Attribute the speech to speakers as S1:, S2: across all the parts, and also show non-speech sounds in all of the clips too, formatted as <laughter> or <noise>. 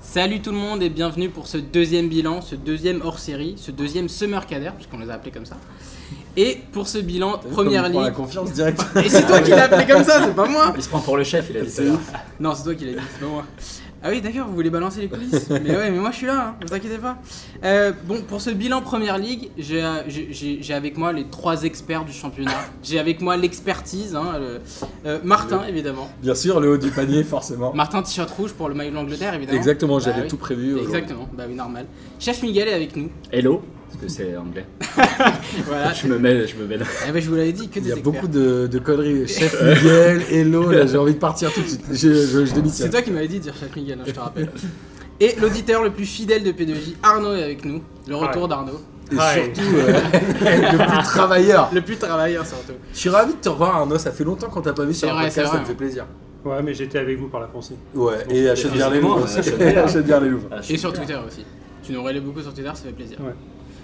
S1: Salut tout le monde et bienvenue pour ce deuxième bilan, ce deuxième hors-série, ce deuxième Summer Cader, puisqu'on les a appelés comme ça. Et pour ce bilan,
S2: T'as vu
S1: première
S2: comme il prend
S1: ligue.
S2: la confiance direct.
S1: Et c'est toi qui l'as appelé comme ça, c'est pas moi
S3: Il se prend pour le chef, il a dit ça.
S1: Non, c'est toi qui l'as dit, c'est pas moi. Ah oui, d'accord, vous voulez balancer les
S2: <laughs>
S1: coulisses Mais ouais, mais moi je suis là, hein, vous inquiétez pas. Euh, bon, pour ce bilan Première Ligue, j'ai euh, j'ai- j'ai- j'ai avec moi les trois experts du championnat. J'ai avec moi l'expertise, hein, le- euh, Martin évidemment.
S2: <laughs> Bien sûr, le haut du panier, forcément.
S1: Martin, t-shirt rouge pour le maillot de l'Angleterre évidemment.
S2: Exactement,
S1: Bah
S2: j'avais
S1: oui.
S2: tout prévu. aujourd'hui.
S1: Exactement, bah oui, normal. Chef Miguel est avec nous.
S3: Hello, parce que c'est anglais.
S1: Voilà.
S3: Je me mêle, je me
S1: <laughs>
S3: mêle.
S1: Eh ben, je vous l'avais dit, que
S2: Il
S1: des
S2: y a
S1: experts.
S2: beaucoup de, de conneries. Chef <laughs> Miguel, Hello, là j'ai envie de partir tout de suite. Je, je- je
S1: C'est
S2: démissionne.
S1: toi qui m'avais dit de dire Chef Miguel, hein, je te rappelle. Et l'auditeur le plus fidèle de P2J, Arnaud est avec nous. Le retour d'Arnaud.
S2: Et
S4: Hi.
S2: surtout, euh, le plus travailleur.
S1: Le plus travailleur surtout.
S2: Je suis ravi de te revoir, Arnaud. Ça fait longtemps qu'on t'a pas vu
S1: C'est
S2: sur un
S1: vrai, c'est
S2: podcast, ça
S1: vrai.
S2: me fait plaisir.
S4: Ouais, mais j'étais avec vous par la pensée.
S2: Ouais, et à Chaudière-les-Loups
S3: Physiquement,
S2: aussi.
S3: à Chaudière.
S2: À Chaudière-les-Loups.
S1: Et sur Twitter aussi. Tu nous relais beaucoup sur Twitter, ça fait plaisir.
S4: Ouais.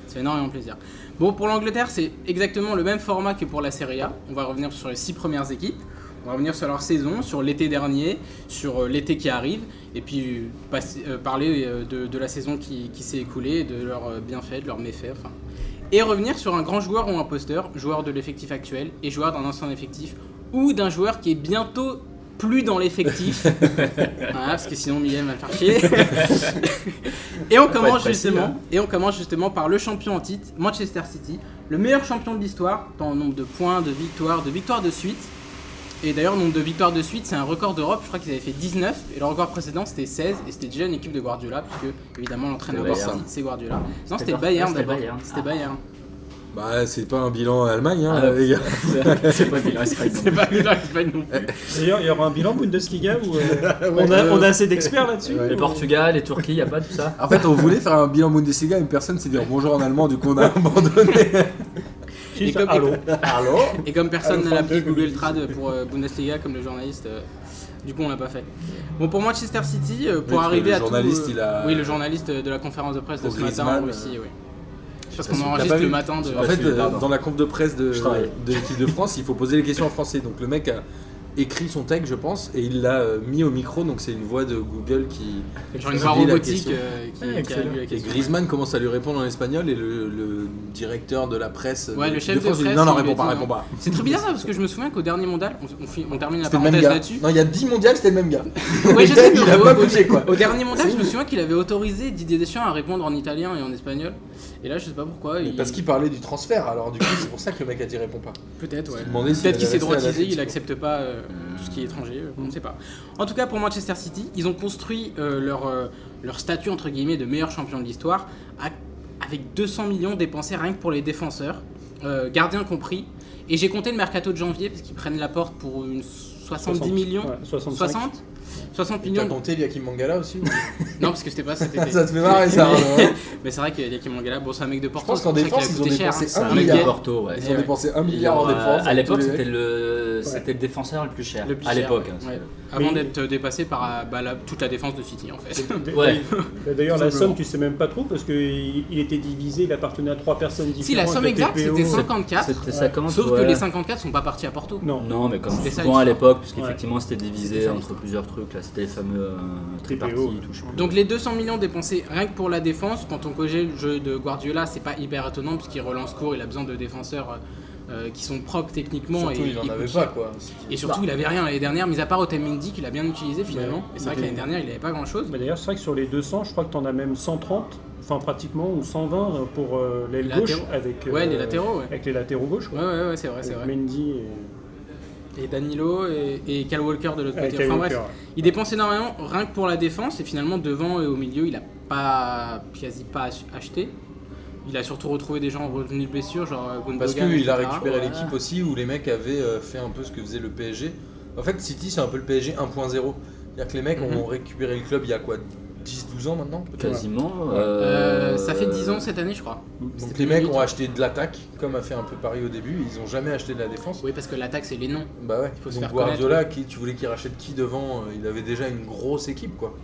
S1: Ça fait énormément plaisir. Bon, pour l'Angleterre, c'est exactement le même format que pour la Serie A. On va revenir sur les six premières équipes. On va revenir sur leur saison, sur l'été dernier, sur euh, l'été qui arrive, et puis euh, passer- euh, parler euh, de, de la saison qui, qui s'est écoulée, de leurs euh, bienfaits, de leurs méfaits. enfin. Et revenir sur un grand joueur ou un posteur, joueur de l'effectif actuel et joueur d'un ancien effectif, ou d'un joueur qui est bientôt plus dans
S3: <laughs>
S1: l'effectif. Voilà, parce que sinon Miguel va me faire chier. et on commence
S3: facile,
S1: justement,
S3: hein.
S1: et on commence justement par le champion en titre, Manchester City, le meilleur champion de l'histoire, tant en nombre de points, de victoires, de victoires de suite. Et d'ailleurs, nombre de victoires de suite, c'est un record d'Europe. Je crois qu'ils avaient fait 19 et le record précédent c'était 16 et c'était déjà une équipe de Guardiola, puisque évidemment l'entraîneur
S3: Le
S1: de
S3: Bayern.
S1: City, c'est Guardiola. Non, c'était
S3: C'était
S1: le Bayern
S3: Dor-
S1: d'abord. C'était
S3: c'était
S1: Bayern.
S2: Bah, c'est pas un bilan Allemagne, hein,
S3: Ah,
S2: les gars.
S3: C'est pas bilan
S1: <laughs> C'est pas Bayern, c'est pas non plus.
S4: D'ailleurs, il y aura un bilan Bundesliga <laughs> où euh, on, a, on a assez d'experts là-dessus.
S2: Ouais.
S3: Le
S4: Ou-
S3: Portugal, les Turquie, y a pas tout ça
S2: En fait, on voulait faire un bilan Bundesliga, une personne s'est dit bonjour en allemand, du coup <laughs> on a abandonné.
S4: Si,
S1: Et
S4: ça-
S1: comme-
S4: allô.
S2: Allô
S1: Et comme personne
S2: Ah,
S4: Allô,
S1: n'a
S4: Franck,
S1: l'appli
S4: comme
S1: Google
S4: ils
S1: Trad pour euh, Bundesliga comme le journaliste, euh, du coup on l'a pas fait. Bon pour Manchester City, euh, pour
S2: parce que
S1: arriver
S2: le
S1: à tout,
S2: journaliste,
S1: euh,
S2: il a-
S1: Oui le journaliste euh, de la conférence de presse de
S2: Pour
S1: ce matin en
S2: Griezmann, euh,
S1: Russie, oui. Parce
S2: pas si
S1: qu'on
S2: t'as
S1: enregistre
S2: pas
S1: le
S2: vu.
S1: matin de.
S2: En fait,
S3: celui-là,
S2: euh,
S3: non.
S2: dans la conf de presse de,
S3: Je travaille.
S2: de l'équipe de France, il faut poser les questions en français. Donc le mec a écrit son texte, je pense, et il l'a euh, mis au micro. Donc c'est une voix de Google qui.
S1: Genre une
S2: qui
S1: voix
S2: lit la
S1: robotique
S2: question.
S1: euh, qui,
S3: Ah,
S1: qui a
S3: excellent.
S1: lu la
S2: Et
S1: question.
S2: Griezmann commence à lui répondre en espagnol et le, le directeur de la presse
S1: Ouais,
S2: de
S1: le chef
S2: l'équipe
S1: de
S2: lui dit,
S1: presse,
S2: non, non,
S1: il lui
S2: réponds
S1: a
S2: pas,
S1: dit
S2: réponds pas.
S1: C'est très bizarre ça, parce que je me souviens qu'au dernier mondial, on, on fi- on termine la
S2: C'était le même
S1: parenthèse
S2: gars.
S1: là-dessus.
S2: Non, il y a 10 mondiales, c'était le même gars.
S1: Ouais, je sais,
S2: il
S1: mais
S2: a
S1: au-
S2: pas
S1: au-
S2: bougé quoi.
S1: Au dernier mondial, je me souviens qu'il avait autorisé Didier Deschamps à répondre en italien et en espagnol. Et là, je sais pas pourquoi.
S2: Mais
S1: Ah, il-
S2: Parce qu'il parlait du transfert, alors du coup, c'est pour ça que le mec a dit réponds pas.
S1: Peut-être, ouais.
S2: Je me demandais s'il
S1: Peut-être qu'il
S2: allait
S1: s'est
S2: rester à
S1: droitisé, il
S2: l'Atlético.
S1: accepte pas euh, tout ce qui est étranger, euh, on ne sait pas. En tout cas, pour Manchester City, ils ont construit euh, leur, euh, leur statut entre guillemets de meilleur champion de l'histoire à- avec 200 millions dépensés rien que pour les défenseurs, euh, gardiens compris. Et j'ai compté le mercato de janvier parce qu'ils prennent la porte pour une 70
S4: 60,
S1: millions.
S4: ouais, 65.
S1: 60 60
S2: Et T'as
S1: millions.
S2: compté Liakim Mangala
S1: <laughs>
S2: aussi ou-
S1: Non, parce que c'était
S2: <laughs>
S1: pas cet été.
S2: Ça te fait marrer ça. hein.
S1: <laughs> Mais c'est vrai qu'il y a qui Mangala. Bon, c'est un mec de Porto.
S2: pense qu'en
S1: c'est pour ça
S2: défense,
S1: qu'il a
S2: ils ont
S1: coûté cher,
S2: dépensé
S1: hein.
S2: un
S1: C'est mec
S2: milliard.
S1: gay.
S3: Porto, ouais.
S2: Ils ont
S1: ouais.
S2: dépensé 1 milliard en
S3: Euh,
S2: défense. hein,
S3: à l'époque,
S2: tous les-
S3: c'était le,
S4: Ouais.
S3: c'était le défenseur le plus cher.
S1: Le plus
S3: à
S1: cher,
S3: l'époque.
S1: ouais.
S3: hein,
S1: Ouais.
S3: c'est-
S1: Avant
S4: Mais-
S1: d'être dépassé par euh, bah, la- toute la défense de City en fait.
S3: Ouais.
S4: Bah, D'ailleurs, la
S1: Simplement.
S4: somme, tu sais même pas trop parce qu'il il était divisé, il appartenait à trois personnes différentes.
S1: si la somme
S4: le
S1: exacte
S4: TPO.
S1: c'était 54,
S3: C'était 50.
S1: sauf que
S3: ouais.
S1: les 54 sont pas partis à Porto.
S4: Non,
S3: Non, mais comme
S1: C'était ça,
S3: souvent à
S1: l'histoire.
S3: l'époque, parce
S4: Ouais.
S3: qu'effectivement, c'était divisé
S1: C'était ça,
S3: entre plusieurs trucs. Là, c'était les fameux euh, tripartites
S4: TPO, ouais.
S3: ou je sais plus.
S1: Donc les 200 millions dépensés rien que pour la défense, quand on cogé le jeu de Guardiola, c'est pas hyper étonnant parce qu'il relance court, il a besoin de défenseurs euh, qui sont propres techniquement
S2: Surtout,
S1: et,
S2: il
S1: et
S2: en avait
S1: coûtent
S2: pas
S1: cher.
S2: quoi.
S1: Et surtout
S3: Bah.
S1: il avait rien l'année dernière, mis à part Otamendi qu'il a bien utilisé finalement. Et c'est vrai que
S4: Mais-
S1: l'année dernière il avait pas grand chose.
S4: Bah, D'ailleurs, c'est vrai que sur les 200, je crois que t'en as même 130, enfin pratiquement, ou 120 euh, pour euh, l'aile
S1: Latéraux.
S4: gauche avec, euh,
S1: Ouais, les latéraux, ouais.
S4: avec les latéraux gauche.
S1: Ouais ouais ouais c'est vrai c'est
S4: Avec
S1: vrai.
S4: Mendy et.
S1: Et Danilo et, et Cal Walker de l'autre
S4: Ouais,
S1: côté.
S4: Kyle
S1: Enfin
S4: Walker,
S1: bref,
S4: ouais.
S1: il dépense énormément rien que pour la défense et finalement devant et au milieu il a pas quasi pas ach- acheté. Il a surtout retrouvé des gens revenus de blessure genre euh, Gundogan.
S2: Parce qu'il a
S1: etc.
S2: récupéré
S1: hein, Ouais.
S2: l'équipe aussi où les mecs avaient euh, fait un peu ce que faisait le PSG. En fait, City, c'est un peu le PSG 1.0. C'est-à-dire que les mecs
S1: Mhm.
S2: ont récupéré le club il y a quoi 10-12 ans maintenant peut-être
S3: Quasiment.
S1: Euh, ça fait 10 ans cette année je crois.
S2: Donc
S1: C'était
S2: les mecs
S1: limite.
S2: ont acheté de l'attaque, comme a fait un peu Paris au début. Ils ont jamais acheté de la défense.
S1: Oui parce que l'attaque c'est les noms.
S2: Bah ouais.
S1: Il faut se
S2: Donc
S1: faire
S2: Guardiola, qui, tu voulais qu'il rachète qui devant euh, Il avait déjà une grosse équipe quoi.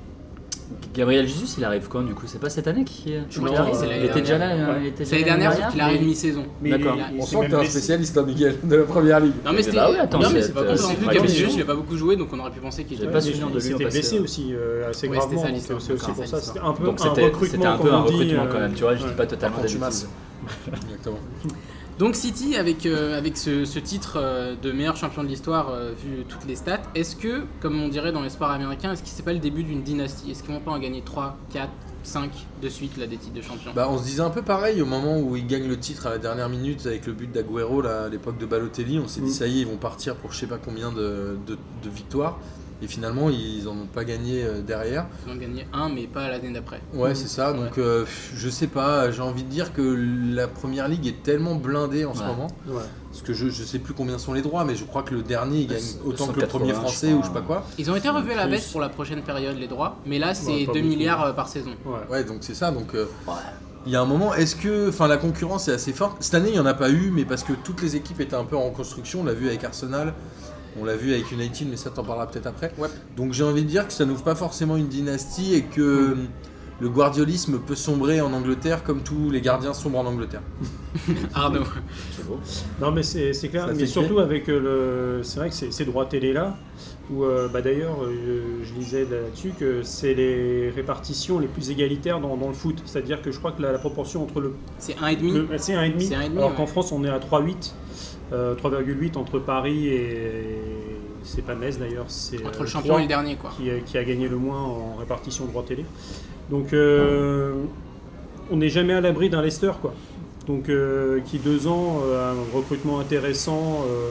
S3: Gabriel Jesus, il arrive quand du coup C'est pas cette année qui est.
S1: Je crois
S3: qu'il
S1: qu'il
S3: arrive.
S1: c'est l'année
S3: Il était déjà là.
S4: dernière.
S3: hein,
S4: Ouais.
S3: il était
S1: C'est l'année
S3: déjà là
S1: dernière, sauf qu'il arrive
S3: mais-
S1: mi-saison.
S4: Mais
S3: D'accord.
S4: il- il
S2: On
S4: s'est
S2: sent que
S4: même
S2: t'es un
S4: blessé.
S2: spécialiste, hein, Miguel, de la première ligue.
S1: Non mais
S3: Bah
S1: c'était.
S3: ouais, attends,
S1: non mais
S3: c'est-
S1: c'est pas con.
S3: c'est
S1: En plus,
S3: pas
S1: Gabriel
S3: une
S1: Jesus,
S3: saison.
S1: il a pas beaucoup joué, donc on aurait pu penser qu'il
S3: J'avais
S1: était.
S3: pas
S4: Ouais,
S3: souvenir
S4: mais
S3: de lui
S4: Il
S3: au
S4: était
S3: passé,
S4: blessé
S3: ouais.
S4: aussi euh, assez
S1: Ouais, c'était
S4: gravement.
S1: ça,
S4: donc
S1: l'histoire.
S4: C'est aussi
S1: D'accord,
S4: pour
S1: c'est
S4: ça.
S1: ça.
S4: C'était un peu
S3: Donc
S4: un
S3: c'était
S4: recrutement.
S3: c'était un peu
S4: comme
S3: un
S4: on dit,
S3: recrutement
S4: euh,
S3: quand même, tu vois, je dis
S4: ouais.
S3: pas totalement
S2: Par contre, tu
S1: <laughs>
S3: d'habitude.
S2: <laughs> Exactement.
S1: Donc City avec, euh, avec ce, ce titre euh, de meilleur champion de l'histoire euh, vu toutes les stats, est-ce que, comme on dirait dans les sports américains, est-ce que c'est pas le début d'une dynastie Est-ce qu'ils vont pas en gagner 3, 4, 5 de suite là des titres de champion
S2: Bah, on se disait un peu pareil au moment où ils gagnent le titre à la dernière minute avec le but d'Aguero là, à l'époque de Balotelli. On s'est dit
S4: Mm.
S2: ça y est, ils vont partir pour je sais pas combien de, de- de victoires. Et finalement, ils en ont pas gagné euh, derrière.
S1: Ils ont gagné un mais pas l'année d'après.
S2: Ouais,
S4: Mm.
S2: c'est ça. Donc euh, pff, je sais pas. J'ai envie de dire que la première ligue est tellement blindée en ce
S3: Ouais.
S2: moment.
S4: Ouais.
S2: Parce que je, je sais plus combien sont les droits, mais je crois que le dernier il gagne
S3: C'est-
S2: autant que le
S3: 180,
S2: premier
S3: je
S2: français
S3: crois.
S2: ou je sais pas quoi.
S1: Ils ont été revus à la
S4: Plus.
S1: baisse pour la prochaine période les droits, mais là c'est
S4: Ouais, Bah, pas
S1: 2
S4: beaucoup.
S1: milliards euh, par
S4: <laughs>
S1: saison.
S4: Ouais.
S2: Ouais, donc c'est ça. Donc euh,
S3: Ouais.
S2: il y a un moment, est-ce que, enfin, la concurrence est assez forte. Cette année, il n'y en a pas eu, mais parce que toutes les équipes étaient un peu en construction. On l'a vu avec Arsenal, on l'a vu avec United, mais ça t'en parlera peut-être après.
S1: Ouais.
S2: Donc j'ai envie de dire que ça n'ouvre pas forcément une dynastie et que euh, le guardiolisme peut sombrer en Angleterre comme tous les gardiens sombrent en Angleterre.
S1: Arnaud.
S3: C'est beau.
S4: Non, mais c'est c'est clair.
S2: Ça,
S4: mais
S2: c'est
S4: surtout avec euh, le. C'est vrai que ces ces droits télé là, où euh, bah, d'ailleurs, euh, je lisais là-dessus que c'est les répartitions les plus égalitaires dans, dans le foot. C'est-à-dire que je crois que la, la proportion entre le.
S1: C'est 1,5
S4: le- c'est 1,5.
S1: C'est un et demi,
S4: Alors
S1: ouais.
S4: qu'en France, on est à 3,8. euh, 3,8 entre Paris et. C'est pas Metz d'ailleurs. c'est,
S1: entre
S4: euh,
S1: le champion et
S4: Troyes
S1: le dernier quoi.
S4: qui, euh, qui a gagné le moins en répartition droit télé. Donc euh, on n'est jamais à l'abri d'un Leicester quoi. Donc euh, qui deux ans euh, a un recrutement intéressant. euh,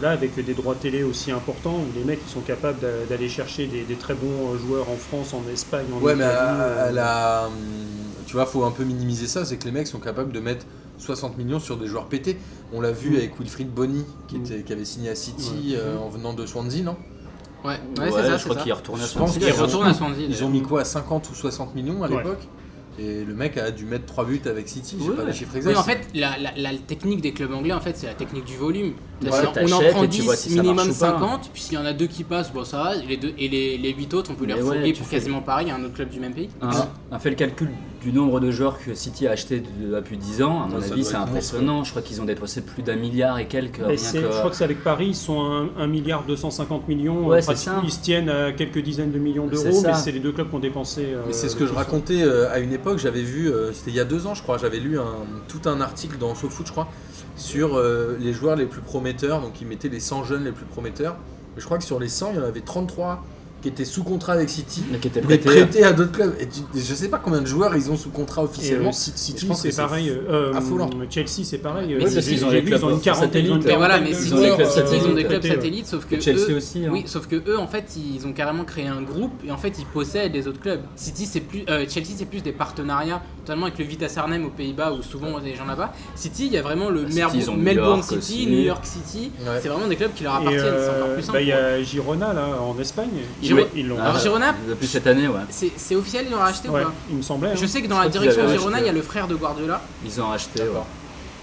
S4: Là, avec des droits télé aussi importants, où les mecs ils sont capables d'a- d'aller chercher des, des très bons euh, joueurs en France, en Espagne, en
S2: Ouais, mais
S4: Italie,
S2: à,
S4: euh,
S2: à la, hum, tu vois, faut un peu minimiser ça. C'est que les mecs sont capables de mettre 60 millions sur des joueurs pétés. On l'a vu
S4: Mm.
S2: avec Wilfried Bonny, qui,
S4: Mm.
S2: était, qui avait signé à City euh, en venant de Swansea, non
S1: Ouais, ouais, c'est
S3: Ouais,
S1: ça,
S3: je
S1: c'est
S3: crois
S1: ça.
S3: qu'il est retourné à
S2: Je
S3: son
S2: pense
S3: petit
S2: qu'il
S1: Il
S2: est
S3: garçon.
S1: retourne à Swansea.
S2: Ils
S1: d'ailleurs.
S2: ont mis quoi 50 ou 60 millions à
S4: Ouais.
S2: l'époque Et le mec a dû mettre 3 buts avec City, j'ai
S3: Ouais.
S2: pas les chiffres exacts.
S1: Oui, en fait, la, la- la technique des clubs anglais, en fait, c'est la technique du volume.
S3: Ouais,
S1: C'est-à-dire, on en
S3: Bah, t'achètes
S1: prend
S3: et tu
S1: 10,
S3: vois si ça marche
S1: minimum
S3: ou pas.
S1: 50, puis s'il y en a deux qui passent, bon, ça va, et les, deux, et les, 8 autres, on peut les
S3: Mais ouais,
S1: refourguer
S3: tu
S1: pour
S3: fais-
S1: quasiment pareil à un autre club du même pays.
S3: Un, un fait le calcul du nombre de joueurs que City a acheté de- depuis 10 ans, à mon
S2: Ouais, ça
S3: avis
S2: doit
S3: c'est
S2: être
S3: impressionnant. Je crois qu'ils ont dépensé plus d'un milliard et quelques.
S4: et
S3: rien
S4: c'est-
S3: que-
S4: Je crois que c'est avec Paris, ils sont à 1 milliard 250 millions.
S3: Ouais,
S4: euh,
S3: c'est
S4: pratiquement,
S3: ça.
S4: Ils se tiennent à quelques dizaines de millions
S3: C'est
S4: d'euros, mais
S3: ça.
S4: c'est les deux clubs qui ont dépensé. euh,
S2: Mais c'est ce
S4: le
S2: que je
S4: plus.
S2: racontais euh, à une époque, j'avais vu, euh, c'était il y a deux ans je crois, j'avais lu un, tout un article dans SoFoot je crois, sur euh, les joueurs les plus prometteurs, donc ils mettaient les 100 jeunes les plus prometteurs. Et je crois que sur les 100, il y en avait 33 qui étaient sous contrat avec City,
S3: Mais qui était
S2: mais
S3: prêté.
S2: prêtés à d'autres clubs. Et, tu- et je sais pas combien de joueurs ils ont sous contrat
S4: Et,
S2: officiellement.
S4: euh, City,
S2: je pense que
S4: c'est
S2: c'est
S4: pareil. euh,
S2: affolant.
S4: Chelsea, c'est pareil.
S3: Mais
S4: euh,
S3: c'est parce
S4: j'ai-
S3: qu'ils ont
S4: j'ai
S3: des
S4: vu,
S3: clubs
S4: ils ont une quarantaine,
S3: satellites.
S4: une
S1: Mais voilà,
S4: quarantaine
S1: mais
S4: de
S1: ils
S3: ont
S1: ont,
S3: des
S4: joueurs,
S1: des
S3: clubs
S4: euh,
S1: satellites, ils ont des
S3: euh,
S1: clubs
S4: traités, ouais.
S1: satellites, sauf que
S3: Et Chelsea
S1: eux,
S3: aussi. hein.
S1: oui, sauf que eux, en fait, ils ont carrément créé un groupe et en fait, ils possèdent les autres clubs. City, c'est plus, euh, Chelsea, c'est plus des partenariats, notamment avec le Vita Sarnem aux Pays-Bas où souvent il y a des gens là-bas. City, il y a vraiment le
S3: Bah, City,
S1: Merbo-
S3: ils ont New
S1: Melbourne
S3: York
S1: City,
S3: aussi.
S1: New York City.
S2: Ouais.
S1: C'est vraiment des clubs qui leur
S4: Et,
S1: appartiennent. c'est encore
S4: euh,
S1: plus simple.
S4: bah, il y a Girona là en Espagne. Ils
S1: Giro-
S4: l'ont- Ils l'ont.
S1: Alors,
S3: ouais.
S1: Girona,
S3: Ah, euh, Depuis cette année, ouais.
S1: c'est c'est officiel, ils l'ont racheté
S4: Ouais,
S1: ou Ah, pas
S4: il me semblait.
S1: Je
S4: hein.
S1: sais que dans la
S3: Je crois
S1: direction
S3: qu'ils avaient
S1: Girona, il
S3: racheté.
S1: y a le frère de Guardiola.
S3: Ils ont racheté. Ouais.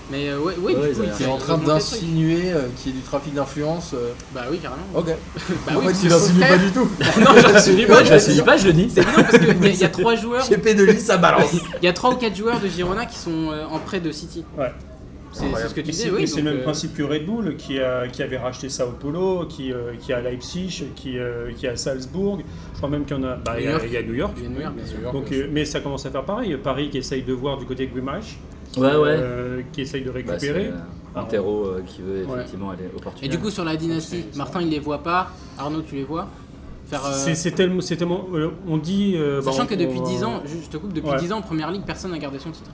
S1: Mais euh, ouais, ouais,
S3: Ouais,
S1: du
S3: ils
S1: coup,
S3: avaient
S1: il
S2: Qui est
S1: fait-
S2: en
S1: il
S2: train
S1: fait monter le truc.
S2: d'insinuer euh, qu'il y ait du trafic d'influence. euh,
S1: Bah oui, carrément.
S2: Ok.
S1: Bah
S2: en
S1: oui,
S2: fait,
S1: parce
S2: il
S1: que son
S2: insinue pas
S1: frère-
S2: du tout.
S1: <laughs> Non, je l'insinue
S2: Ah,
S1: pas, je
S3: Je
S1: l'insinue
S3: sais pas, je le dis.
S1: C'est évident parce qu'il y, a- il y
S3: <laughs>
S1: a trois joueurs,
S2: GP de Lille, ça balance.
S1: il y a trois ou quatre joueurs de Girona qui sont euh, en prêt de City.
S4: Ouais.
S1: C'est c'est ce que tu
S4: Mais
S1: disais,
S4: C'est
S1: oui.
S4: mais c'est le
S1: donc,
S4: même
S1: euh,
S4: principe que Red Bull qui, a, qui avait racheté Sao Paulo, qui, euh, qui a Leipzig, qui, euh, qui a Salzbourg. Je crois même qu'il y en a. bah, il y
S1: New
S4: a-
S1: York.
S4: il y a New York.
S1: il vient de Neuer, bien sûr.
S4: Donc, euh, mais ça commence à faire pareil. Paris qui essaye de voir du côté de Guimarães,
S3: Ouais, ouais.
S4: euh, qui essaye de
S3: Bah, c'est,
S4: récupérer.
S3: euh,
S4: Ah,
S3: Montero, euh, qui veut
S1: Ouais.
S3: effectivement aller au
S1: Et
S3: Portugal.
S1: du coup, sur la dynastie,
S4: c'est-
S1: Martin, il les voit pas. Arnaud, tu les vois Faire, euh,
S4: C'est- C'est tellement, c'est tellement- euh, on dit. euh, bah,
S1: Sachant
S4: on-
S1: que depuis
S4: on-
S1: 10 ans, juste, je te coupe, depuis
S4: Ouais.
S1: 10 ans en première ligue, personne n'a gardé son titre.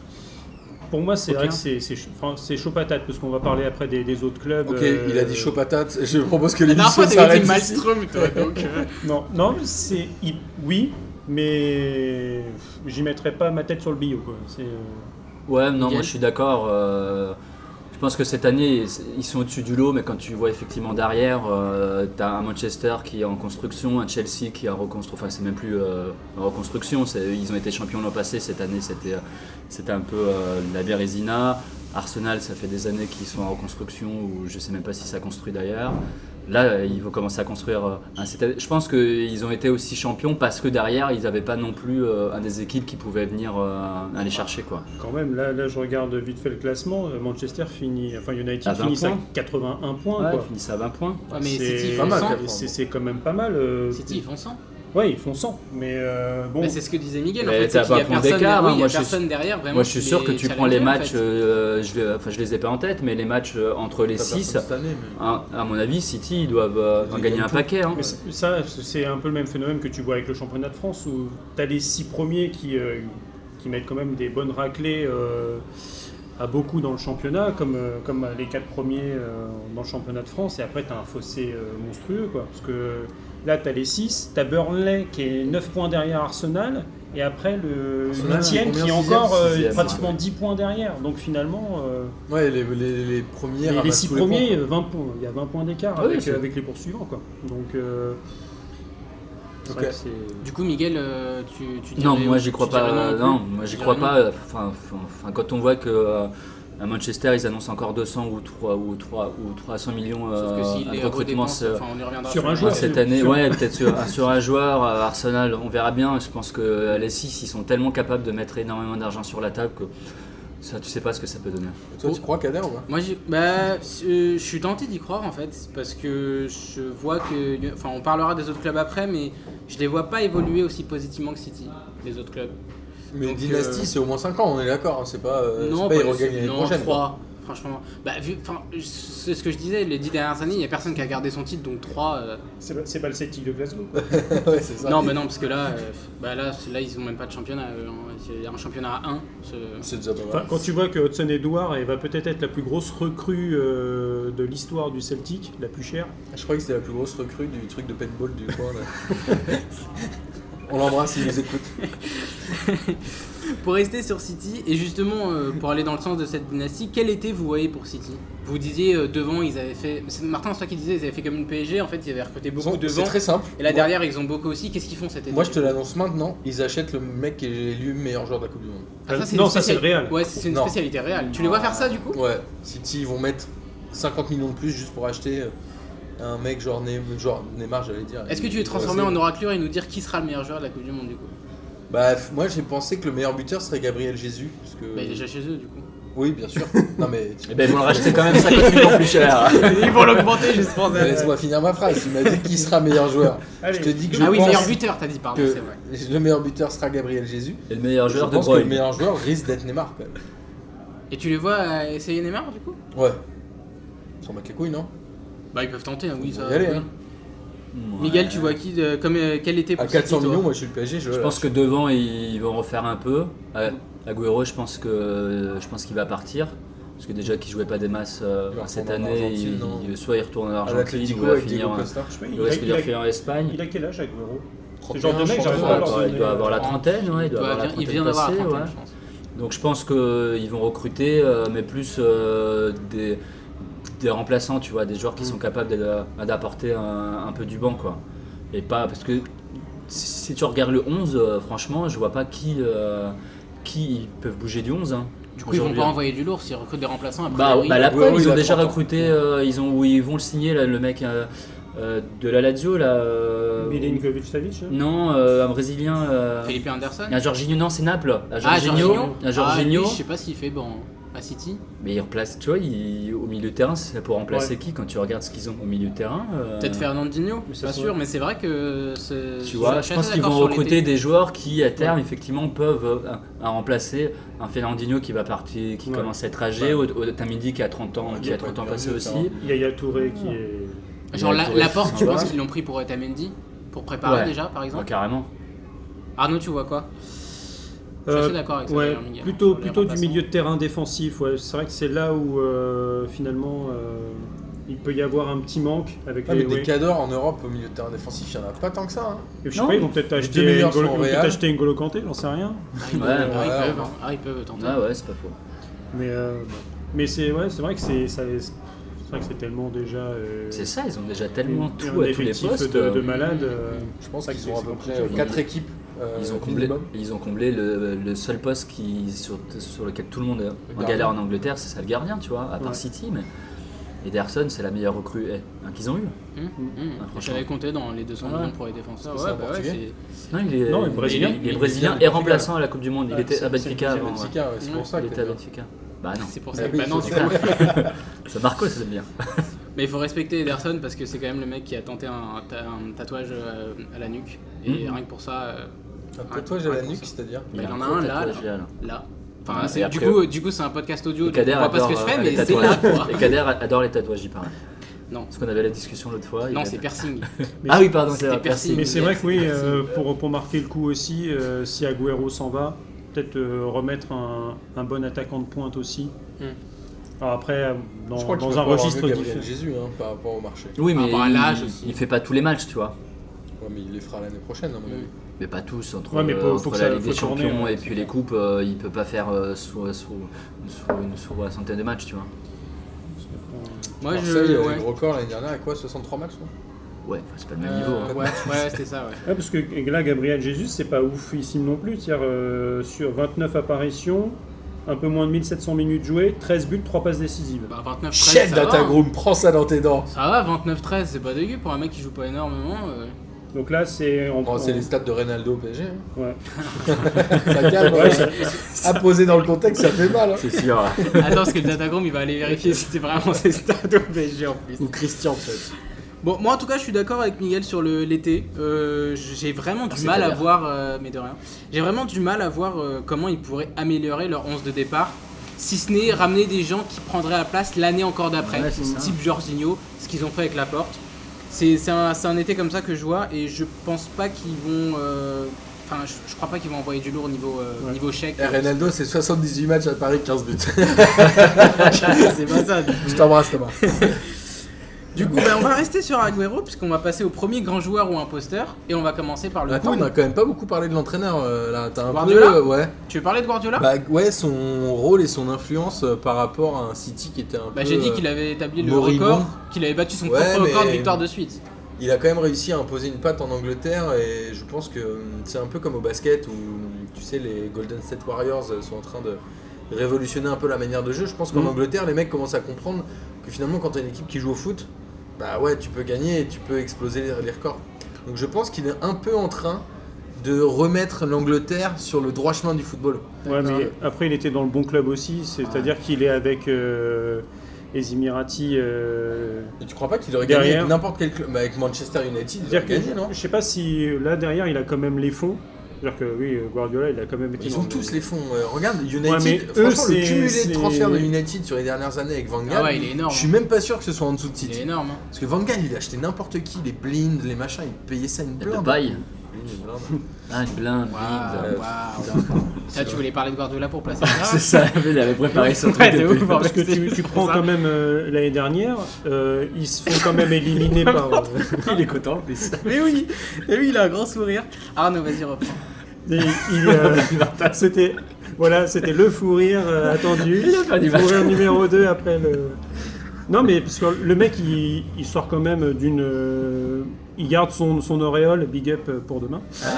S4: Pour moi, c'est
S1: Ok.
S4: vrai que c'est- c'est chaud- enfin, c'est chaud patate parce qu'on va parler après des, des autres clubs.
S2: Ok,
S4: euh,
S2: il a dit chaud patate. Je propose que
S1: La dernière fois,
S2: l'émission
S1: t'avais dit
S2: s'arrête. ici.
S1: Malmström, toi, donc.
S4: <laughs>
S1: euh,
S4: Non, non, c'est il- oui, mais j'y mettrais pas ma tête sur le billot quoi. C'est, euh,
S3: Ouais, non,
S1: Miguel
S3: moi je suis d'accord. euh, je pense que cette année, ils sont au-dessus du lot, mais quand tu vois effectivement derrière, euh, t'as un Manchester qui est en construction, un Chelsea qui est en reconstruction. Enfin, c'est même plus euh, en reconstruction. c'est- Ils ont été champions l'an passé. Cette année, c'était euh, c'était un peu euh, la Bérésina. Arsenal, ça fait des années qu'ils sont en reconstruction, ou je sais même pas si ça construit d'ailleurs. Là, ils vont commencer à construire euh, un Citadel. Je pense qu'ils ont été aussi champions parce que derrière, ils n'avaient pas non plus euh, un des équipes qui pouvait venir euh, aller chercher. quoi.
S4: Quand même, là, là, je regarde vite fait le classement. Euh, Manchester finit, enfin United
S3: À 20
S4: finit à
S3: points.
S4: 81 points.
S3: Ouais,
S4: quoi.
S3: ils finissent à 20 points.
S1: Ouais, mais
S4: C'est-
S1: City, ils
S2: pas
S1: font
S2: mal,
S1: 100.
S2: quand même.
S4: c'est c'est quand même pas mal. euh,
S1: City, ils font 100.
S4: Ouais, ils font 100. Mais euh, bon,
S1: Mais c'est ce que disait Miguel. En
S3: Mais
S1: fait, c'est
S3: t'as
S1: qu'il y a
S3: pas point
S1: personne,
S3: d'écart,
S1: oui,
S3: hein,
S1: il y a
S3: moi, je suis-
S1: personne derrière. Vraiment,
S3: Moi, je suis
S1: qui
S3: sûr
S1: les
S3: que tu
S1: challenge,
S3: prends les
S1: en
S3: matchs,
S1: fait.
S3: euh, je, les- enfin, je les ai pas en tête, mais les matchs euh, entre les
S2: Ça, personne
S3: 6,
S2: cette année, mais-
S3: à, à mon avis, City, ils doivent euh,
S2: Ils
S3: en
S2: gagnent
S3: gagner un
S2: tout.
S3: paquet. hein.
S4: Mais c- ça, c- c'est un peu le même phénomène que tu vois avec le championnat de France où tu as les six premiers qui, euh, qui mettent quand même des bonnes raclées euh, à beaucoup dans le championnat, comme, euh, comme les quatre premiers euh, dans le championnat de France, et après tu as un fossé euh, monstrueux. Quoi, parce que là, tu as les six, tu as Burnley qui est 9 points derrière Arsenal, et après le
S2: Arsenal,
S4: 8 qui est
S2: combien,
S4: encore euh,
S3: sixième,
S4: pratiquement
S3: ouais.
S4: 10 points derrière. Donc finalement. euh,
S2: Ouais, les, les, les premiers.
S4: les, les
S2: ramassent
S4: six
S2: tous les points,
S4: premiers,
S2: quoi.
S4: euh, 20 points. Il y a 20 points d'écart
S3: Ah oui,
S4: avec,
S3: c'est-
S4: avec les poursuivants. Quoi. Donc, euh, c'est
S2: Ok.
S4: vrai que c'est-
S1: Du coup, Miguel, euh, tu, tu
S3: Non,
S1: dirais-
S3: moi j'y
S1: tu
S3: crois
S1: dirais
S3: pas.
S1: non
S3: euh,
S1: plus
S3: Non, moi j'y
S1: Tu
S3: crois
S1: dirais
S3: pas. euh, Enfin, enfin, enfin, quand on voit que euh, à Manchester ils annoncent encore 200 ou 3 ou 3 ou 300 millions
S1: Sauf que
S3: euh,
S1: s'il
S3: un
S1: les
S3: recrutement
S1: redépense,
S3: ce- euh,
S1: enfin, on y reviendra
S4: sur un
S1: le-
S4: joueur,
S1: Ouais,
S4: c'est-
S3: cette année,
S4: sur-
S3: ouais, peut-être sur, <laughs> un- sur un joueur, euh, Arsenal, on verra bien. Je pense que euh, les 6 ils sont tellement capables de mettre énormément d'argent sur la table que ça, tu sais pas ce que ça peut donner.
S2: Toi, tu crois Kader ou pas
S1: Moi, j'y- bah, euh, je suis tenté d'y croire en fait, parce que je vois que, enfin, on parlera des autres clubs après, mais je les vois pas évoluer aussi positivement que City, les autres clubs.
S2: Mais
S1: Donc,
S2: Dynasty,
S1: euh,
S2: c'est au moins 5 ans, on est d'accord. hein, C'est pas. euh, c'est
S1: non,
S2: pas,
S1: pas
S2: ils regagnent l'année
S1: non,
S2: prochaine. quoi.
S1: trois, franchement. Bah, vu, enfin, c'est ce que je disais, les dix dernières années, il y a personne qui a gardé son titre, donc trois. euh,
S4: c'est pas- c'est pas le Celtic de Glasgow. quoi.
S2: ouais, c'est ça.
S1: Non, mais non, parce que là, euh, bah là, là, ils ont même pas de championnat. euh, Il y a un championnat à 1.
S2: C'est déjà pas
S4: Enfin,
S2: mal.
S4: quand tu vois que Hudson Edouard va peut-être être la plus grosse recrue euh, de l'histoire du Celtic, la plus chère.
S2: Je crois que c'est la plus grosse recrue du truc de paintball du coin. Là. <laughs> on l'embrasse, il nous écoute.
S1: Pour rester sur City, et justement, euh, pour aller dans le sens de cette dynastie, quel été vous voyez pour City Vous disiez euh, devant, ils avaient fait. c'est Martin, c'est toi qui disais, ils avaient fait comme une PSG, en fait, ils avaient recruté beaucoup
S2: C'est
S1: devant.
S2: très simple.
S1: Et là,
S2: Moi-
S1: derrière, ils ont beaucoup aussi. Qu'est-ce qu'ils font cet été
S2: Moi, je te l'annonce maintenant, ils achètent le mec qui est élu meilleur joueur de la Coupe du Monde.
S1: Ah, ça, c'est
S4: non,
S1: une
S4: ça c'est le
S1: spécialité-
S4: Real.
S1: Ouais, c'est une
S2: Non.
S1: spécialité réelle. Tu les vois faire ça du coup
S2: Ouais, City, ils vont mettre 50 millions de plus juste pour acheter euh, un mec genre, Ne- genre Neymar, j'allais dire.
S1: Est-ce que tu
S2: Il-
S1: es transformé
S2: Ouais,
S1: en
S2: c'est-
S1: oraclure et nous dire qui sera le meilleur joueur de la Coupe du Monde du coup
S2: Bah, f- moi, j'ai pensé que le meilleur buteur serait Gabriel Jésus. Parce que...
S1: Bah, il est déjà chez eux du coup.
S2: Oui,
S1: <laughs>
S2: bien sûr. non, mais. tu-
S1: Eh
S3: Et ben ils vont le racheter quand même 50 millions plus cher.
S1: Ils vont l'augmenter, je pense.
S2: Mais Laisse-moi finir ma phrase. Tu m'as dit qui
S1: <laughs>
S2: sera meilleur joueur.
S4: Allez.
S2: Je te dis que je
S1: Ah oui,
S2: pense
S1: meilleur buteur, t'as dit, pardon,
S2: que
S1: c'est vrai.
S2: le meilleur buteur sera Gabriel Jésus.
S3: Et le meilleur
S2: Je
S3: joueur de
S2: pense que le
S3: Bruyne.
S2: meilleur joueur risque d'être Neymar quand même.
S1: Et tu les vois euh, essayer Neymar du coup
S2: Ouais. Sans mettre les couilles, non
S1: Bah ils peuvent tenter, hein, oui
S2: Faut
S1: ça.
S2: y aller,
S1: oui.
S2: hein.
S3: Ouais.
S1: Miguel, tu vois qui de- comme euh, quel était pour
S2: À 400
S1: City, toi
S2: millions, moi je suis le PSG. Je,
S3: Je pense que devant ils vont refaire un peu. Euh, Agüero, je pense que euh, je pense qu'il va partir parce que déjà qu'il jouait pas des masses euh,
S2: Il va
S3: cette
S2: retourner en
S3: année,
S2: Argentine,
S3: il-
S2: non
S3: il- soit il retourne en
S2: à
S3: Argentine
S2: l'Atlético
S3: ou il va
S2: avec
S3: finir.
S2: Diego
S3: euh,
S2: Costa.
S4: Je sais pas,
S3: Il
S4: il, a,
S3: risque de
S4: il a-
S3: finir en Espagne.
S4: il a quel âge Agüero
S2: C'est
S4: le genre de mec,
S3: Il doit,
S4: Ouais,
S3: avoir,
S4: ouais,
S3: il doit avoir la
S1: ouais.
S3: trentaine, ouais, il doit avoir la
S1: bien-
S3: trentaine
S1: il vient d'avoir la
S3: passée,
S1: trentaine,
S3: ouais.
S1: je pense.
S3: Donc je pense qu'ils vont recruter, euh, mais plus euh, des, des remplaçants, tu vois, des joueurs qui sont capables d'a- d'apporter un, un peu du banc, quoi. Et pas parce que si, si tu regardes le 11, euh, franchement, je vois pas qui, euh, qui ils peuvent bouger du 11. hein,
S1: Du coup, ils vont
S3: aujourd'hui,
S1: pas
S3: hein.
S1: envoyer du lourd s'ils recrutent des remplaçants. après.
S3: Bah, bah, la
S2: Oui,
S3: preuve,
S2: oui,
S3: ils
S2: il
S3: ont
S2: a
S3: déjà
S2: 30 ans.
S3: recruté, euh, ils ont, ou ils vont le signer, là, le mec euh, euh, de la Lazio, là. euh,
S4: Milinkovic-Savic hein
S3: non, euh, un Brésilien. euh,
S1: Felipe Anderson.
S3: un Jorginho, non, c'est Naples. Un
S1: Ah,
S3: Jorginho. Un Jorginho.
S1: Ah, lui, je sais pas s'il fait bon à City.
S3: Mais ils remplacent, tu vois, ils- au milieu de terrain, c'est pour remplacer
S4: Ouais.
S3: qui quand tu regardes ce qu'ils ont au milieu de terrain euh,
S1: Peut-être Fernandinho,
S4: mais ça
S1: pas
S4: se
S1: sûr, mais c'est vrai que. ce-
S3: Tu vois,
S1: suis assez
S3: je pense qu'ils
S1: d'accord
S3: vont
S1: sur l'été.
S3: recruter des joueurs qui, à terme, effectivement, peuvent euh, un- un remplacer un Fernandinho qui va partir, qui
S4: Ouais.
S3: commence à être âgé, ou, ou Tamidi qui a 30 ans,
S2: Ouais,
S3: qui
S2: il
S3: a
S2: doit
S3: 30
S2: pas
S3: ans
S2: être
S3: passé
S2: perdu, ça,
S3: aussi.
S2: hein.
S4: Il y a Yaya Touré qui est.
S1: Genre,
S3: Il y a
S1: la,
S3: Torres,
S1: la porte, tu
S3: ouais.
S1: penses qu'ils l'ont pris pour Otamendi Pour préparer
S3: Ouais.
S1: déjà, par exemple
S3: Ouais, carrément.
S1: Arnaud, tu vois quoi Je suis
S4: Euh,
S1: assez d'accord avec ça,
S4: ouais,
S1: d'ailleurs, Miguel,
S4: plutôt
S1: sur les
S4: plutôt du
S1: remplaçants.
S4: milieu de terrain défensif. ouais. C'est vrai que c'est là où euh, finalement euh, il peut y avoir un petit manque avec
S2: Ah, mais
S4: les.
S2: des
S4: ouais.
S2: cadors en Europe au milieu de terrain défensif, il n'y en a pas tant que ça. hein.
S4: Je sais
S3: Non,
S4: pas, ils vont peut-être
S2: deux
S4: acheter,
S2: meilleurs
S4: N'Golo-
S2: sont au
S4: ils vont peut-être
S2: Real.
S4: acheter N'Golo Kanté, j'en sais rien.
S1: Ah, ils
S3: Ouais,
S1: peuvent,
S2: ouais,
S1: ah, ils
S2: ouais,
S1: peuvent,
S2: ouais.
S1: hein. Ah, ils peuvent tenter.
S3: Ouais, ouais, c'est pas faux.
S4: Mais, euh, bon. mais c'est ouais, c'est vrai que c'est ça- c'est vrai que c'est tellement déjà. euh,
S3: C'est ça, ils ont déjà tellement
S4: un
S3: tout à tous les
S4: effectif
S3: postes.
S4: de, de
S3: euh,
S4: malades. euh,
S2: Je pense
S4: Ça,
S2: qu'ils
S4: c'est-
S2: ont à
S4: c'est
S2: peu
S4: compliqué.
S2: près
S3: Ils-
S2: 4 équipes. euh,
S3: Ils ont comblé,
S2: minimum.
S3: ils ont comblé le, le seul poste qui, sur, sur lequel tout le monde est en
S2: gardien.
S3: galère en Angleterre, c'est ça le gardien, tu vois, à part
S4: Ouais.
S3: City. Mais Ederson, c'est la meilleure recrue eh, hein, qu'ils ont eue.
S1: Hum, hum.
S3: Ah, franchement.
S1: J'avais compté dans les 200
S2: Ah ouais.
S1: millions pour les défenses.
S2: Ah
S1: C'est
S2: ouais,
S1: ça,
S2: bah
S1: portugais.
S2: ouais,
S3: Non, il est,
S4: Non, il est
S3: il est-
S4: brésilien.
S3: Il est,
S2: Il est
S3: brésilien et
S2: brésilien.
S3: remplaçant à la Coupe du Monde. Il
S4: Ah,
S3: était
S4: c'est-
S3: à
S4: c'est le
S3: Benfica
S4: deuxième
S3: avant. ouais.
S2: Benfica, ouais, c'est
S1: Ouais,
S2: pour ça
S3: Il
S2: que.
S3: était à Benfica. Bah non,
S1: c'est pour
S2: Bah
S1: ça que
S2: oui,
S1: bah non, du
S2: c'est ça.
S1: coup.
S3: <laughs> c'est Marcos, c'est bien.
S1: Mais il faut respecter Ederson parce que c'est quand même le mec qui a tenté un, ta- un tatouage euh, à la nuque. Et
S3: Mhm.
S1: rien que pour ça, euh,
S2: Un tatouage à la nuque, c'est-à-dire.
S1: il y en a
S3: un gros
S1: un là,
S3: tatouage, là, là.
S1: là.
S3: Ouais,
S1: Enfin,
S3: et
S1: c'est- du,
S3: après-
S1: coup, euh, du coup, c'est un podcast audio.
S3: Et
S1: donc On
S3: Kader
S1: voit pas ce que je
S3: adore,
S1: fais,
S3: euh,
S1: mais
S3: les
S1: c'est là,
S3: tatouages. <laughs>
S1: quoi.
S3: Et Kader adore les tatouages, il paraît.
S1: Non,
S3: Parce qu'on avait la discussion l'autre fois. il
S1: non
S3: a-
S1: c'est piercing.
S3: Ah oui, pardon, c'est
S1: C'était
S3: vrai,
S1: piercing.
S4: Mais c'est vrai que oui, euh, pour, pour marquer le coup aussi, euh, si Agüero s'en va, peut-être euh, remettre un, un bon attaquant de pointe aussi.
S1: Hmm.
S4: Alors après, euh, dans,
S2: Je crois qu'il
S4: dans
S2: va
S4: un
S2: falloir
S4: registre
S2: mieux Gabriel
S4: différent.
S2: Jésus hein, par rapport au marché.
S3: Oui,
S1: Par
S3: mais
S1: rapport à l'âge
S3: il,
S1: aussi.
S3: il fait pas tous les matchs, tu vois.
S2: Ouais, mais il les fera l'année prochaine, à mon avis.
S3: Mais pas tous, entre,
S4: Ouais, mais faut-
S3: euh,
S4: faut
S3: entre
S4: que
S3: la
S4: ça-
S3: Ligue des
S4: faut tourner,
S3: Champions
S4: ouais.
S3: et puis les coupes, euh, il peut pas faire euh, sous, sous- sous une, sous la centaine de matchs, tu vois.
S1: Moi, je.
S2: Marseille, euh,
S1: ouais.
S2: le record l'année dernière, à quoi 63 matchs non
S3: Ouais, enfin, c'est pas le même niveau.
S1: Euh,
S3: hein.
S1: ouais, ouais, c'était ça, ouais.
S4: Ouais, parce que là, Gabriel Jesus, c'est pas oufissime non plus. C'est-à-dire, euh, sur 29 apparitions, un peu moins de 1700 minutes jouées, 13 buts, 3 passes décisives.
S1: Bah, 29-13.
S2: Chef
S1: ça va, hein.
S2: d'Atagroom, prends ça dans tes dents
S1: Ça va, 29-13, c'est pas dégueu pour un mec qui joue pas énormément. euh.
S4: Donc là, c'est. en-
S2: Bon, Oh, C'est
S4: en-
S2: les stats de Ronaldo au PSG. hein.
S4: ouais.
S2: Ça calme, hein. à poser dans le contexte, ça fait mal. hein.
S3: Euh, C'est sûr. <laughs>
S1: Attends, parce que le Datagrom, il va aller vérifier si c'est vraiment ses stats au PSG en plus.
S2: Ou Christian, peut-être.
S1: Bon, moi en tout cas, je suis d'accord avec Miguel sur le- l'été. Euh, j'ai vraiment du
S3: Merci,
S1: mal à
S3: Kader.
S1: voir, euh, mais de rien. J'ai vraiment du mal à voir euh, comment ils pourraient améliorer leur 11 de départ, si ce n'est ramener des gens qui prendraient la place l'année encore d'après,
S3: Ouais, c'est ça.
S1: type Jorginho, ce qu'ils ont fait avec Laporte. C'est c'est un, c'est un été comme ça que je vois et je pense pas qu'ils vont. euh, Enfin, je, je crois pas qu'ils vont envoyer du lourd niveau, euh,
S4: Ouais.
S1: niveau chèque.
S2: Eh, Ronaldo, c'est 78 matchs à Paris, 15 buts.
S1: <laughs>
S2: <laughs>
S1: c'est pas ça.
S2: Je t'embrasse, Thomas.
S1: Du coup, ben, on va rester sur Agüero puisqu'on va passer au premier grand joueur ou imposteur et on va commencer par le
S2: Attends, bah,
S1: Kun.
S2: on a quand même pas beaucoup parlé de l'entraîneur euh, là. T'as un peu.
S1: Guardiola Hein
S2: euh, ouais.
S1: Tu veux parler de Guardiola
S2: Bah, ouais, son rôle et son influence euh, par rapport à un City qui était un
S1: Bah,
S2: peu.
S1: j'ai dit
S2: euh,
S1: qu'il avait établi le
S2: moribond.
S1: record, qu'il avait battu son
S2: Ouais,
S1: propre record de
S2: mais-
S1: victoire de suite. Ah
S2: Il a quand même réussi à imposer une patte en Angleterre et je pense que hum, c'est un peu comme au basket où hum, tu sais les Golden State Warriors euh, sont en train de révolutionner un peu la manière de jeu. Je pense qu'en
S4: Mhm.
S2: Angleterre les mecs commencent à comprendre que finalement quand tu as une équipe qui joue au foot, bah ouais tu peux gagner et tu peux exploser les, les records. Donc je pense qu'il est un peu en train de remettre l'Angleterre sur le droit chemin du football.
S4: Ouais,
S2: Parce
S4: mais après, il était dans le bon club aussi, c'est-à-dire qu'il est avec euh, les Emirati. euh,
S2: Et tu crois pas qu'il aurait gagné
S4: Derrière.
S2: avec n'importe quel club, bah, avec Manchester United, il aurait
S4: c'est-à-dire
S2: gagné
S4: que-
S2: non
S4: Je sais pas si euh, là derrière, il a quand même les fonds. C'est-à-dire que oui, euh, Guardiola, il a quand même été.
S2: Ils
S4: dans
S2: ont
S4: le-
S2: tous les fonds. Euh, regarde, United,
S4: Ouais, mais eux,
S2: franchement, le
S4: c'est-
S2: cumulé
S4: c'est-
S2: de transferts de United sur les dernières années avec Van Gaal,
S1: Ah ouais, il est énorme.
S2: je suis même pas sûr que ce soit en dessous de
S1: Il est
S2: City.
S1: énorme. hein.
S2: Parce que Van Gaal, il a acheté n'importe qui, les blindes, les machins, il payait ça une
S3: Et de
S2: blinde.
S3: paille.
S2: Oui, les blindes.
S3: Ah, une blinde,
S2: bah,
S1: Waouh,
S3: blinde.
S1: waouh. Là, tu voulais parler de Guardiola pour placer
S3: <laughs> C'est
S1: ça
S3: ça, il avait préparé son
S1: Ouais,
S3: truc.
S1: de
S3: depuis-
S1: ouf, en
S4: Parce que
S1: fait,
S4: tu,
S1: c'est-
S4: tu
S1: c'est
S4: prends
S1: ça.
S4: quand même euh, l'année dernière, euh, ils se font quand
S2: <laughs>
S4: même éliminer par. euh,
S3: Il est content en plus.
S1: Mais oui, mais oui, il a un grand sourire. Arnaud, vas-y, reprends.
S4: Et il, euh, c'était voilà, c'était le fou rire euh, attendu.
S3: pas dit
S4: Le fou rire numéro 2 après le. Non mais parce que le mec il, il sort quand même d'une, euh, il garde son son auréole, big up pour demain. Euh,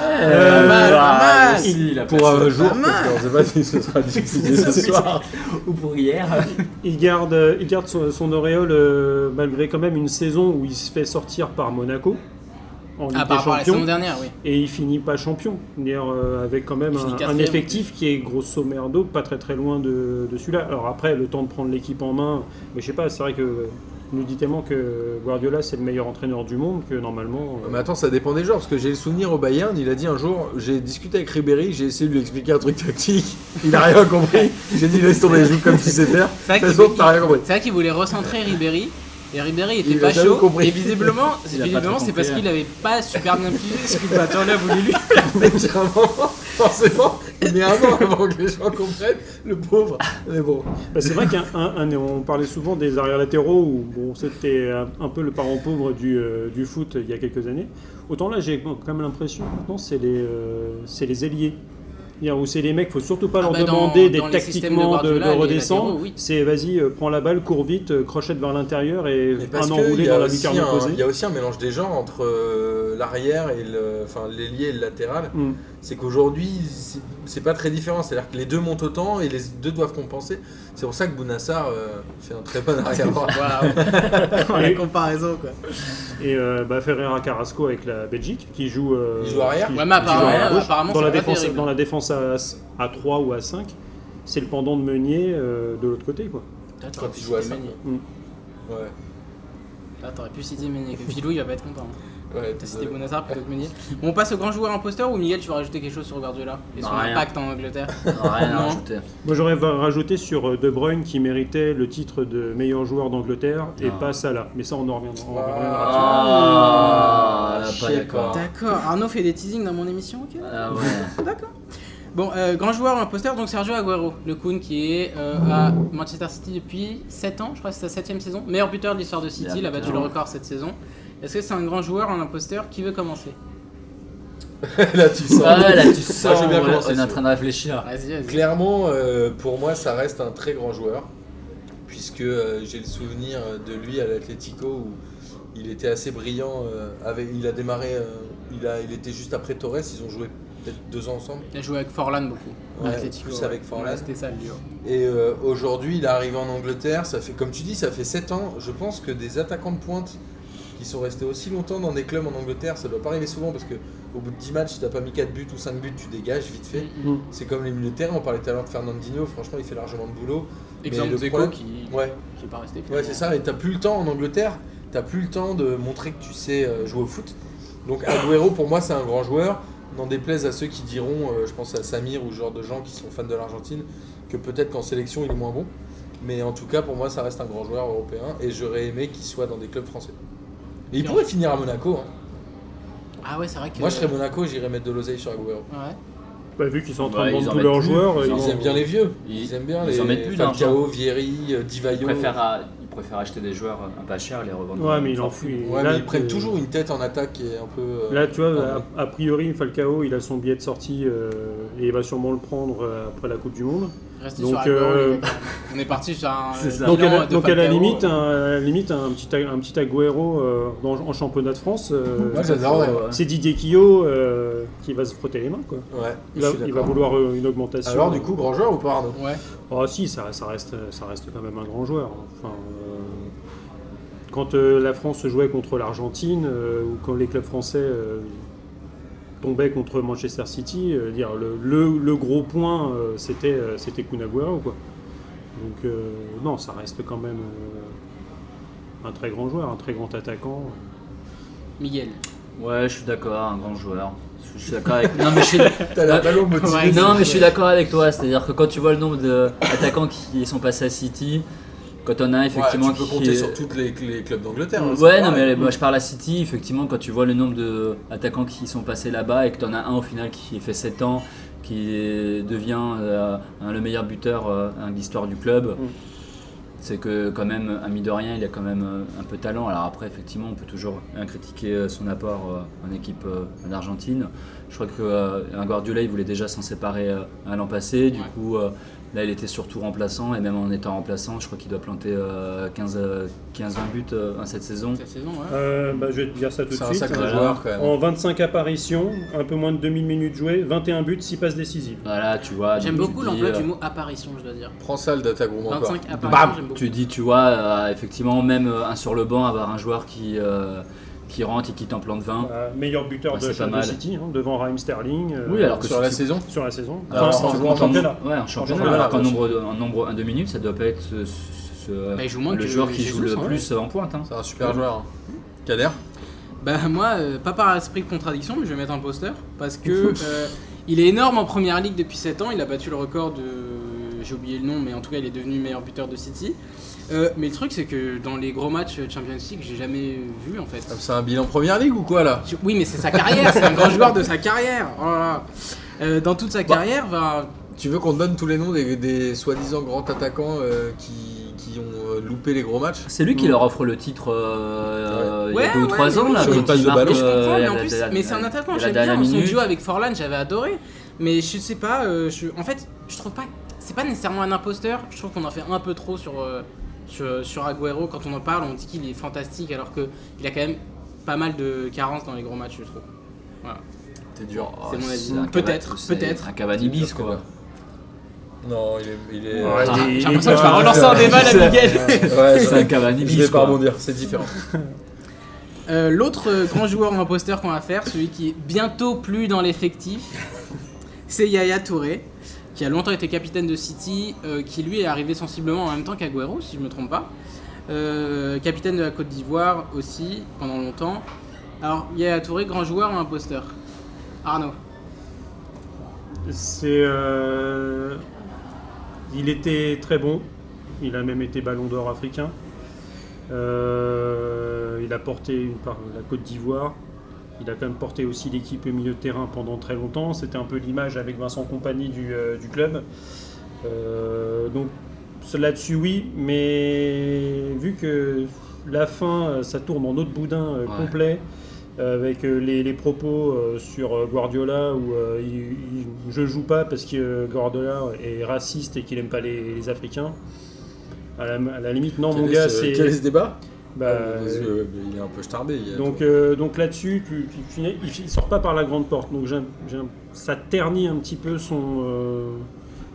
S1: pas mal, pas mal.
S3: Euh, bah, il a
S2: Pour un jour,
S1: mal.
S2: parce qu'on sait pas si ce
S3: <laughs>
S2: sera diffusé ce soir.
S3: ou pour hier.
S4: Il garde, euh, il garde son, son auréole euh, malgré quand même une saison où il se fait sortir par Monaco en Ligue
S1: Ah, par
S4: des
S1: rapport à la saison
S4: Champions
S1: dernière, oui.
S4: et il finit pas champion. D'ailleurs euh, avec quand même
S1: Il finit
S4: un- un,
S1: quatrième.
S4: effectif qui est grosso merdo pas très très loin de, de celui-là. Alors après le temps de prendre l'équipe en main, mais je sais pas, c'est vrai que euh, on nous dit tellement que Guardiola c'est le meilleur entraîneur du monde que normalement. euh,
S2: Mais attends, ça dépend des joueurs, parce que j'ai le souvenir au Bayern, il a dit un jour, j'ai discuté avec Ribéry, j'ai essayé de lui expliquer un truc tactique, il a rien compris, j'ai dit laisse tomber, joue comme tu sais faire, de
S1: vrai
S2: toute
S1: qu'il-
S2: façon t'as rien compris.
S1: C'est vrai qu'il voulait recentrer Ribéry. Et Ribéry était
S2: Il a
S1: pas
S2: jamais
S1: chaud.
S2: compris.
S1: Et
S2: <laughs>
S1: visiblement,
S3: Il a pas
S1: visiblement
S3: trop
S1: c'est parce
S2: hein.
S3: compris,
S1: qu'il avait pas super bien pigé ce que Guardiola voulait lui.
S2: Mais clairement, forcément, <laughs> il met un an avant que les gens comprennent, le pauvre. Mais bon,
S4: Bah, c'est vrai qu'on parlait souvent des arrières latéraux où bon, c'était un, un peu le parent pauvre du, euh, du foot il y a quelques années. Autant là, j'ai quand même l'impression que maintenant, c'est les, euh, c'est les ailiers. C'est-à-dire où c'est les mecs, faut surtout pas
S1: Ah
S4: leur
S1: bah, dans-
S4: demander
S1: dans
S4: d'être
S1: les
S4: tactiquement
S1: systèmes
S4: de,
S1: de Guardiola,
S4: de
S1: les
S4: redescendre.
S1: latéraux, oui.
S4: C'est vas-y, euh, prends la balle, cours vite, euh, crochette vers l'intérieur et
S2: mais
S4: un
S2: parce que il
S4: enroulé
S2: y, a
S4: dans la
S2: aussi
S4: lucarne
S2: un-
S4: opposée.
S2: il y a aussi un mélange des genres entre euh, l'arrière et le, enfin l'ailier et le latéral, <laughs>
S4: Mm.
S2: c'est qu'aujourd'hui c'est- c'est pas très différent. C'est-à-dire que les deux montent autant et les deux doivent compenser. C'est pour ça que Bounassar euh, fait un très
S3: <laughs>
S2: bon arrière droit.
S1: Waouh La comparaison quoi.
S4: Et euh, bah, Ferreira Carrasco avec la Belgique qui joue. euh,
S2: Il joue arrière
S4: qui
S1: Ouais, mais apparemment,
S4: arrière gauche.
S1: apparemment,
S4: dans,
S1: c'est
S4: la
S1: pas
S4: défense,
S1: terrible.
S4: dans la défense à, à 3 ou à 5, c'est le pendant de Meunier euh, de l'autre côté. quoi.
S2: Quand il joue à ça. Ouais.
S1: Là, t'aurais pu citer Meunier. que Vilou, il va pas être content.
S2: Ouais,
S1: T'as cité
S2: désolé.
S1: Bonassar plutôt que Meunier. Bon, on passe au grand joueur imposteur ou Miguel, tu veux rajouter quelque chose sur Guardiola et son
S3: Non, rien.
S1: impact en Angleterre
S3: Ah, Rien à
S1: Non.
S3: rajouter.
S4: Moi j'aurais va- rajouté sur euh, De Bruyne qui méritait le titre de meilleur joueur d'angleterre et
S3: Ah.
S4: pas Salah. Mais ça on en reviendra.
S2: Bah,
S4: on reviendra.
S3: Ah,
S2: Ah,
S3: pas
S2: chier,
S3: d'accord.
S2: quoi.
S1: D'accord, Arnaud fait des teasings dans mon émission, ok
S3: Ah <laughs> ouais.
S1: D'accord. Bon, euh, grand joueur imposteur, donc Sergio Aguero, le Kun qui est euh, à Manchester City depuis 7 ans, je crois que c'est sa 7 saison. Meilleur buteur de l'histoire de City,
S3: Meilleur
S1: il a battu le
S3: buteur.
S1: record cette saison. Est-ce que c'est un grand joueur en imposteur qui veut commencer
S2: <laughs> Là, tu sens.
S3: Ah ouais, là tu
S2: Ah,
S3: sens,
S2: j'ai bien
S3: on,
S2: commencé,
S3: on est en
S2: celui-là.
S3: train de
S2: Ah.
S3: réfléchir.
S1: Vas-y, vas-y.
S2: Clairement, euh, pour moi, ça reste un très grand joueur, puisque euh, j'ai le souvenir de lui à l'Atlético où il était assez brillant. euh, avec, il a démarré, euh, il, a, il était juste après Torres, ils ont joué peut-être deux ans ensemble.
S1: Il a joué avec Forlan beaucoup.
S2: Ouais,
S1: Atletico,
S2: plus
S1: ouais.
S2: avec Forlan.
S1: Ouais, C'était ça le duo.
S2: Et euh, aujourd'hui, il est arrivé en Angleterre, ça fait, comme tu dis, ça fait 7 ans. Je pense que des attaquants de pointe qui sont restés aussi longtemps dans des clubs en Angleterre, ça doit pas arriver souvent parce que au bout de 10 matchs, si t'as pas mis 4 buts ou 5 buts, tu dégages vite fait.
S1: Mhm.
S2: C'est comme les militaires, on parlait tout à l'heure de Fernandinho, franchement, il fait largement le boulot. Mais
S1: Exemple
S2: le
S1: Zeko
S2: problème-
S1: qui
S2: Ouais.
S1: qui est pas resté.
S2: Ouais,
S1: finalement.
S2: c'est ça, et t'as plus le temps en Angleterre, t'as plus le temps de montrer que tu sais euh, jouer au foot. Donc Agüero, pour moi, c'est un grand joueur. N'en déplaise à ceux qui diront, euh, je pense à Samir ou ce genre de gens qui sont fans de l'Argentine, que peut-être qu'en sélection, il est moins bon. Mais en tout cas, pour moi, ça reste un grand joueur européen et j'aurais aimé qu'il soit dans des clubs français. Et il
S1: Bien.
S2: pourrait finir à Monaco. hein.
S1: Ah ouais, c'est vrai que.
S2: Moi, je serais Monaco et j'irais mettre de l'oseille sur Agüero.
S1: Ouais.
S4: Bah, vu qu'ils sont en train
S3: Bah,
S4: de
S3: ils
S4: vendre
S3: en
S4: tous leurs
S3: mettent plus.
S4: joueurs,
S3: Ils
S2: Ils
S3: en-
S4: vont-
S2: aiment bien les vieux.
S3: Ils-
S2: Ils, aiment bien
S3: ils
S2: les
S3: en mettent plus hein.
S2: Falcao, Vieri, euh, Di
S3: Ils
S2: Vaio.
S3: préfèrent, à- ils préfèrent acheter des joueurs euh, pas chers et les revendre.
S4: Ouais, mais il en fout.
S2: Ouais,
S4: Là,
S2: mais ils prennent
S4: euh,
S2: toujours une tête en attaque qui est un peu. euh,
S4: Là, tu
S2: pardon.
S4: vois, a, a priori, Falcao, il a son billet de sortie euh, et il va sûrement le prendre euh, après la Coupe du Monde.
S1: Restez
S4: Donc,
S1: sur Aguero,
S4: euh,
S1: les gars. On est parti sur un.
S3: C'est ça.
S4: Donc, à
S1: bilan
S4: la,
S1: Ah, de euh.
S4: donc à la
S1: Falcao.
S4: limite, un, à la limite, un petit, a- un petit Agüero euh, dans- en championnat de France, euh,
S2: Moi, j'adorerais.
S3: Ouais.
S4: c'est Didier Quillot euh, qui va se frotter les mains. Quoi.
S2: Ouais,
S4: Il,
S2: je
S4: va,
S2: suis
S4: il va
S2: d'accord.
S4: vouloir euh, une augmentation.
S2: Alors, du coup, grand joueur ou pas Arnaud
S1: euh, Ouais.
S4: Oh, si, ça, ça reste, ça reste quand même un grand joueur. Enfin, euh, quand euh, la France jouait contre l'Argentine, euh, ou quand les clubs français euh, tombaient contre Manchester City, euh, dire le, le- le gros point, euh, c'était euh, c'était Kun Agüero, quoi. Donc, euh, non, ça reste quand même euh, un très grand joueur, un très grand attaquant.
S1: Miguel.
S3: Ouais, je suis d'accord, un grand joueur. Je suis d'accord avec. Non,
S2: <laughs>
S3: mais je suis,
S2: T'as la balle au motif.
S1: Ouais,
S3: non, mais je suis d'accord avec toi. C'est-à-dire que quand tu vois le nombre d'attaquants qui sont passés à City, quand on a effectivement.
S2: Ouais, tu peux
S3: qui-
S2: compter sur tous les, les clubs d'Angleterre. hein,
S3: Ouais,
S2: c'est
S3: non,
S2: pareil.
S3: mais moi je parle à City, effectivement, quand tu vois le nombre d'attaquants qui sont passés là-bas et que tu en as un au final qui fait 7 ans, qui devient euh, un- le meilleur buteur euh, hein, de l'histoire du club, c'est que quand même, ami de rien, il a quand même euh, un peu de talent. Alors après, effectivement, on peut toujours hein, critiquer euh, son apport euh, en équipe euh, d'Argentine. Je crois que euh, un Guardiola, il voulait déjà s'en séparer euh, à l'an passé, du
S1: Ouais.
S3: coup. euh, Là, il était surtout remplaçant, et même en étant remplaçant, je crois qu'il doit planter euh, 15, euh, 15 buts euh, hein, cette saison.
S1: Cette saison, ouais.
S4: Euh, bah, je vais te dire ça tout de
S2: C'est un
S4: suite.
S2: sacré
S3: Voilà.
S2: joueur quand même.
S4: En 25 apparitions, un peu moins de 2000 minutes jouées, 21 buts, 6 passes décisives.
S3: Voilà, tu
S2: Ah,
S3: vois.
S1: J'aime
S3: donc
S1: beaucoup
S3: tu dis,
S1: l'emploi
S3: euh,
S1: du mot apparition, je dois dire.
S2: Prends ça le data group encore.
S1: 25 apparitions, j'aime
S3: Bam
S1: beaucoup.
S3: Tu dis, tu vois, euh, effectivement, même euh, un sur le banc, avoir un joueur qui, euh, qui rentre et qui t'en plante 20.
S4: Euh, meilleur buteur
S3: Ouais,
S4: de,
S3: c'est pas
S4: de
S3: mal.
S4: City, hein, devant Raheem Sterling. euh,
S3: Oui, alors que
S2: Sur
S3: si
S2: la
S3: tu-
S2: saison
S4: sur la saison.
S2: Alors,
S4: Enfin,
S2: en-
S4: Ah, en,
S2: en-
S4: en championnat.
S3: Ouais, en championnat.
S4: championnat,
S3: alors qu'en
S2: ouais,
S3: nombre, de- en nombre de minutes, ça doit pas être ce- ce- ce-
S1: Bah, il joue moins
S3: le
S1: que
S3: joueur qui joue
S1: Jesus,
S3: le
S1: hein.
S3: plus en pointe. hein.
S2: C'est un super joueur. hein. Kader
S1: Bah moi, euh, pas par esprit de contradiction, mais je vais mettre un poster parce
S2: <laughs>
S1: que euh, il est énorme en première ligue depuis 7 ans. Il a battu le record de, j'ai oublié le nom, mais en tout cas, il est devenu meilleur buteur de City. Euh, mais le truc, c'est que dans les gros matchs Champions League, j'ai jamais vu en fait.
S2: C'est un bilan première ligue ou quoi là
S1: Je- Oui, mais c'est sa carrière, c'est un grand joueur de sa carrière. Oh là là. Euh, dans toute sa carrière, bah,
S2: Tu veux qu'on te donne tous les noms des, des soi-disant grands attaquants euh, qui, qui ont euh, loupé les gros matchs
S3: C'est lui qui leur offre le titre euh,
S1: Mm. Ouais,
S3: il y a deux ou
S1: ouais,
S3: trois
S1: mais
S3: ans.
S1: oui,
S3: là,
S2: sur
S3: quand
S2: une passe
S3: il
S2: de
S3: marque,
S2: ballon.
S1: Mais je comprends,
S3: euh,
S1: mais
S3: à
S1: en
S3: la-
S1: plus,
S3: à la-
S1: mais c'est un attaquant,
S3: à la
S1: j'aime bien.
S3: dernière
S1: Son
S3: minute.
S1: duo avec Forlan, j'avais adoré. Mais je sais pas, euh, je- en fait, je trouve pas. C'est pas nécessairement un imposteur. Je trouve qu'on en fait un peu trop sur, euh, sur, sur Agüero. Quand on en parle, on dit qu'il est fantastique alors que il a quand même pas mal de carences dans les gros matchs, je trouve. Voilà.
S2: T'es dur.
S1: C'est mon avis.
S3: un Cavani-
S1: Peut-être,
S3: Ah, c'est
S1: peut-être.
S3: Un Cavani
S1: <laughs>
S3: bis, quoi.
S2: Non, il est. il est-
S4: Ouais,
S3: Ah,
S4: il-
S1: J'ai
S4: il-
S1: l'impression que je vais
S4: ouais,
S1: relancer un
S4: ouais.
S1: débat, la
S3: <laughs>
S1: Miguel.
S2: <laughs> Ouais,
S3: C'est un Cavani
S2: je vais
S3: bis,
S2: pas
S3: quoi.
S2: rebondir, c'est différent.
S1: Euh, L'autre euh, grand joueur ou imposteur qu'on va faire, celui qui est bientôt plus dans l'effectif, c'est Yaya Touré, qui a longtemps été capitaine de City, euh, qui lui est arrivé sensiblement en même temps qu'Aguero, si je ne me trompe pas. Euh, capitaine de la Côte d'Ivoire aussi, pendant longtemps. Alors, Yaya Touré, grand joueur ou imposteur Arnaud.
S4: C'est. euh, Il était très bon. Il a même été ballon d'or africain. Euh, Il a porté une part- la Côte d'Ivoire. Il a quand même porté aussi l'équipe au milieu de terrain pendant très longtemps. C'était un peu l'image avec Vincent Compagnie du, euh, du club. Euh, donc ce- là-dessus, oui, mais vu que la fin, euh, ça tourne en autre boudin euh,
S3: Ouais.
S4: complet, euh, avec euh, les, les propos euh, sur euh, Guardiola où euh, il- il- je joue pas parce que euh, Guardiola est raciste et qu'il aime pas les, les Africains. À la, à la limite, non, mon
S2: Quel est
S4: gars,
S2: ce-
S4: c'est.
S2: Quel est ce débat
S4: <laughs> bah,
S2: Vas-y, ouais, ouais, Il est un peu starbé. il y a-
S4: donc, euh, donc là-dessus, tu, tu- tu n'es- il ne sort pas par la grande porte. Donc j'ai un- j'ai un- ça ternit un petit peu son, euh,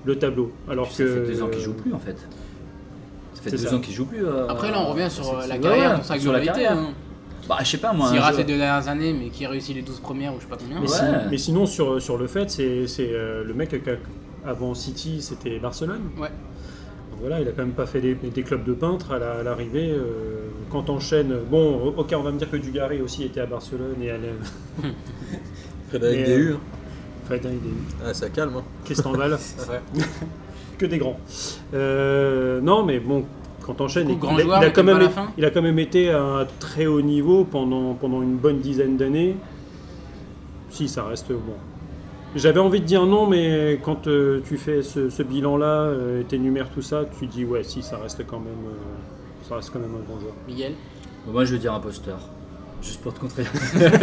S4: le tableau. Alors
S3: Ça
S4: que,
S3: fait deux ans qu'il joue plus, en fait. Ça fait
S4: C'est
S3: deux
S4: ça.
S3: ans qu'il joue plus. euh,
S1: Après, là, on revient sur
S3: c'est-
S1: euh, la
S3: ouais,
S1: carrière,
S3: ouais,
S1: pour ça que
S3: sur
S1: je
S3: la
S1: l'ai été,
S3: carrière.
S1: hein.
S3: Bah, je sais pas, moi.
S1: S'il
S3: un
S1: rate les
S3: joueur-
S1: deux dernières années, mais qui réussit les 12 premières, ou je sais pas combien. hein.
S4: Mais,
S3: Ouais.
S4: si- mais sinon, sur, sur le fait, c'est c'est, euh, le mec qui a- avant City, c'était Barcelone.
S1: Ouais.
S4: Donc Voilà, il a quand même pas fait des, des clubs de peintres à la- à l'arrivée. euh, quand enchaîne, bon, ok, on va me dire que Dugarry aussi était à Barcelone et à la- <laughs>
S2: Frédéric
S4: mais,
S2: Déhu,
S4: euh, enfin, dingue, des-
S2: ah, ça calme. hein.
S4: Christenval, que des grands. Euh, non, mais bon, quand enchaîne,
S1: Du coup, grand
S4: il, a-
S1: joueur,
S4: il a
S1: mais
S4: quand
S1: comme à
S4: même,
S1: la
S4: été-
S1: fin
S4: il a quand même été à un très haut niveau pendant, pendant une bonne dizaine d'années. Si, ça reste bon. J'avais envie de dire non, mais quand euh, tu fais ce, ce bilan-là, euh, t'énumères tout ça, tu dis ouais, si, ça reste quand même, euh, ça reste quand même un grand joueur.
S1: Miguel.
S3: Bah, Moi, je veux dire imposteur. Juste pour te contrer.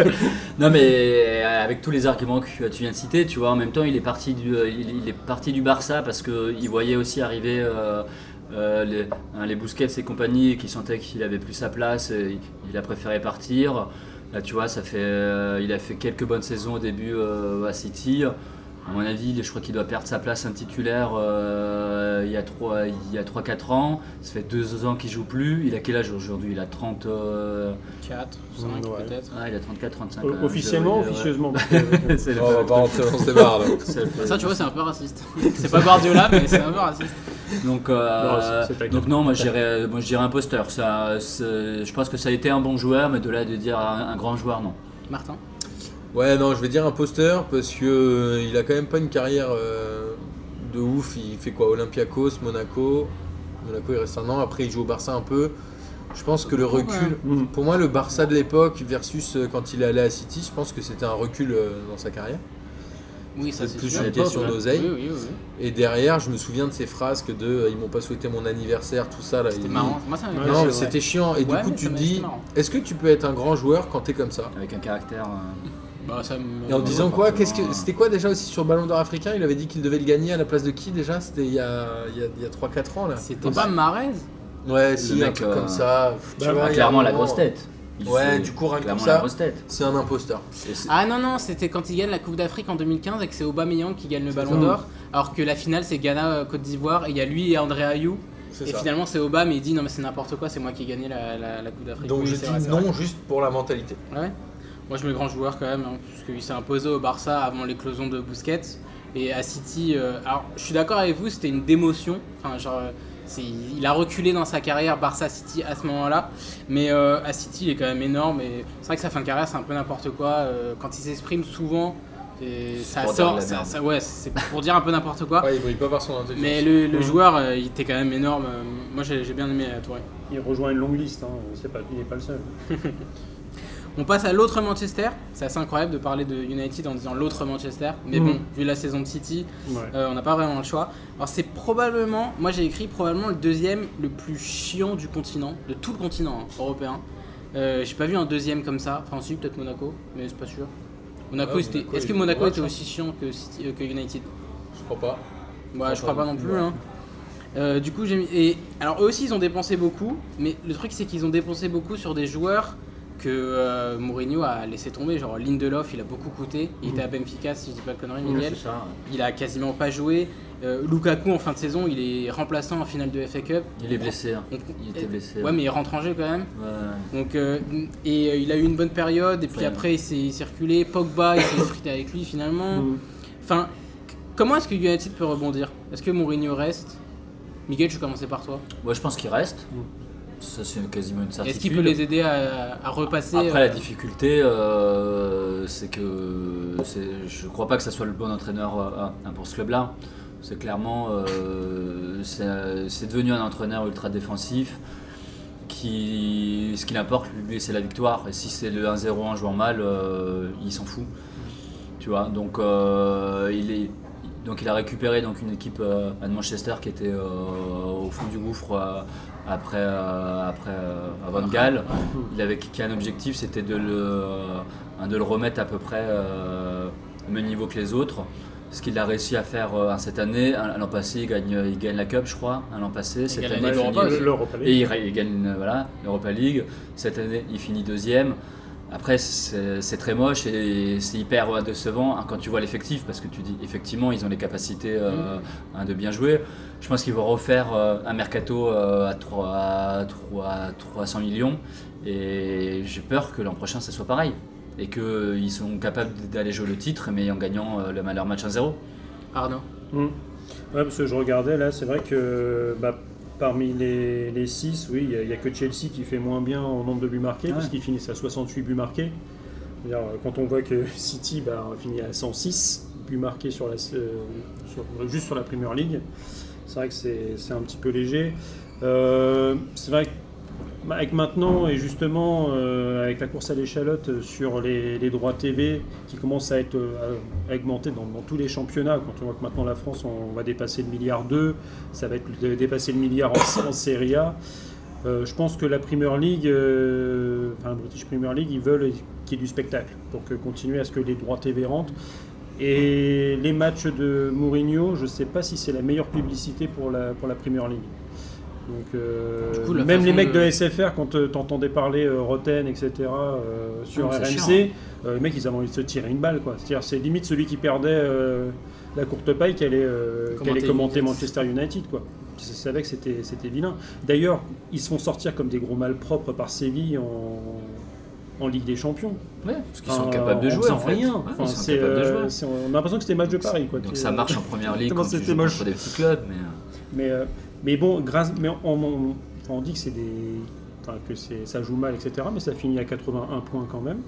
S3: <laughs> non, mais euh, avec tous les arguments que tu viens de citer, tu vois, en même temps, il est parti du, euh, il, il est parti du Barça parce qu'il voyait aussi arriver euh, euh, les, hein, les Busquets et compagnie qui sentaient qu'il avait plus sa place. et il a préféré partir. Là, tu vois, ça fait, euh, il a fait quelques bonnes saisons au début euh, à City. À mon avis, je crois qu'il doit perdre sa place intitulaire euh, il y a 3-4 ans. Ça fait 2 ans qu'il joue plus. Il a quel âge aujourd'hui Il a 30. euh,
S1: 4, 5
S4: cinq, Ouais.
S1: peut-être.
S3: Ah, il a 34, 35.
S4: O-
S3: quand même.
S4: Euh, officiellement,
S3: Je- je-
S4: officieusement. parce <laughs> que-
S3: C'est le
S2: Non, on va pas rentrer dans ce débat là.
S3: c'est le-
S1: Ça, tu vois, c'est un peu raciste. <laughs> c'est pas Guardiola, mais c'est un peu raciste.
S3: Donc, euh,
S4: Non, c'est- c'est ta
S3: donc non, moi je dirais, euh, moi, je dirais imposteur. Ça, c'est- je pense que ça a été un bon joueur, mais de là de dire un, un grand joueur, non.
S1: Martin.
S2: <laughs> Ouais, non, je vais dire imposteur parce que euh, il a quand même pas une carrière euh, de ouf. Il fait quoi Olympiakos, Monaco. Monaco, il reste un an. Après, il joue au Barça un peu. Je pense que le
S1: Beaucoup,
S2: recul.
S4: Mm.
S2: Pour moi, le Barça de l'époque versus euh, quand il est allé à City, je pense que c'était un recul euh, dans sa carrière.
S1: Oui, ça
S2: C'est
S1: c'est
S2: plus
S1: sûr.
S2: sur
S3: sûr.
S2: le temps, sur
S3: Oui,
S1: Oui,
S2: l'oseille.
S1: oui, oui. oui.
S2: Et derrière, je me souviens de ces frasques de euh, ils m'ont pas souhaité mon anniversaire, tout ça. là.
S1: C'était
S2: Il-
S1: marrant. Moi, ça m'a
S4: Non,
S1: fait
S2: Non,
S1: chier,
S2: mais
S1: ouais.
S2: c'était chiant. Et
S1: Ouais,
S2: du coup,
S1: mais
S2: tu
S1: ça
S2: te
S1: m'a- c'était
S2: dis,
S1: marrant.
S2: est-ce que tu peux être un grand joueur quand t'es comme ça
S3: Avec un caractère. euh,
S1: Bah, ça me-
S2: Et en
S3: Ouais,
S2: disant
S3: ouais,
S2: quoi
S3: forcément.
S2: Qu'est-ce que c'était quoi déjà aussi sur le Ballon d'Or africain Il avait dit qu'il devait le gagner à la place de qui déjà C'était il y a, il y a, il y a 3-4 ans là.
S1: C'était pas Marez
S2: Ouais, si
S3: Le
S2: un
S3: mec,
S2: truc
S3: euh,
S2: comme ça. Pff, tu
S4: bah,
S2: vois, il y a
S3: clairement
S2: un
S3: la
S2: moment,
S3: grosse tête. Il
S2: Ouais,
S3: fait
S2: du coup, rien que
S3: clairement
S2: ça.
S3: la grosse tête.
S2: C'est un imposteur.
S3: Et c'est-
S1: Ah non, non, c'était quand il gagne la Coupe d'Afrique en 2015 et que c'est Aubameyang qui gagne le Ballon
S4: ça.
S1: d'Or. Alors que la finale, c'est Ghana-Côte d'Ivoire et il y a lui et André Ayou.
S2: C'est
S1: Et
S2: ça.
S1: finalement, c'est Oba, mais il dit non, mais c'est n'importe quoi, c'est moi qui ai gagné la, la- la Coupe d'Afrique.
S2: Donc
S1: Oui,
S2: je
S1: c'est
S2: dis
S1: vrai, c'est
S2: non juste pour la mentalité.
S1: vrai. Ah Ouais. Moi, je mets grand joueur quand même, hein, parce qu'il s'est imposé au Barça avant l'éclosion de Busquets. Et à City, euh, alors je suis d'accord avec vous, c'était une démotion. Enfin, genre, euh, c'est- il a reculé dans sa carrière Barça-City à ce moment-là. Mais euh, à City, il est quand même énorme. Et c'est vrai que sa fin de carrière, c'est un peu n'importe quoi. euh, quand il s'exprime souvent, et
S3: C'est
S1: ça
S3: pour dire de
S1: sort.
S3: la
S1: ça-
S3: merde.
S1: ça- ouais, c'est pour dire un peu n'importe quoi.
S2: Ouais, Ah, il brille pas par son intelligence.
S1: Mais le, le
S4: Mhm.
S1: joueur, euh, il était quand même énorme. euh, Moi, j'ai j'ai bien aimé euh, Touré.
S4: Il rejoint une longue liste, hein, c'est pas, il n'est pas le seul.
S1: On passe à l'autre Manchester. C'est assez incroyable de parler de United en disant l'autre Manchester. Mais
S2: Mm.
S4: Mhm.
S1: bon, vu la saison de City,
S4: Ouais.
S1: euh, on n'a pas vraiment le choix. Alors c'est probablement, moi j'ai écrit probablement le deuxième le plus chiant du continent, de tout le continent hein, européen. Euh, j'ai pas vu un deuxième comme ça. Enfin si, peut-être Monaco, mais c'est pas sûr. Monaco,
S2: Ouais,
S1: c'était.
S2: Monaco,
S1: Est-ce
S2: il
S1: que
S2: est
S1: Monaco
S2: dommage,
S1: était
S2: hein.
S1: aussi chiant que, City- euh, que United
S2: Je crois pas.
S1: Ouais, je crois pas non plus.
S2: ouais.
S1: hein. Euh, du coup, j'ai mis. Et alors, eux aussi, ils ont dépensé beaucoup, mais le truc, c'est qu'ils ont dépensé beaucoup sur des joueurs que euh, Mourinho a laissé tomber. Genre Lindelof, il a beaucoup coûté. Il
S4: Mhm.
S1: était à Benfica, si je dis pas de conneries,
S3: Ouais,
S1: Miguel.
S3: c'est ça.
S1: Il a quasiment pas joué. Euh, Lukaku, en fin de saison, il est remplaçant en finale de FA Cup.
S3: Il est blessé. hein.
S1: On-
S3: Il était blessé.
S1: Ouais, mais il rentre en jeu quand même.
S3: Ouais.
S1: Donc, euh, et euh, il a eu une bonne période, et puis
S3: Ouais.
S1: après il s'est circulé. Pogba, il s'est frité avec lui finalement.
S3: Mmh.
S4: Mm.
S1: Enfin, c- comment est-ce que United peut rebondir Est-ce que Mourinho reste Miguel, je vais commencer par toi.
S3: Ouais, je pense qu'il reste.
S4: Mm.
S3: Ça, c'est quasiment une certitude.
S1: Est-ce qu'il peut les aider à, à repasser
S3: Après,
S1: euh,
S3: la difficulté, euh, c'est que c'est- je ne crois pas que ça soit le bon entraîneur euh, hein, pour ce club-là. C'est clairement, euh, c'est c'est devenu un entraîneur ultra défensif. Qui, ce qu'il importe, lui, c'est la victoire. Et si c'est le 1-0 en jouant mal, euh, il s'en fout. Tu vois, donc euh, il est. Donc il a récupéré donc une équipe euh, à de Manchester qui était euh, au fond du gouffre euh, après euh, après euh, avant de Galles. Il avait qui un objectif, c'était de le euh, hein, de le remettre à peu près euh, au même niveau que les autres. Ce qu'il a réussi à faire euh, cette année, Un- l'an passé, il gagne, il gagne la Cup, je crois, un l'an passé. Cette
S1: gagne la
S3: année,
S1: Ligue
S3: il
S1: Europa
S3: finit-
S1: aussi.
S4: Le- L'Europa League.
S3: et il, ré- il gagne euh, voilà, l'Europa League. Cette année, il finit deuxième. Après, c'est c'est très moche et c'est hyper euh, décevant hein, quand tu vois l'effectif, parce que tu dis effectivement, ils ont les capacités euh,
S4: Mm.
S3: hein, de bien jouer. Je pense qu'ils vont refaire euh, un mercato euh, à, 3, à 3 à 300 millions et j'ai peur que l'an prochain, ça soit pareil. Et qu'ils sont capables d'aller jouer le titre, mais en gagnant euh, le malheur match 1-0.
S1: Arnaud
S4: Mm. Ouais, parce que je regardais là, c'est vrai que bah, parmi les, les six, oui, il n'y a, que Chelsea qui fait moins bien en nombre de buts marqués,
S3: Ouais.
S4: parce qu'ils finissent à 68 buts marqués. C'est-à-dire, euh, Quand on voit que <laughs> City bah, finit à 106 buts marqués sur la, s- euh, sur- juste sur la Premier League, c'est vrai que c'est c'est un petit peu léger. Euh, c'est vrai que bah, avec maintenant et justement euh, avec la course à l'échalote euh, sur les, les droits TV qui commencent à être euh, à- augmentés dans, dans tous les championnats, quand on voit que maintenant la France on, va dépasser le milliard 2, ça va être de- dépasser le milliard en, en Serie A. Euh, je pense que la Premier League, euh, enfin la British Premier League, ils veulent qu'il y ait du spectacle pour que continuer à ce que les droits TV rentrent. Et les matchs de Mourinho, je ne sais pas si c'est la meilleure publicité pour la, pour la Premier League. Donc, euh,
S1: Du coup, la
S4: même les
S1: façon
S4: mecs de,
S1: de-
S4: SFR, quand euh, t'entendais parler euh, Roten, etc., euh, sur
S3: Ah, c'est
S4: RMC,
S3: chiant.
S4: euh, les mecs, ils avaient envie de se tirer une balle. quoi. C'est-à-dire, c'est limite celui qui perdait euh, la courte paille qui allait, euh, qui allait
S1: Commenter
S4: commenter
S1: United.
S4: Manchester United. quoi. Ils savaient que c'était c'était vilain. D'ailleurs, ils se font sortir comme des gros malpropres par Séville en, en Ligue des Champions.
S3: Ouais, parce qu'ils sont
S4: Enfin,
S3: capables de
S4: en
S3: jouer
S4: faisant
S3: en fait.
S4: rien.
S3: Ouais,
S4: Enfin,
S3: ils sont
S4: c'est,
S3: capables de
S4: euh,
S3: jouer.
S4: c'est- on a l'impression que c'était match de Paris. Quoi. euh,
S3: Donc
S4: Tu-
S3: ça marche en première ligue
S4: Comment
S3: quand tu
S4: c'était
S3: joues
S4: moche.
S3: contre des petits clubs, mais euh,
S4: Mais, euh, mais bon, grâce, mais on, on- on dit que c'est des, enfin, que c'est, ça joue mal, etc. Mais ça finit à 81 points quand même.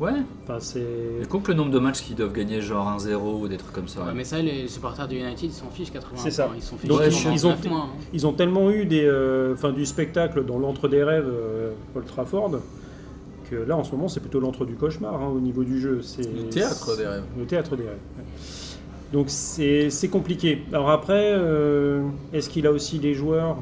S3: ouais.
S4: Enfin, c'est.
S3: Mais compte le nombre de matchs qu'ils doivent gagner, genre 1-0 ou des trucs comme ça.
S1: Ouais, Mais ça, les supporters de United, ils s'en fichent 80
S4: C'est ça.
S1: points, Ils s'en fichent
S4: Donc,
S3: ils-
S1: 99
S4: ils ont-
S1: points, hein.
S4: Ils ont tellement eu des, euh, enfin, du spectacle dans l'entre des rêves, euh, Old Trafford, que là en ce moment c'est plutôt l'entre du cauchemar hein, au niveau du jeu. C'est
S2: Le théâtre des rêves.
S4: Le théâtre des rêves. ouais. Donc c'est c'est compliqué. Alors après, euh, est-ce qu'il a aussi les joueurs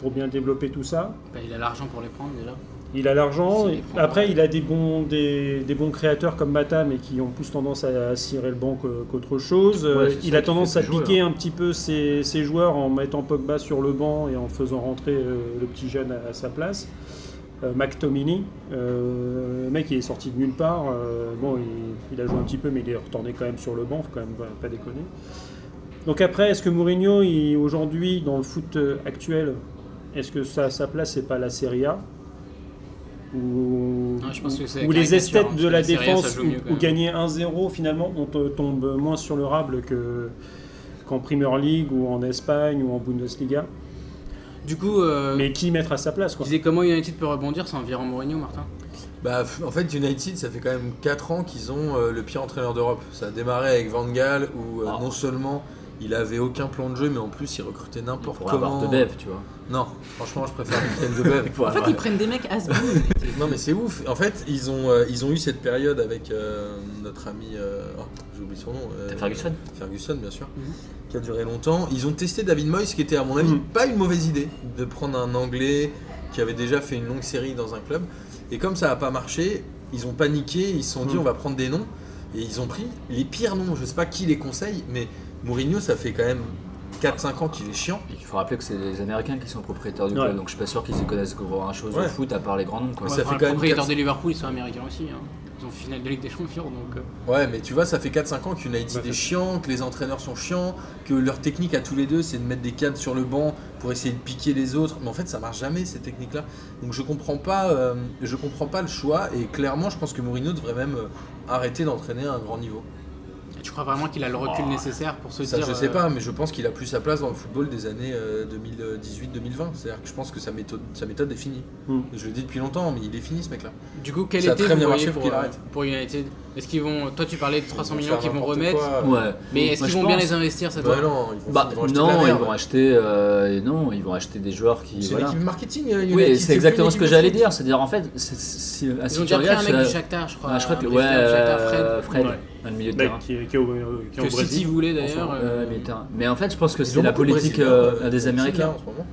S4: pour bien développer tout ça
S1: Bah, il a l'argent pour les prendre déjà.
S4: Il a l'argent.
S1: C'est
S4: et-
S1: les points.
S4: Après, il a des bons, des, des bons créateurs comme Matam et qui ont plus tendance à, à cirer le banc que- qu'autre chose. Euh,
S3: c'est ça
S4: il a
S3: qui
S4: tendance
S3: fait hein.
S4: à
S3: ses joueurs.
S4: piquer un petit peu ses, ses joueurs en mettant Pogba sur le banc et en faisant rentrer euh, le petit jeune à, à sa place. Euh, McTominay, euh, le mec il est sorti de nulle part. Euh, bon, il, il a joué un petit peu, mais il est retourné quand même sur le banc, faut quand même pas, pas déconner. Donc après, est-ce que Mourinho, il- aujourd'hui, dans le foot euh, actuel, est-ce que ça, sa place, c'est pas la Serie A Ou,
S1: Ouais, je pense que c'est
S4: ou les
S1: caricature, hein,
S4: esthètes
S1: parce
S4: de
S1: que
S4: la
S1: la Serie A, ça
S4: défense,
S1: joue mieux, quand
S4: ou
S1: même.
S4: gagner 1-0, finalement, on te tombe moins sur le rable que qu'en Premier League ou en Espagne ou en Bundesliga.
S1: Du coup, euh,
S4: Mais qui mettre à sa place
S1: tu
S4: quoi
S1: disais comment United peut rebondir sans virer Mourinho, Martin
S2: Bah, f- en fait, United, ça fait quand même 4 ans qu'ils ont euh, le pire entraîneur d'Europe. Ça a démarré avec Van Gaal, où euh,
S3: Ah.
S2: non seulement il avait aucun plan de jeu, mais en plus il recrutait
S3: pour
S2: n'importe
S3: avoir
S2: comment.
S3: de dev, tu vois.
S2: Non, franchement, je préfère Michael Debev.
S3: Pour
S1: En fait,
S3: avoir-
S1: ils prennent des mecs has
S2: Non, mais c'est ouf. En fait, ils ont, euh, ils ont eu cette période avec euh, notre ami. euh, oh, j'ai oublié son nom. euh,
S3: Ferguson.
S2: Ferguson, bien sûr,
S1: Mhm.
S2: qui a duré longtemps. Ils ont testé David Moyes, qui était, à mon avis,
S4: Mhm.
S2: pas une mauvaise idée de prendre un Anglais qui avait déjà fait une longue série dans un club. Et comme ça n'a pas marché, ils ont paniqué, ils se sont dit
S4: Mhm.
S2: on va prendre des noms. Et ils ont pris les pires noms. Je sais pas qui les conseille, mais Mourinho, ça fait quand même 4-5 ans qu'il est chiant.
S3: Il faut rappeler que c'est les Américains qui sont propriétaires du
S4: Ouais.
S3: club, donc je suis pas sûr qu'ils y connaissent grand chose au
S2: Ouais.
S3: foot à part les grands noms. Quoi.
S2: Ouais,
S1: Ouais,
S2: ça
S1: enfin,
S2: fait
S1: le
S2: quand même
S1: propriétaire
S2: quatre-
S1: de Liverpool, ils sont américains aussi. hein. Ils ont finale de Ligue des Champions, donc. euh,
S2: Ouais, mais tu vois, ça fait 4-5 ans qu'United
S4: Ouais,
S2: est
S4: c'est-
S2: chiant, que les entraîneurs sont chiants, que leur technique à tous les deux, c'est de mettre des cadres sur le banc pour essayer de piquer les autres. Mais en fait, ça marche jamais ces techniques-là. Donc je comprends pas, euh, je comprends pas le choix. Et clairement, je pense que Mourinho devrait même euh, arrêter d'entraîner à un grand niveau.
S1: Tu crois vraiment qu'il a le recul nécessaire pour se
S2: Oh. Ça,
S1: dire.
S2: je sais
S1: euh,
S2: pas, mais je pense qu'il a plus sa place dans le football des années euh, 2018-2020. C'est-à-dire que je pense que sa méthode, sa méthode est finie.
S4: Hmm.
S2: Je le dis depuis longtemps, mais il est fini ce mec-là.
S1: Du coup, quel
S2: Ça a
S1: était
S2: très
S1: vous
S2: bien
S1: voyez
S2: marché pour
S1: pour,
S2: qu'il
S1: euh,
S2: arrête.
S1: pour United Est-ce qu'ils vont. Toi, tu parlais de 300
S2: Ils vont
S1: millions
S2: faire
S1: qu'ils vont
S2: n'importe
S1: remettre.
S2: quoi.
S3: Ouais.
S1: Mais est-ce
S3: Moi,
S1: qu'ils
S3: je
S1: vont bien
S3: pense-
S1: les investir cette
S2: Bah
S1: fois
S2: non, ils vont,
S3: Bah,
S2: ils vont acheter de la
S3: non, ils
S2: merde.
S3: vont acheter, euh, non, ils vont acheter des joueurs qui.
S2: C'est
S3: voilà.
S2: l'équipe marketing. euh,
S3: Oui, c'est exactement ce que j'allais dire. C'est-à-dire, en fait, c'est- c'est- à
S1: Ils ont
S3: si tu
S1: déjà pris un
S3: regardes,
S1: mec
S3: c'est-
S1: du Shakhtar, je crois.
S3: Ah, je crois que
S1: un
S3: ouais,
S1: Brésilien du Shakhtar,
S3: euh,
S1: Fred.
S3: Fred,
S4: Ouais.
S3: un milieu de
S4: Mec
S3: terrain.
S4: qui est, qui est au, euh, qui est au
S1: Que
S4: Brésil.
S1: City voulait d'ailleurs. euh,
S3: Euh, milieu de terrain. Mais en fait, je pense que
S2: Ils
S3: c'est
S2: ont
S3: la
S2: beaucoup de
S3: politique
S2: Brésiliens,
S3: euh,
S2: euh,
S3: des
S2: Brésil,
S3: Américains.
S2: là, en ce moment.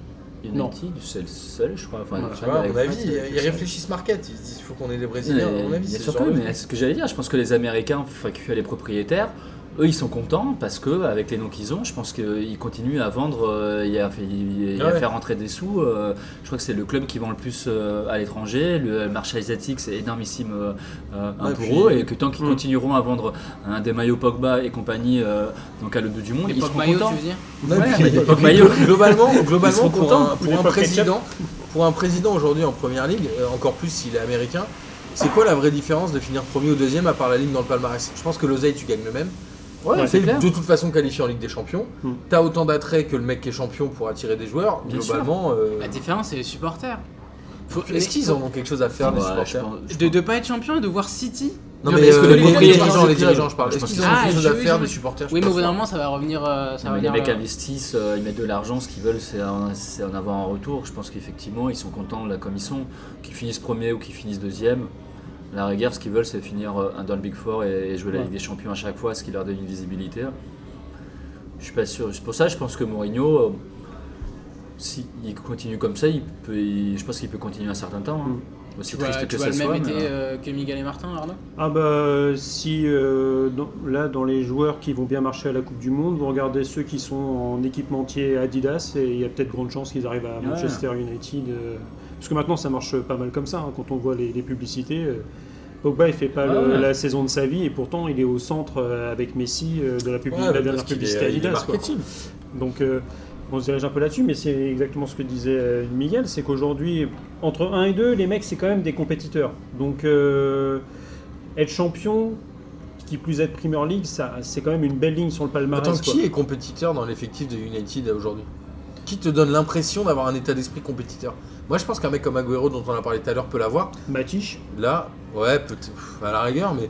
S4: Non.
S3: United, c'est le seul, je crois. Enfin,
S4: Ouais,
S2: Tu
S3: Fred
S2: vois, à
S3: avec
S2: mon
S3: Fred,
S2: avis,
S3: c'est-
S2: ils
S3: c'est-
S2: réfléchissent market. Ils se disent il faut qu'on ait des
S3: Non,
S2: Brésiliens. à mon
S3: mais
S2: avis,
S3: bien
S2: c'est
S3: sûr
S2: ce
S3: que oui,
S2: genre de
S3: mais
S2: truc.
S3: c'est ce que j'allais dire. Je pense que les Américains, enfin, que les propriétaires, eux, ils sont contents parce que avec les noms qu'ils ont, je pense qu'ils continuent à vendre euh, et à, et à
S2: Ah Ouais.
S3: faire rentrer des sous. Euh, je crois que c'est le club qui vend le plus euh, à l'étranger. Le marché asiatique, c'est énormissime euh, euh, un
S2: Ouais,
S3: pour
S2: puis- Hmm.
S3: eux. Et que tant qu'ils
S4: Mm.
S3: continueront à vendre hein, des maillots Pogba et compagnie, euh, donc à l'autre bout du monde,
S1: Les
S3: ils seront
S1: Pogba, tu
S3: contents.
S1: veux dire
S2: Non,
S3: Ouais,
S2: puis-
S3: mais
S2: puis-
S3: l'époque maillot.
S2: <laughs> globalement, globalement
S3: seront
S2: pour,
S3: contents.
S2: un, pour
S4: Ou
S2: un
S4: l'époque
S2: président, pour un président aujourd'hui en première ligue, euh, encore plus s'il est américain, c'est quoi la vraie différence de finir premier ou deuxième à part la ligne dans le palmarès Je pense que l'oseille, tu gagnes le même.
S3: Ouais,
S2: T'es
S3: c'est clair.
S2: de toute façon qualifié en Ligue des Champions.
S4: Hmm.
S2: T'as autant d'attrait que le mec qui est champion pour attirer des joueurs.
S3: Bien Bah,
S2: globalement, euh,
S1: La différence, c'est les supporters. Faut-
S2: est-ce qu'ils en ont quelque chose à faire les
S3: Ouais, je
S2: supporters
S3: pense- je
S1: De
S3: pense-
S1: ne pas être champion et de voir City
S2: Non
S1: Non,
S2: mais
S1: mais est-ce
S2: euh,
S1: que les
S2: les,
S1: propriétaires
S2: dirigeants,
S3: du
S2: les
S3: club-
S2: dirigeants, je parle.
S3: Je
S2: Est-ce
S3: pense
S2: qu'ils
S3: que
S2: ont
S1: c'est-
S2: quelque chose
S1: Ah,
S2: à
S1: oui,
S2: faire
S1: oui,
S2: des
S1: oui.
S2: supporters je
S1: Oui, mais au
S2: pense
S1: bout
S2: pas.
S1: d'un moment, ça va revenir. euh, ça va
S3: Non, mais les
S1: revenir,
S3: mecs
S1: euh,
S3: investissent, euh, ils mettent de l'argent, ce qu'ils veulent c'est en, c'est en avoir un retour. Je pense qu'effectivement ils sont contents là comme ils sont, qu'ils finissent premier ou qu'ils finissent deuxième. À La rigueur, ce qu'ils veulent c'est finir euh, dans le Big Four et, et jouer la
S4: Ouais.
S3: Ligue des Champions à chaque fois, ce qui leur donne une visibilité. Je suis pas sûr. C'est pour ça je pense que Mourinho, euh, s'il continue comme ça, il peut, il- je pense qu'il peut continuer un certain temps. hein. Aussi
S1: Mm. Tu vois,
S3: triste
S1: tu
S3: que
S1: vois
S3: ça
S1: le même
S3: soit.
S1: été
S3: mais, euh,
S1: euh, que Miguel et Martin, Arnaud
S4: Ah bah euh, si euh, dans- là dans les joueurs qui vont bien marcher à la Coupe du Monde, vous regardez ceux qui sont en équipementier Adidas et il y a peut-être grande chance qu'ils arrivent à
S3: Ouais.
S4: Manchester United. euh, parce que maintenant ça marche pas mal comme ça hein, quand on voit les, les publicités. euh, Pogba il fait
S2: Ah
S4: pas
S3: Ouais,
S4: le-
S3: ouais.
S4: la saison de sa vie et pourtant il est au centre euh, avec Messi euh, de la, pub-
S2: Ouais, bah,
S4: la
S2: parce
S4: dernière
S2: qu'il est-
S4: publicité
S2: il est
S4: Adidas. quoi.
S2: marketing.
S4: Donc euh, on se dirige un peu là-dessus, mais c'est exactement ce que disait euh, Miguel, c'est qu'aujourd'hui, entre 1 et 2, les mecs, c'est quand même des compétiteurs. Donc euh, être champion, qui plus être Premier League, ça, c'est quand même une belle ligne sur le palmarès.
S2: Attends,
S1: euh,
S4: quoi.
S2: qui est compétiteur dans l'effectif de United aujourd'hui Qui te donne l'impression d'avoir un état d'esprit compétiteur Moi, je pense qu'un mec comme Agüero, dont on a parlé tout à l'heure, peut l'avoir.
S4: Matiche
S2: Là, ouais, peut-être pff, à la rigueur, mais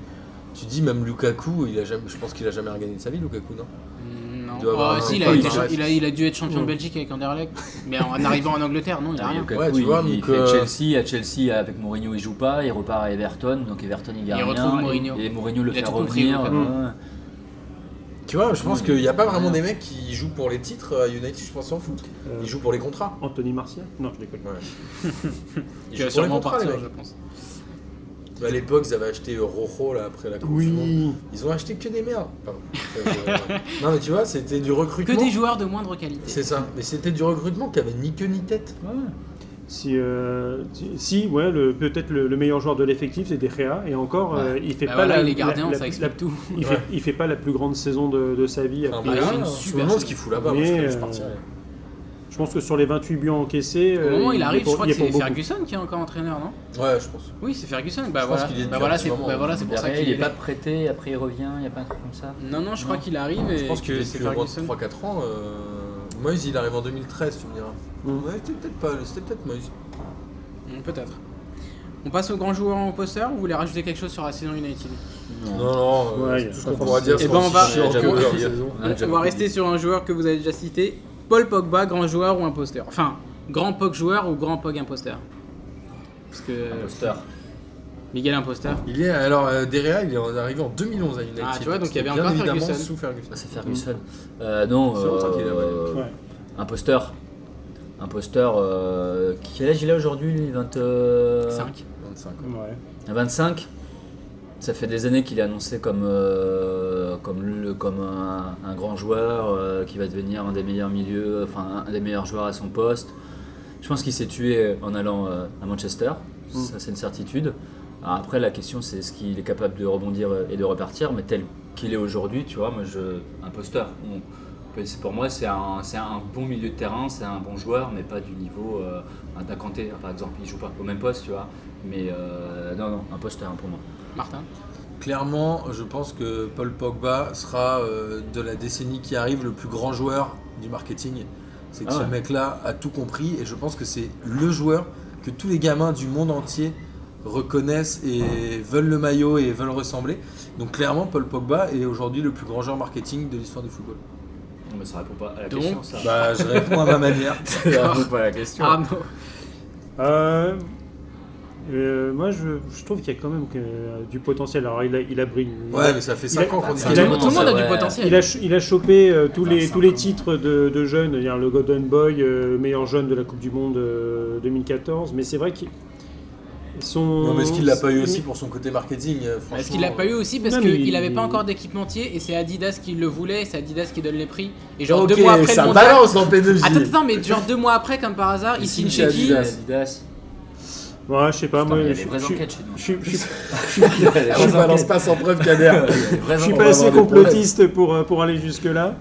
S2: tu dis même Lukaku, il a jamais, je pense qu'il a jamais regagné de sa vie, Lukaku, non
S1: Non.
S2: Il doit avoir
S1: Oh,
S2: un-
S1: si, il
S2: pas
S1: a, été
S2: une
S1: cha-
S2: race.
S1: il, a, il a dû être champion
S4: Ouais.
S1: de Belgique avec Anderlecht. Mais en arrivant en Angleterre, non, il a rien.
S3: Lukaku,
S2: Ouais, tu
S3: il-
S2: vois,
S3: il,
S2: donc,
S3: fait
S2: euh,
S3: Chelsea, à Chelsea avec Mourinho il joue pas, il repart à Everton, donc Everton il gagne
S1: Il
S3: rien,
S1: retrouve
S3: et-
S1: Mourinho.
S3: et Mourinho le
S1: Il a
S3: fait
S1: tout compris, euh,
S3: revenir.
S1: Lukaku.
S3: ouais.
S2: Tu vois, je pense
S3: Oui.
S2: qu'il n'y a pas vraiment des mecs qui jouent pour les titres à United, je pense, s'en foutent.
S4: euh,
S2: Ils jouent pour les contrats.
S4: Anthony Martial Non, je
S1: <laughs>
S4: déconne.
S1: Tu vas
S2: Ils jouent pour les
S1: sûrement
S2: contrats, les
S1: partir,
S2: mecs.
S1: je pense.
S2: À l'époque, ils avaient acheté euh, Rojo là, après la Coupe du Monde. Ils ont acheté que des merdes. Pardon. <laughs> non, mais tu vois, c'était du
S1: Que
S2: recrutement.
S1: des joueurs de moindre qualité.
S2: C'est ça, mais c'était du recrutement qui avait ni queue ni tête.
S4: Si, euh, si- si, ouais, le- peut-être le, le meilleur joueur de l'effectif, c'est De Gea, et encore,
S3: Ouais.
S4: euh, il fait
S1: Bah
S4: pas
S1: voilà,
S4: la,
S1: les
S4: la-
S1: gardiens,
S4: la-
S1: ça
S4: la-
S1: explique tout.
S4: il,
S2: Ouais.
S4: fait, il fait pas la plus grande saison de, de sa vie.
S2: Enfin,
S4: après.
S1: bah,
S2: voilà,
S1: c'est une
S2: on se
S1: super
S2: demande ce
S1: saison.
S2: qu'il fout là-bas. Moi, je pense que
S4: Mais,
S2: je
S4: euh,
S2: partirais.
S4: Je pense que sur les 28 buts encaissés,
S1: Au moment où euh, il
S4: est
S1: arrive, je
S4: pour-
S1: crois
S4: il
S1: que
S4: est pour
S1: c'est
S4: beaucoup.
S1: Ferguson qui est encore entraîneur, non
S2: Ouais, je pense.
S1: Oui, c'est Ferguson. Bah
S2: Je pense
S1: voilà,
S2: qu'il est
S1: bah
S2: dur
S1: voilà,
S2: à ce
S1: c'est
S2: moment,
S1: bah
S2: hein.
S1: voilà, c'est pour ça
S3: Derrière,
S1: qu'il
S3: il
S1: est
S3: est pas
S1: là.
S3: prêté, après il revient, il n'y a pas un truc comme ça.
S1: Non, non, je crois
S3: Non.
S1: qu'il arrive et
S2: Je pense que
S1: que c'est
S2: c'est le moins de
S1: Ferguson.
S2: 3-4 ans. euh, Moyes, il arrive en 2013, tu me diras.
S4: Mm.
S2: Ouais, c'était peut-être pas, c'était peut-être Moyes.
S1: Mm, Peut-être. On passe aux grands joueurs en poster ou vous voulez rajouter quelque chose sur la saison United
S2: Non, non, euh,
S4: Ouais,
S2: c'est
S4: y a
S2: tout ce
S4: pas
S2: qu'on pourra dire.
S4: forcément-
S1: Eh
S2: sur
S1: ben,
S2: le
S1: on va-
S2: sujet.
S1: on-
S2: Ah, Ouais,
S3: on-
S2: c'est-
S3: a déjà
S1: On va
S3: beaucoup
S1: rester
S3: dit.
S1: sur un joueur que vous avez déjà cité, Paul Pogba, grand joueur ou imposteur Enfin, grand Pog joueur ou grand Pog imposteur Parce que
S3: Poster.
S1: Miguel imposteur.
S2: Il est alors Ah, bah, euh, Derrea, il est arrivé en 2011 à United.
S1: Ah, tu vois, donc il y avait
S2: C'était
S1: encore
S2: bien évidemment
S1: Ferguson.
S2: sous Ferguson.
S3: Ah, c'est Ferguson. Euh, non,
S2: Mm. C'est longtemps qu'il est là, ouais.
S3: euh,
S4: Ouais.
S3: imposteur. Imposteur. euh, quel âge il a aujourd'hui lui 20, euh,
S1: 5.
S2: 25.
S4: Ouais.
S3: 25 Ça fait des années qu'il est annoncé comme, euh, comme le, comme un, un grand joueur euh, qui va devenir un des meilleurs milieux, enfin un des meilleurs joueurs à son poste. Je pense qu'il s'est tué en allant euh, à Manchester, ça c'est une certitude. Alors après la question c'est est-ce qu'il est capable de rebondir euh, et de repartir, mais tel qu'il est aujourd'hui, tu vois, moi je imposteur. On- c'est- pour moi, c'est un, c'est un bon milieu de terrain, c'est un bon joueur, mais pas du niveau euh, un Dakanté, par exemple. Il joue pas au même poste, tu vois. Mais euh, non, non, imposteur hein, pour moi.
S1: Martin
S2: Clairement, je pense que Paul Pogba sera euh, de la décennie qui arrive le plus grand joueur du marketing. C'est que
S3: Ah ouais.
S2: ce mec-là a tout compris et je pense que c'est le joueur que tous les gamins du monde entier reconnaissent et veulent le maillot et veulent ressembler. Donc clairement, Paul Pogba est aujourd'hui le plus grand joueur marketing de l'histoire du football.
S3: Non, mais ça répond pas à la
S1: Donc, Ah,
S3: question, ça.
S2: Bah, je réponds à ma manière.
S3: <laughs> ça répond pas à la question.
S2: Ah, bah,
S1: Arnaud
S4: Euh, euh, moi, je, je trouve qu'il y a quand même euh, du potentiel. Alors, il a, il a brillé.
S2: <laughs> Ouais, mais ça fait 5
S4: Il a-
S2: ans qu'on dit
S4: il
S1: tout,
S4: a-
S2: qu'il est
S1: le monde- tout le monde a
S3: Ouais.
S1: du potentiel.
S4: Il a, ch- il a chopé euh, tous,
S3: Enfin,
S4: les,
S3: c'est
S4: tous les
S3: un peu-
S4: titres de, de jeunes, c'est-à-dire le Golden Boy, euh, meilleur jeune de la Coupe du Monde euh, 2014. Mais c'est vrai qu'il. Son...
S2: Non, mais est-ce qu'il l'a pas eu aussi
S4: Mais-
S2: pour son côté marketing euh, franchement,
S1: Est-ce qu'il l'a pas eu aussi parce
S4: Non, mais
S1: qu'il
S4: il-
S1: n'avait pas encore d'équipementier et c'est Adidas qui le voulait, c'est Adidas qui donne les prix. Et genre
S2: Ok,
S1: deux mois après
S2: ça
S1: le mondial.
S2: balance dans P2J.
S1: Attends, attends, mais genre deux mois après, comme par hasard,
S2: Il
S1: il signe
S2: signe
S1: chez
S2: chez
S1: qui
S2: Adidas.
S1: <laughs>
S3: Adidas.
S4: Ouais, je sais pas,
S3: Putain,
S4: moi.
S3: il y a
S4: je-
S3: des vraies
S4: je-
S3: enquêtes chez nous.
S4: je- je- je-
S3: Il y a des
S2: Je
S3: vraies
S2: balance
S3: enquêtes.
S2: pas sans preuve, Kader.
S3: Il y a des vraies
S4: je suis
S2: <laughs>
S3: enquêtes.
S4: pas assez
S2: avoir des
S4: complotiste pour, euh, pour aller jusque-là.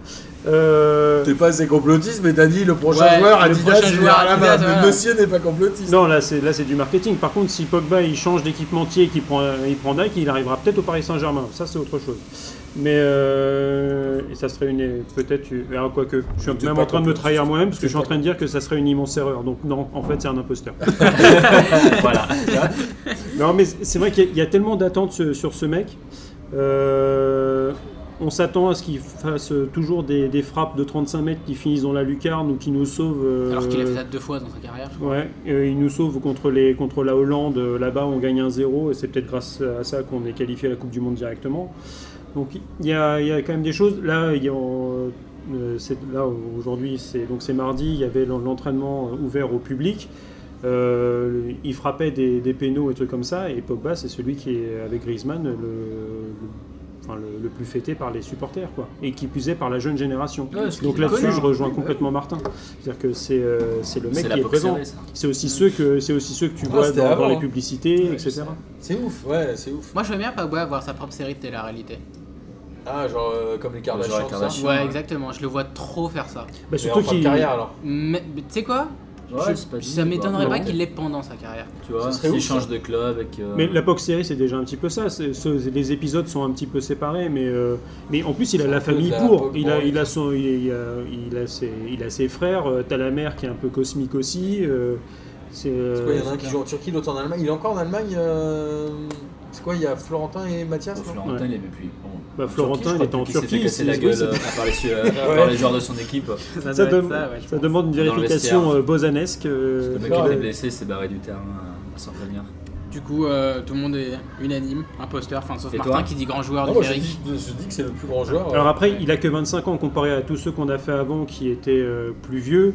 S4: Euh,
S2: T'es pas assez complotiste, mais t'as dit le prochain
S1: Ouais,
S2: joueur
S1: le
S2: Adidas,
S1: prochain
S2: il
S1: joueur
S2: verra la main.
S1: Adidas,
S2: Le
S1: voilà.
S2: dossier n'est pas complotiste.
S4: Non, là c'est là c'est du marketing. Par contre, si Pogba il change d'équipementier et qu'il prend il prend Nike, il arrivera peut-être au Paris Saint-Germain. Ça c'est autre chose. Mais euh, et ça serait une peut-être une- alors quoi que je suis
S2: T'es
S4: même
S2: pas
S4: en train de me
S2: complotiste.
S4: trahir moi-même parce que
S2: T'es
S4: je suis en
S2: pas-
S4: train de dire que ça serait une immense erreur. Donc non, en fait c'est
S2: <laughs>
S4: un imposteur.
S3: <laughs> Voilà.
S4: Non, mais c'est vrai qu'il y a- il y, a tellement d'attentes ce- sur ce mec. Euh, on s'attend à ce qu'il fasse toujours des, des frappes de 35 mètres qui finissent dans la lucarne ou qui nous sauvent. euh,
S1: Alors qu'il a fait ça deux fois dans sa carrière.
S4: Ouais, euh, il nous sauve contre, les, contre la Hollande. euh, Là-bas, on gagne 1-0 et c'est peut-être grâce à ça qu'on est qualifié à la Coupe du Monde directement. Donc il y a, il y a quand même des choses. Là, il y a, euh, c'est- là aujourd'hui, c'est donc c'est mardi. Il y avait l'en- l'entraînement euh, ouvert au public. Euh, il frappait des, des pénaux et trucs comme ça. Et Pogba, c'est celui qui est avec Griezmann le, le- enfin, le- le plus fêté par les supporters, quoi. Et qui puisait par la jeune génération.
S3: Ouais, parce
S4: donc
S3: qu'il est
S4: là-dessus,
S3: connu,
S4: je
S3: hein.
S4: rejoins complètement Martin. C'est-à-dire que c'est euh, c'est le mec
S3: C'est
S4: qui
S3: la
S4: est
S3: boxe
S4: présent.
S3: serrée, ça.
S4: C'est aussi ceux que c'est aussi ceux que tu
S2: Ah,
S4: vois
S2: c'était
S4: dans, dans
S2: avant,
S4: les
S2: hein.
S4: publicités, Bah,
S3: Ouais,
S4: etc.
S2: C'est ouf, ouais, c'est ouf.
S1: Moi, je veux bien Pogba avoir sa propre série de télé-réalité.
S2: Ah, genre euh, comme les
S3: Genre les
S2: Kardashians, tout ça.
S3: Kardashians.
S1: Ouais, exactement. Je le vois trop faire ça.
S4: Bah,
S2: Mais en
S4: surtout
S2: fin de
S4: qu'il
S2: carrière alors.
S1: Mais mais tu sais quoi
S3: Ouais,
S1: Je-
S3: c'est pas dit,
S1: Ça m'étonnerait
S3: bah,
S1: pas
S3: non.
S1: qu'il l'ait pendant sa carrière.
S3: Tu vois,
S2: Ça serait
S3: s'il
S2: ouf,
S3: change
S2: ça.
S3: de club euh, et que.
S4: Mais la box série c'est déjà un petit peu ça. C'est- ce- les épisodes sont un petit peu séparés, mais euh, mais en plus il a
S2: C'est un
S4: la
S2: peu
S4: famille
S2: de la
S4: pour.
S2: Pogba,
S4: Il a
S2: oui.
S4: il a son il, il a, il a ses il a ses frères. euh, T'as la mère qui est un peu cosmique aussi. euh, c'est
S2: C'est
S4: euh,
S2: quoi, il y en a un
S4: c'est
S2: qui
S4: clair.
S2: joue en Turquie, l'autre en Allemagne. Il est encore en Allemagne. euh, C'est quoi, il y a Florentin et Mathias
S3: Bon,
S2: non
S3: Florentin, il est même plus. bon.
S4: Bah,
S2: Turquie,
S4: Florentin
S2: je
S4: il
S2: crois
S4: était en
S3: Qui s'est fait
S4: Turquie.
S3: casser la
S4: c'est-
S3: gueule
S4: c'est-
S3: euh, par les su- euh, par les joueurs de son équipe.
S1: <laughs> Ça, doit
S4: ça,
S1: être
S4: dem-
S1: ça, ouais, je
S4: ça
S1: pense.
S4: demande une
S3: Dans le
S4: vérification
S3: vestiaire.
S4: euh, bosanesque. euh,
S3: Le mec
S4: qu'il
S3: qui
S4: a-
S3: était blessé s'est barré du terrain euh, à s'en <laughs> prévenir.
S1: Du coup, euh, tout le monde est unanime, imposteur, enfin sauf
S3: Et
S1: Martin
S3: toi
S1: qui dit grand joueur du
S2: Non, Ah, moi, je,
S1: Berry.
S2: dis, je dis que c'est le plus grand joueur.
S4: Alors
S2: euh,
S4: après, il a que 25 ans comparé à tous ceux qu'on a fait avant qui étaient euh, plus vieux.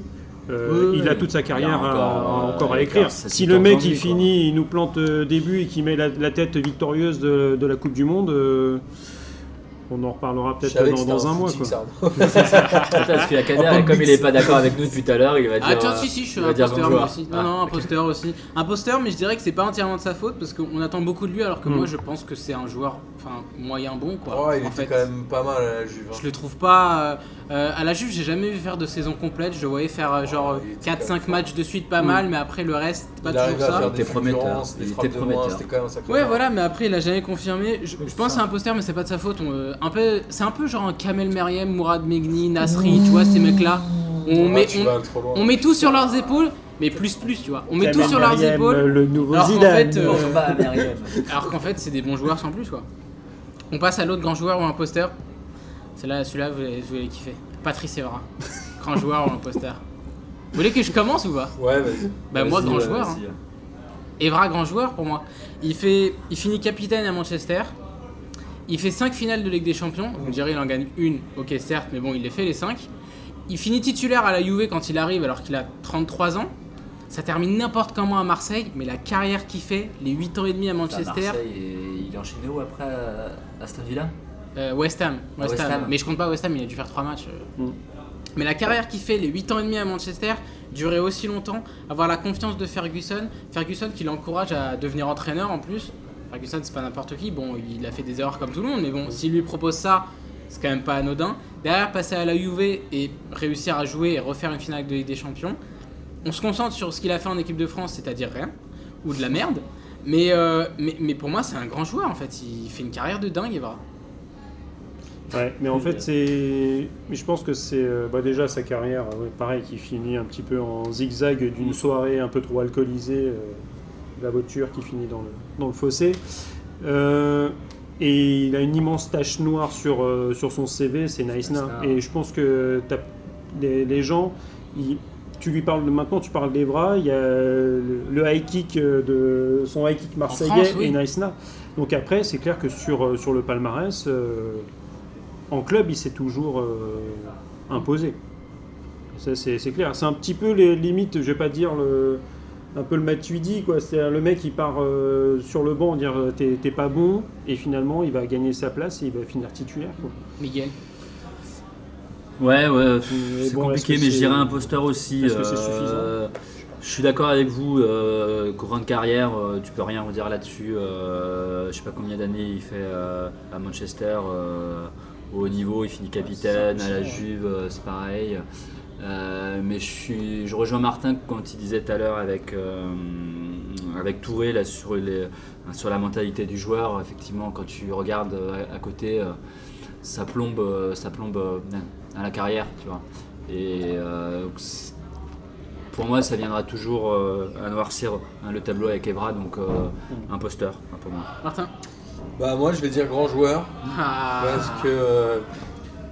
S4: Euh,
S1: Oui,
S4: il a toute sa carrière
S3: Il y a
S4: à-
S3: encore,
S4: à,
S3: euh,
S4: encore
S3: il y
S4: à
S3: a
S4: écrire.
S3: encore sept,
S4: Si
S3: huit
S4: le
S3: ans
S4: mec
S3: devant
S4: il
S3: lui, quoi.
S4: finit, il nous plante euh, début et qu'il met la, la tête victorieuse de, de la Coupe du Monde, euh, on en reparlera
S2: je
S4: peut-être
S2: savais que
S4: dans,
S2: c'était
S4: dans un mois.
S2: footing,
S4: Quoi.
S2: ça.
S3: Peut-être parce qu'il y a Kader, et comme il est pas d'accord avec nous depuis tout à l'heure, il va dire.
S1: Ah tiens,
S3: euh,
S1: si, si, je suis
S3: il
S1: un
S3: va dire
S1: imposteur
S3: grand
S1: moi
S3: joueur.
S1: aussi. Non,
S3: Ah,
S1: non,
S3: ok.
S1: imposteur aussi. Imposteur, mais je dirais que c'est pas entièrement de sa faute parce qu'on attend beaucoup de lui alors que
S4: Hmm.
S1: moi je pense que c'est un joueur enfin, moyen bon quoi.
S2: Oh, il
S1: en
S2: était
S1: fait,
S2: quand même pas mal à la Juve. hein.
S1: je le trouve pas. euh, euh, à la Juve, j'ai jamais vu faire de saison complète. Je le voyais faire euh, genre
S2: Oh, il était quand même
S1: 4-5
S2: fort.
S1: matchs de suite pas
S4: Hmm.
S1: mal, mais après le reste, pas
S2: Il
S1: toujours
S2: arrivait à
S1: ça.
S2: faire
S3: Il
S2: des
S3: était prometteur,
S2: fulgurances, des
S3: il était
S2: frappes de loin,
S3: prometteur.
S2: c'était quand même un sacré.
S1: Ouais,
S2: joueur.
S1: voilà, mais après il a jamais confirmé. Je, je pense que c'est imposteur, mais c'est pas de sa faute. On, euh, un peu, c'est un peu genre un Kamel Meriem, Mourad Megni, Nasri, tu vois, ces mecs-là. On,
S2: Ouais,
S1: met,
S2: tu
S1: on-
S2: vas trop loin.
S1: on met tout sur leurs épaules, mais plus plus, tu vois. On met tout
S4: Kamel
S1: sur leurs
S4: Meriem,
S1: épaules,
S4: euh, Le nouveau
S1: alors qu'en
S4: Zidane.
S1: fait, euh,
S4: euh,
S3: Pogba, Meriem.
S1: alors qu'en fait, c'est des bons joueurs sans plus, quoi. On passe à l'autre grand joueur ou imposteur. Celui-là, celui-là, vous allez, vous allez kiffer. Patrice Evra, grand joueur ou imposteur. Vous voulez que je commence ou pas
S2: Ouais, vas-y.
S1: Bah moi,
S3: Vas-y,
S1: grand
S4: euh,
S3: ouais,
S1: joueur. hein.
S3: vas-y.
S1: Evra, grand joueur pour moi. Il, fait, il finit capitaine à Manchester. Il fait 5 finales de Ligue des Champions. Vous me direz, il en gagne une. Ok, certes, mais bon, il les fait les 5. Il finit titulaire à la Juve quand il arrive, alors qu'il a 33 ans. Ça termine n'importe comment à Marseille, mais la carrière qu'il fait, les 8 ans et demi à
S3: À
S1: Manchester.
S3: Marseille, et il est enchaîné où après euh, Aston Villa
S1: Euh, West, Ham, West,
S3: West
S1: Ham.
S3: Ham.
S1: Mais je compte pas West Ham, il a dû faire 3 matchs. euh.
S4: Mm.
S1: Mais la carrière qu'il fait, les 8 ans et demi à Manchester, durer aussi longtemps, avoir la confiance de Ferguson, Ferguson qui l'encourage à devenir entraîneur en plus. Ferguson, c'est pas n'importe qui. Bon, il a fait des erreurs comme tout le monde, mais bon, s'il lui propose ça, c'est quand même pas anodin. Derrière, passer à la Juve et réussir à jouer et refaire une finale de Ligue des Champions. On se concentre sur ce qu'il a fait en équipe de France, c'est-à-dire rien, ou de la merde. Mais, euh, mais, mais pour moi, c'est un grand joueur en fait. Il fait une carrière de dingue, Evra.
S4: Ouais, mais en fait, c'est. mais Je pense que c'est euh, bah, déjà sa carrière, euh, ouais, pareil, qui finit un petit peu en zigzag d'une soirée un peu trop alcoolisée, euh, la voiture qui finit dans le, dans le fossé. Euh, et il a une immense tache noire sur, euh, sur son CV, c'est Naïsna.
S3: Naïsna.
S4: Et je pense que t'as- les, les gens, ils- tu lui parles de- maintenant, tu parles d'Evra, il y a le, le high kick euh, de son high kick marseillais
S1: France, oui.
S4: et Naïsna. Donc après, c'est clair que sur, euh, sur le palmarès, euh, en club, il s'est toujours euh, imposé. Ça, c'est c'est clair. C'est un petit peu les limites, je vais pas dire le, un peu le Matuidi, quoi. C'est le mec qui part euh, sur le banc, dire euh, t'es t'es pas bon, et finalement, il va gagner sa place et il va finir titulaire, quoi.
S1: Miguel.
S3: Ouais, ouais, pff,
S4: Mais
S3: c'est
S4: bon,
S3: compliqué,
S4: est-ce que
S3: mais je
S4: c'est-
S3: dirais imposteur aussi.
S4: est-ce que c'est
S3: euh, Je suis d'accord avec vous, euh, grande carrière, euh, tu peux rien redire là-dessus. euh, je sais pas combien d'années il fait euh, à Manchester, euh, au haut niveau, il finit capitaine, à la Juve, euh, c'est pareil. Euh, mais je, suis, je rejoins Martin quand il disait tout à l'heure avec, euh, avec Touré là, sur, les, sur la mentalité du joueur. Effectivement, quand tu regardes euh, à côté, euh, ça plombe, euh, ça plombe euh, à la carrière, tu vois. Et euh, c'est- pour moi, ça viendra toujours euh, à noircir hein, le tableau avec Evra, donc euh, imposteur hein, pour moi.
S2: Ah,
S1: Martin.
S2: Bah moi je vais dire grand joueur
S1: Ah.
S2: parce que euh,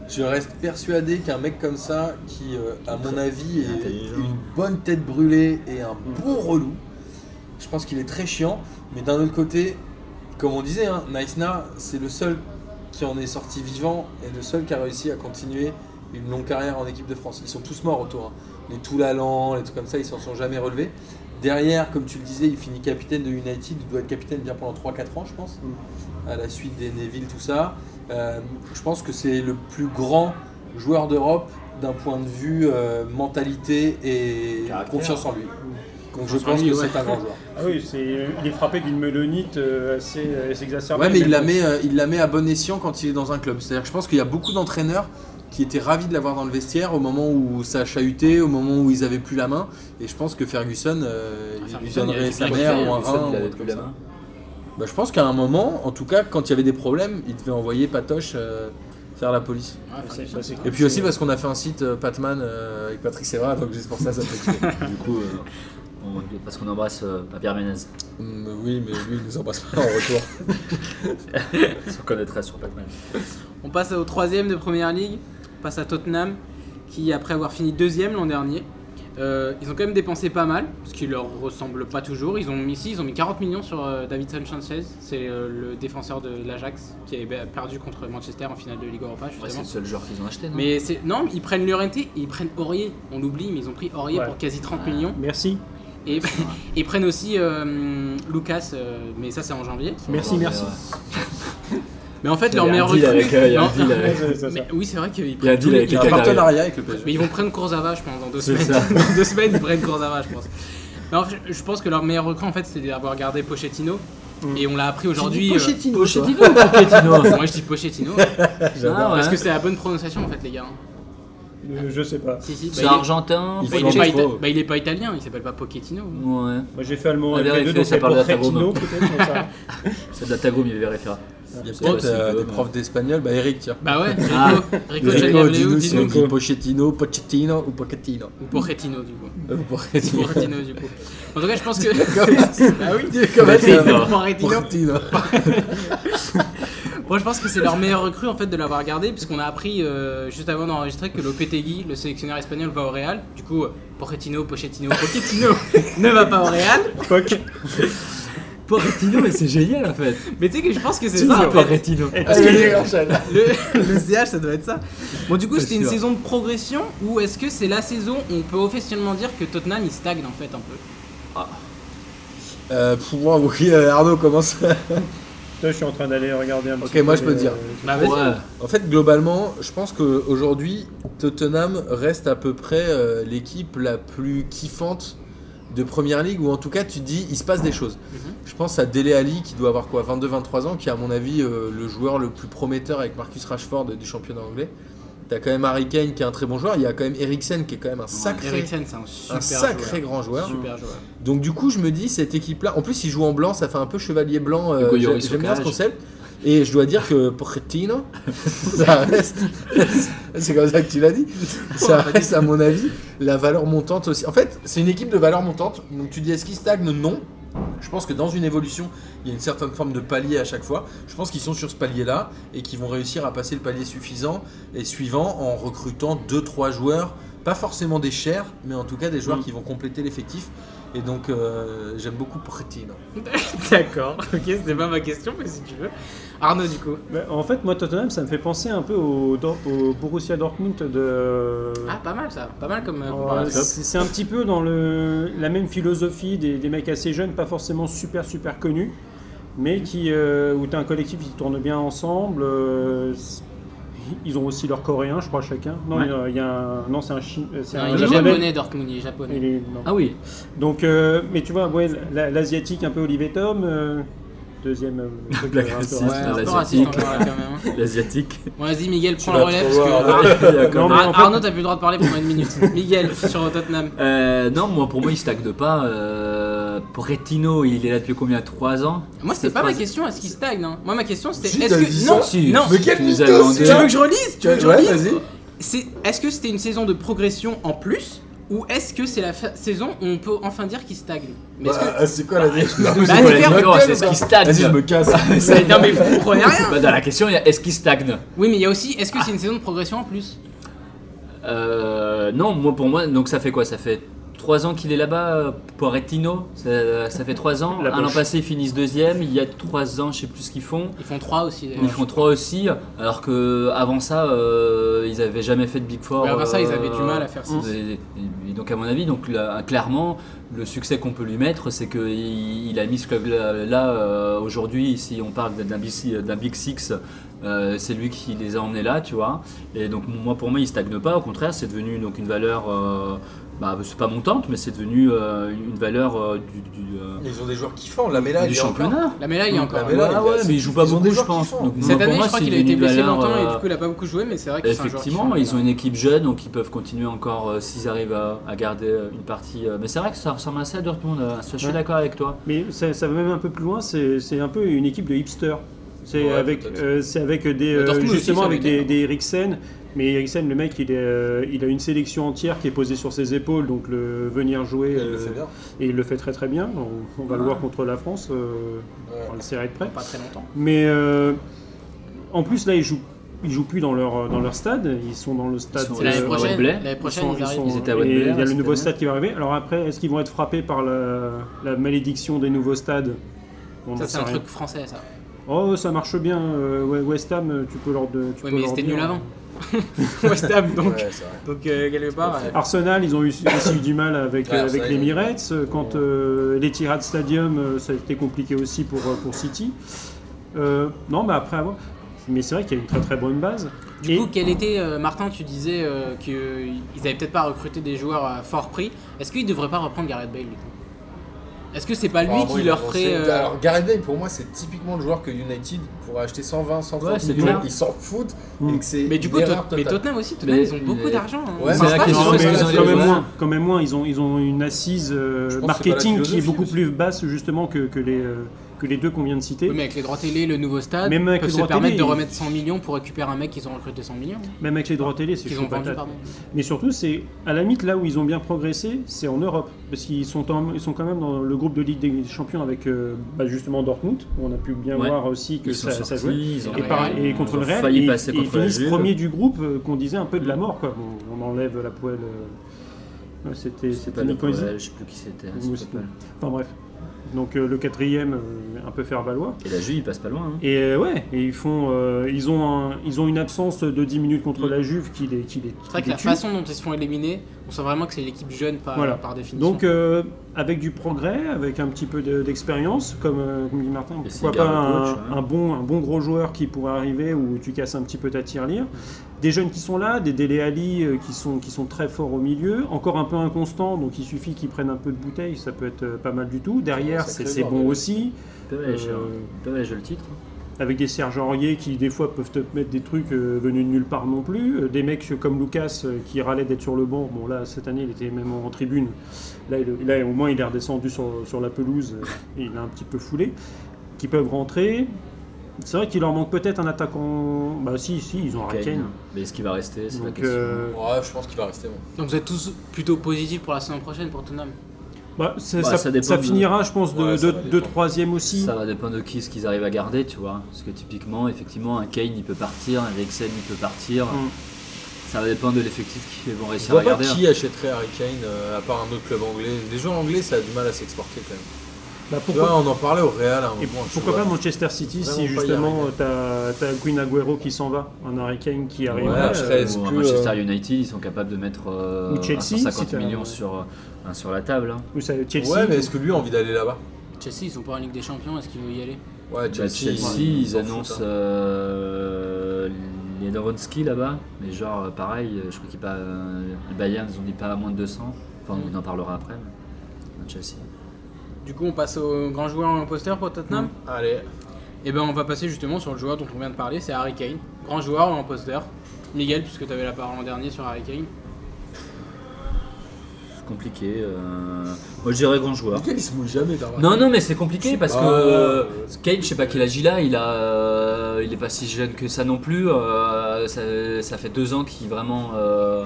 S2: je reste persuadé qu'un mec comme ça qui euh, à mon avis est
S3: Intelligent.
S2: une bonne tête brûlée et un bon relou. Je pense qu'il est très chiant, mais d'un autre côté, comme on disait, hein, Naïsna, c'est le seul qui en est sorti vivant et le seul qui a réussi à continuer une longue carrière en équipe de France. Ils sont tous morts autour. hein. Les Toulalan, les trucs comme ça, ils s'en sont jamais relevés. Derrière, comme tu le disais, il finit capitaine de United, il doit être capitaine bien pendant 3-4 ans, je pense, à la suite des Neville, tout ça. Euh, je pense que c'est le plus grand joueur d'Europe d'un point de vue euh, mentalité et
S3: Caractère.
S2: confiance en lui. Donc je
S1: Confiance en
S2: pense
S1: lui,
S2: que
S1: ouais.
S2: c'est un grand joueur.
S1: <laughs>
S4: Ah oui, c'est- il est frappé d'une mélonite euh, assez, assez exacerbée.
S2: Ouais, mais il la,
S4: bon,
S2: met, euh, il la met à bon escient quand il est dans un club. C'est-à-dire que je pense qu'il y a beaucoup d'entraîneurs qui étaient ravis de l'avoir dans le vestiaire au moment où ça a chahuté, au moment où ils avaient plus la main. Et je pense que Ferguson,
S1: Ah,
S2: euh, il lui
S1: Ferguson, il
S2: donnerait
S1: avait
S2: sa
S1: plus la
S2: mère
S1: main,
S2: ou un
S3: Wilson,
S2: rein.
S3: il
S2: ou un truc
S3: avait plus
S2: comme
S3: la
S2: ça.
S3: main.
S2: Bah, je pense qu'à un moment, en tout cas, quand il y avait des problèmes, il devait envoyer Patoche euh, faire la police.
S1: Ouais,
S4: c'est-
S1: Ferguson.
S4: bah, c'est-
S2: Et puis aussi parce qu'on a fait un site euh, Patman euh, avec Patrick Serra, donc juste pour ça, ça me fait kiffer.
S3: Du coup, euh, on- parce qu'on embrasse euh, Pierre Ménez.
S2: Hum, Oui, mais lui, il nous embrasse pas en retour.
S3: Il se reconnaîtra sur Pac-Man.
S1: On passe au troisième de Première Ligue. On passe à Tottenham, qui après avoir fini deuxième l'an dernier, euh, ils ont quand même dépensé pas mal, ce qui leur ressemble pas toujours. Ils ont mis ici, ils ont mis 40 millions sur euh, Davidson Sanchez, c'est euh, le défenseur de l'Ajax qui avait bah, perdu contre Manchester en finale de Ligue Europa
S3: Ouais, c'est
S1: justement.
S3: le seul joueur qu'ils ont acheté, non
S1: mais c'est non, ils prennent Llorente, ils prennent Aurier, on l'oublie, mais ils ont pris Aurier
S4: Ouais.
S1: pour quasi 30
S3: Ah.
S1: millions
S4: Merci,
S1: et et <laughs> ils prennent aussi euh, Lucas, euh, mais ça c'est en janvier.
S4: merci, merci.
S1: Mais en fait
S3: euh, Il y a
S1: leur
S3: un
S1: meilleur
S3: deal
S1: recrue,
S3: avec, euh, il y a un
S1: Non,
S3: deal avec-
S4: Ouais, c'est- c'est
S1: mais
S4: ça.
S1: oui c'est vrai qu'ils
S3: Il y a un
S1: prennent
S3: deal avec
S2: Il y a un
S3: Kaká derrière.
S2: partenariat avec le PSG.
S1: Mais ils vont prendre Kurzawa, je pense, dans deux
S3: C'est
S1: semaines. <laughs>
S3: ça.
S1: dans deux semaines, ils prennent Kurzawa, je pense. Mais en fait, je- je pense que leur meilleur recrutement, en fait, c'était d'avoir gardé Pochettino.
S4: Mm.
S1: Et on l'a appris aujourd'hui. euh,
S3: Pochettino ou Pochettino
S1: Moi, je dis Pochettino.
S3: Ah, ouais.
S1: Parce que c'est la bonne prononciation, en fait, les gars. hein.
S4: Euh, Je sais pas.
S1: Si, si.
S3: C'est
S1: bah, il est-
S3: argentin.
S2: Il
S1: bah,
S2: faut
S1: il, est pas
S2: l'entendre.
S1: ita- bah, il est pas italien, il s'appelle pas Pochettino.
S3: Ouais.
S4: Moi, j'ai fait allemand
S3: Ah,
S4: avec les deux,
S3: vérifiez,
S4: donc
S3: ça
S4: c'est
S3: parle d'Atago,
S4: Portretino, peut-être. j'en sais rien.
S3: C'est de la Tago, mais il vérifiera.
S2: Il y a
S3: C'est
S2: peut-être
S3: possible,
S2: euh,
S3: ouais.
S2: des profs d'espagnol. Bah, Eric, tiens.
S1: Bah ouais, Rico,
S3: Ah.
S1: Rico
S2: Rico,
S1: Chagnarleu,
S2: dis-nous si on
S1: dis-nous.
S2: dit Pochettino, Pochettino ou Pochettino.
S1: Ou Pochettino, du coup.
S2: Euh, Pochettino.
S1: Pochettino, du coup. En tout cas, je pense que. <laughs>
S2: Bah oui, comment
S3: Pochettino.
S2: ça
S1: Pochettino.
S2: Pochettino.
S1: Moi, je pense que c'est leur meilleur recrue en fait de l'avoir gardé, puisqu'on a appris euh, juste avant d'enregistrer que Lopetegui, le sélectionneur espagnol, va au Real. Du coup, euh, Pochettino, Pochettino, Pochettino ne va pas au Real.
S2: <laughs>
S4: Poc.
S3: Pochettino, mais c'est génial en
S2: <laughs>
S3: fait.
S1: Mais tu sais que je pense que c'est ça. en fait.
S2: Allez,
S1: Le, le CH, ça doit être ça. Bon, du coup,
S3: C'est
S1: c'était une
S3: sûr.
S1: saison de progression, ou est-ce que c'est la saison où on peut officiellement dire que Tottenham il stagne en fait un peu
S2: Euh, pour moi, oui, euh, Arnaud commence.
S4: Toi, je suis en train d'aller regarder un petit
S2: Ok,
S4: peu
S2: moi, je peux
S4: les- euh,
S2: te dire.
S1: Bah,
S3: Ouais.
S1: vas-y.
S2: En fait, globalement, je pense qu'aujourd'hui, Tottenham reste à peu près euh, l'équipe la plus kiffante de Première Ligue, ou en tout cas, tu te dis, il se passe des choses.
S1: Mhm.
S2: Je pense à Dele Ali, qui doit avoir quoi, 22-23 ans, qui est à mon avis euh, le joueur le plus prometteur avec Marcus Rashford du championnat anglais. T'as quand même Harry Kane, qui est un très bon joueur. Il y a quand même Eriksen, qui est quand même un sacré,
S1: Eriksen, c'est un super
S2: un sacré
S1: joueur.
S2: grand joueur.
S1: Super joueur. <laughs>
S2: Donc du coup, je me dis, cette équipe-là, en plus, il joue en blanc, ça fait un peu chevalier blanc. euh,
S3: Hugo
S2: j'ai-
S3: Lloris au
S2: J'aime bien ce
S3: cage.
S2: concept. Et je dois dire que Pochettino, ça reste, c'est comme ça que tu l'as dit, ça reste à mon avis la valeur montante aussi. En fait, c'est une équipe de valeur montante, donc tu dis est-ce qu'ils stagnent Non. Je pense que dans une évolution, il y a une certaine forme de palier à chaque fois. Je pense qu'ils sont sur ce palier-là et qu'ils vont réussir à passer le palier suffisant et suivant en recrutant 2-3 joueurs, pas forcément des chers, mais en tout cas des joueurs
S4: Mm.
S2: qui vont compléter l'effectif. Et donc, euh, j'aime beaucoup Pochettino.
S1: D'accord, ok, c'était pas ma question, mais si tu veux. Arnaud, du coup.
S4: Bah, en fait, moi, Tottenham, ça me fait penser un peu au, Dor- au Borussia Dortmund de.
S1: Ah, pas mal ça, pas mal comme. euh,
S2: Ah,
S4: Alors,
S2: bah,
S1: comparaison.
S4: c'est c'est un petit peu dans le, la même philosophie des, des mecs assez jeunes, pas forcément super super connus, mais qui, euh, où tu as un collectif qui tourne bien ensemble. euh, c- ils ont aussi leur coréen, je crois, chacun. Non,
S3: Ouais.
S4: il y a- il y a un- non, c'est un chi- euh, c'est
S1: Non,
S4: un
S1: il est
S4: japonais.
S1: japonais, Dortmund, il est japonais.
S4: Il est- non.
S3: Ah oui,
S4: Donc, euh, mais tu vois, ouais, la- l'asiatique un peu Olivier Tom, euh, deuxième.
S2: <laughs>
S4: euh, truc,
S3: Black
S4: euh, un peu
S3: raciste.
S1: Ouais,
S4: raciste.
S1: un peu
S3: l'asiatique.
S1: raciste encore là quand même. hein.
S3: <laughs> l'asiatique.
S1: Bon, vas-y, Miguel, prends
S2: vas
S1: le relais parce
S2: trop
S1: que.
S2: voir,
S1: <laughs> Ar-
S3: <laughs> Il y a quand
S4: Non,
S3: même-
S4: mais en fait-
S1: Arnaud, t'as plus le droit de parler pendant une
S4: <laughs>
S1: minute. Miguel, sur Tottenham.
S3: Euh, non, moi pour moi il stagne pas. Euh, Pochettino, il est là depuis combien 3 ans
S1: Moi, c'était
S3: Ça
S1: pas ma
S3: passe-
S1: question, est-ce qu'il stagne hein Moi, ma question, c'était.
S2: Si,
S1: Est-ce
S2: t'as dit
S1: que. Non,
S2: ça.
S3: Si,
S1: non.
S2: Mais quel
S3: tu nous as
S2: mytho,
S3: vendu.
S1: Tu veux que je relise Tu veux que je
S2: Ouais,
S1: relise
S2: vas-y.
S1: C'est- Est-ce que c'était une saison de progression en plus ou est-ce que c'est la fa- saison où on peut enfin dire qu'il stagne Mais est-ce que- Ah,
S2: Bah, C'est quoi la différence
S1: c'est quoi la
S3: différence C'est ce qui stagne.
S2: Vas-y, je me casse.
S1: <laughs> Mais non, mais
S2: <laughs>
S1: vous comprenez rien
S3: Bah, dans la question, il y a est-ce qu'il stagne
S1: Oui, mais il y a aussi, est-ce que c'est une saison de progression en plus
S3: Euh, non, moi pour moi, donc ça fait quoi Ça fait 3 ans qu'il est là-bas, euh, Pochettino ça, ça fait 3 ans.
S4: La
S3: Un an
S4: poche.
S3: passé, ils finissent deuxième. Il y a 3 ans, je sais plus ce qu'ils font.
S1: Ils font 3 aussi. d'ailleurs.
S3: Ils font 3 aussi, alors que avant ça, euh, ils avaient jamais fait de Big Four.
S1: Ouais, avant ça, ils
S3: euh,
S1: avaient du mal à faire six.
S3: et- et donc à mon avis, donc là, clairement, le succès qu'on peut lui mettre, c'est qu'il il a mis ce club là, là, euh, aujourd'hui. Si on parle d'un Big Six- d'un Big Six, euh, c'est lui qui les a emmenés là, tu vois. Et donc moi, pour moi, il stagne pas. Au contraire, c'est devenu donc une valeur. euh, bah, c'est pas montante, mais c'est devenu euh, une valeur euh, du, du, euh,
S2: Ils ont des joueurs kiffants. La Mela,
S3: du
S2: il est encore-
S3: championnat.
S1: La méla, il y a encore.
S2: La
S1: un.
S2: Mais là,
S3: Ah
S2: les
S3: ouais,
S2: gars,
S3: mais il joue pas
S2: ils ont
S3: beaucoup,
S2: des
S3: je
S2: joueurs
S3: pense.
S2: qui font.
S3: Donc, moi,
S1: Cette
S3: pour
S1: année,
S3: moi,
S1: je crois
S3: c'est
S1: qu'il a été
S3: une
S1: blessé
S3: valeur,
S1: longtemps et
S3: euh,
S1: du coup, il a pas beaucoup joué, mais c'est vrai que c'est un joueur qui
S3: Effectivement,
S1: fait un
S3: ils ont
S1: peu
S3: une équipe jeune, donc ils peuvent continuer encore euh, s'ils arrivent à, à garder euh, une partie. euh, mais c'est vrai que ça ressemble assez à Dortmund. euh, ça, je suis
S4: Ouais.
S3: d'accord avec toi.
S4: Mais ça, ça va même un peu plus loin, c'est c'est un peu une équipe de hipsters. C'est
S2: Ouais,
S4: avec,
S2: peut-être.
S4: euh, c'est avec des,
S1: Bah,
S4: euh,
S1: Dortmund aussi,
S4: justement
S1: ça
S4: avec
S1: m'étonne.
S4: des, des Eriksen. Mais Eriksen, le mec, il, est, euh, il a une sélection entière qui est posée sur ses épaules, donc le venir jouer,
S2: Il le
S4: euh,
S2: fait bien.
S4: et il le fait très très bien. On, on va le voir contre la France, euh,
S2: Ouais.
S4: on le serrer de près.
S1: Pas très longtemps.
S4: Mais euh, en plus, là, ils jouent, ils jouent plus dans leur, euh, dans leur stade, ils sont dans le stade.
S3: sont
S1: C'est
S3: Ils
S1: l'année
S3: sont à
S1: prochaine.
S3: Wembley.
S1: L'année
S4: Ils
S1: prochaine,
S4: sont-
S1: ils,
S4: ils
S1: arrivent.
S4: sont-
S3: Ils étaient à
S4: et
S3: Wembley,
S4: Il y a le
S3: cette
S4: nouveau
S3: année.
S4: stade qui va arriver. Alors après, est-ce qu'ils vont être frappés par la, la malédiction des nouveaux stades On
S1: Ça,
S4: n'en
S1: c'est
S4: sait
S1: un
S4: rien.
S1: truc français, ça.
S4: Oh, ça marche bien. euh, ouais, West Ham, euh, tu peux leur. de- Tu
S1: Ouais,
S4: peux
S1: mais
S4: leur
S1: c'était
S4: dire.
S1: nul avant. West Ham, donc.
S2: Ouais, c'est vrai.
S1: Donc, euh, quelque part.
S2: C'est
S1: ouais.
S4: Arsenal, ils ont eu aussi eu du mal avec,
S2: Ouais,
S4: euh,
S2: Arsenal,
S4: avec
S2: ils ont-
S4: les Emirates. euh, Quand euh, l'Etihad Stadium, euh, ça a été compliqué aussi pour, euh, pour City. Euh, non, mais après avoir. Mais c'est vrai qu'il y a une très très bonne base.
S1: Du
S4: Et-
S1: coup, quel était, euh, Martin, tu disais euh, qu'ils n'avaient peut-être pas recruté des joueurs à fort prix. Est-ce qu'ils ne devraient pas reprendre Gareth Bale, du coup Est-ce que c'est pas lui
S2: Apparemment,
S1: qui
S2: il
S1: leur
S2: a
S1: ferait.
S2: lancé-
S1: euh,
S2: Alors, Gareth Bale, pour moi, c'est typiquement le joueur que United pourrait acheter 120, 130
S3: Ouais, c'est
S2: millions.
S3: clair.
S2: Ils s'en foutent.
S4: Mm.
S2: Et que c'est
S1: Mais du
S2: une
S1: coup, Tot-
S2: erreur
S1: mais
S2: totale.
S1: Tottenham aussi, Tottenham,
S3: Mais-
S1: ils ont beaucoup
S3: mais-
S1: d'argent. hein.
S2: Ouais,
S1: Ils
S2: mais
S1: savent
S2: la
S1: pas
S2: question,
S1: comment
S4: Non, mais
S2: c'est
S1: ils
S2: ça,
S1: sont
S4: quand
S1: les
S4: quand même
S1: joueurs.
S4: moins, quand même moins. Ils ont, ils ont une assise euh,
S2: Je pense que c'est pas la
S4: marketing qui est
S2: philosophie
S4: beaucoup
S2: aussi.
S4: plus basse justement que, que les, euh, que les deux qu'on vient de citer.
S1: Oui, mais avec les droits télé, le nouveau stade,
S4: Même avec
S1: peuvent
S4: les
S1: se
S4: droits
S1: permettre
S4: télé,
S1: de
S4: ils-
S1: remettre 100 millions pour récupérer un mec qu'ils ont recruté 100 millions.
S4: Même avec les droits télé, c'est
S1: Qu'ils
S4: chaud
S1: ont vendu,
S4: patate.
S1: pardon.
S4: Mais surtout, c'est à la limite là où ils ont bien progressé, c'est en Europe, parce qu'ils sont en- ils sont quand même dans le groupe de Ligue des Champions avec euh, bah, justement Dortmund. où On a pu bien
S3: Ouais.
S4: voir aussi que
S3: Ils
S4: ça,
S3: sont
S4: ça
S3: sortis,
S4: jouait.
S3: ils ont
S4: Et, par-
S1: Ouais,
S4: et contre
S3: ils ont
S4: le Real,
S3: failli
S4: ils-
S3: passer
S4: ils
S3: contre la
S4: finissent
S3: Juve.
S4: premier du groupe euh, qu'on disait un peu de la mort. Quoi. On, on enlève la poêle. euh, ouais, C'était
S3: C'était
S4: c'était
S3: pas le
S4: Nicosie.
S3: Corel, je sais plus qui c'était.
S4: Ou
S3: c'était
S4: c'était-
S3: pas-
S4: Enfin bref. Donc euh, le quatrième, euh, un peu faire valoir.
S3: Et la Juve, il passe pas loin. hein.
S4: Et euh, ouais, et ils font, euh, ils ont, un- ils ont une absence de 10 minutes contre
S1: Mm.
S4: la Juve qui les, qui les,
S1: C'est vrai
S4: qui
S1: que
S4: les
S1: la
S4: tue.
S1: façon dont ils se font éliminer, on sent vraiment que c'est l'équipe jeune par,
S4: Voilà.
S1: par définition.
S4: Donc euh, avec du progrès, avec un petit peu de- d'expérience, comme, euh, comme dit Martin,
S3: Et
S4: pourquoi
S3: c'est
S4: pas
S3: garde
S4: un,
S3: coach, hein.
S4: un bon, un bon gros joueur qui pourrait arriver où tu casses un petit peu ta tirelire. Des jeunes qui sont là, des Dele Ali euh, qui sont, qui sont très forts au milieu, encore un peu inconstants, donc il suffit qu'ils prennent un peu de bouteille, ça peut être euh, pas mal du tout. Derrière,
S2: sacré
S4: c'est c'est
S2: bordel.
S4: bon aussi.
S3: Ils peuvent aller chercher- hein.
S4: Euh,
S3: ils peuvent aller jouer le titre. hein.
S4: avec des Serge Aurier qui des fois peuvent te mettre des trucs euh, venus de nulle part non plus, Euh, des mecs comme Lucas euh, qui râlait d'être sur le banc, bon là cette année il était même en tribune, là, il- là, au moins il est redescendu sur, sur la pelouse, euh, et il a un petit peu foulé, qui peuvent rentrer. C'est vrai qu'il leur manque peut-être un attaquant, bah si, si, ils ont
S3: Kane.
S4: Raken.
S3: Mais est-ce qu'il va rester C'est la
S4: Donc
S3: question. hein.
S4: euh,
S2: Ouais, je pense qu'il va rester bon.
S1: Donc vous êtes tous plutôt positifs pour la saison prochaine pour Tottenham.
S4: bah, ça,
S3: Bah,
S4: ça-
S3: ça dépend
S4: ça
S3: de-
S4: finira je pense de,
S2: Ouais, ça
S4: de-
S2: va
S4: de
S2: dépendre.
S4: troisième aussi. Bah,
S3: Ça va dépendre de qui ce qu'ils arrivent à garder, tu vois. Parce que typiquement, effectivement, un Kane il peut partir, un Vexen il peut partir.
S4: Mm.
S3: Ça va dépendre de l'effectif qu'ils vont
S2: Je
S3: réussir à
S2: vois pas
S3: garder.
S2: qui achèterait Harry Kane euh, à part un autre club anglais. Les joueurs anglais, ça a du mal à s'exporter quand même.
S4: Bah,
S2: Tu
S4: pourquoi
S2: vois, on en parlait au Real à un
S4: Et
S2: moment. je
S4: pourquoi
S2: vois.
S4: pas Manchester City
S2: Vraiment pas y
S4: si justement
S2: arriver.
S4: t'as as Queen Aguero qui s'en va, un Harry Kane qui arrive.
S2: Ouais,
S4: là,
S2: je
S4: euh,
S2: serais- est-ce
S3: Ou un
S2: que,
S3: Manchester
S2: euh,
S3: United, ils sont capables de mettre euh,
S4: Ou Chelsea,
S3: 150
S4: si t'as-
S3: millions sur, euh, sur la table. hein.
S4: ou ça- Chelsea,
S2: Ouais, mais est-ce que lui a envie d'aller là-bas
S1: Chelsea, ils sont pas en Ligue des Champions, est-ce qu'ils veulent y aller
S2: Ouais,
S3: Bah, Chelsea, ils
S2: s'en
S3: annoncent
S2: foutent, hein.
S3: euh, Lewandowski là-bas, mais genre euh, pareil, euh, je crois qu'il pas euh, le Bayern, ils ont dit pas à moins de 200. Enfin, on en parlera après. mais- Chelsea.
S1: Du coup, on passe au grand joueur en imposteur pour Tottenham.
S2: Allez,
S1: Et ben on va passer justement sur le joueur dont on vient de parler, c'est Harry Kane. Grand joueur en imposteur. Miguel, puisque tu avais la parole en dernier sur Harry Kane.
S3: C'est compliqué. euh, Moi, je dirais grand joueur.
S2: Pourquoi il se mouille jamais dans
S3: Non, non, mais c'est compliqué parce que
S2: pas,
S3: euh,
S2: euh,
S3: Kane, je sais pas quel âge il a, il, a, euh, il est pas si jeune que ça non plus. euh, ça, ça fait deux ans qu'il vraiment. euh,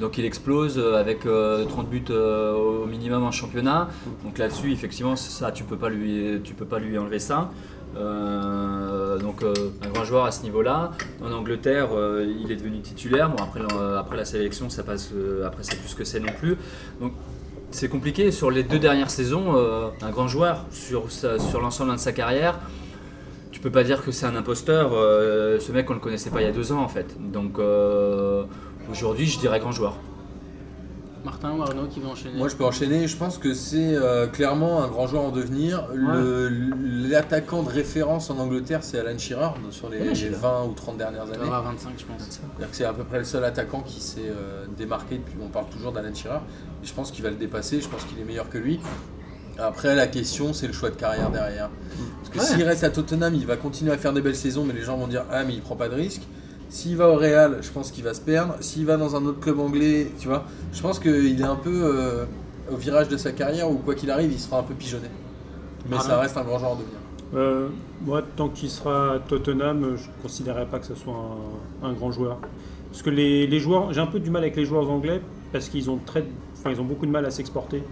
S3: donc il explose euh, avec euh, 30 buts euh, au minimum en championnat. Donc là-dessus, effectivement, ça, tu peux pas lui, tu peux pas lui enlever ça. Euh, donc euh, un grand joueur à ce niveau-là. En Angleterre, euh, il est devenu titulaire. Bon, après, l'en- après la sélection, ça passe. euh, après, c'est plus ce que c'est non plus. Donc c'est compliqué. Sur les deux dernières saisons, euh, un grand joueur sur, sa- sur l'ensemble de sa carrière, tu peux pas dire que c'est un imposteur. euh, ce mec, on le connaissait pas il y a deux ans en fait. Donc euh, aujourd'hui, je dirais grand joueur.
S1: Martin ou Arnaud qui va enchaîner.
S2: Moi, je peux enchaîner. Je pense que c'est euh, clairement un grand joueur en devenir. Le- L'attaquant de référence en Angleterre, c'est Alan Shearer donc sur les,
S3: Alan Shearer.
S2: 20 ou 30 dernières
S1: Ça
S2: années.
S1: va à 25, je pense.
S2: C'est-à-dire que c'est à peu près le seul attaquant qui s'est euh, démarqué depuis. On parle toujours d'Alan Shearer. Et je pense qu'il va le dépasser. Je pense qu'il est meilleur que lui. Après, la question, c'est le choix de carrière derrière. Parce que
S3: Ouais.
S2: s'il reste à Tottenham, il va continuer à faire des belles saisons, mais les gens vont dire Ah, mais il prend pas de risque. S'il va au Real, je pense qu'il va se perdre. S'il va dans un autre club anglais, tu vois, je pense qu'il est un peu euh, au virage de sa carrière ou quoi qu'il arrive, il sera un peu pigeonné. Mais
S1: Ah
S2: ça
S1: ouais.
S2: reste un grand joueur de devenir.
S4: Euh, moi, tant qu'il sera à Tottenham, euh, je ne considérerais pas que ce soit un, un grand joueur. Parce que les, les joueurs, j'ai un peu du mal avec les joueurs anglais parce qu'ils ont très, enfin, ils ont beaucoup de mal à s'exporter.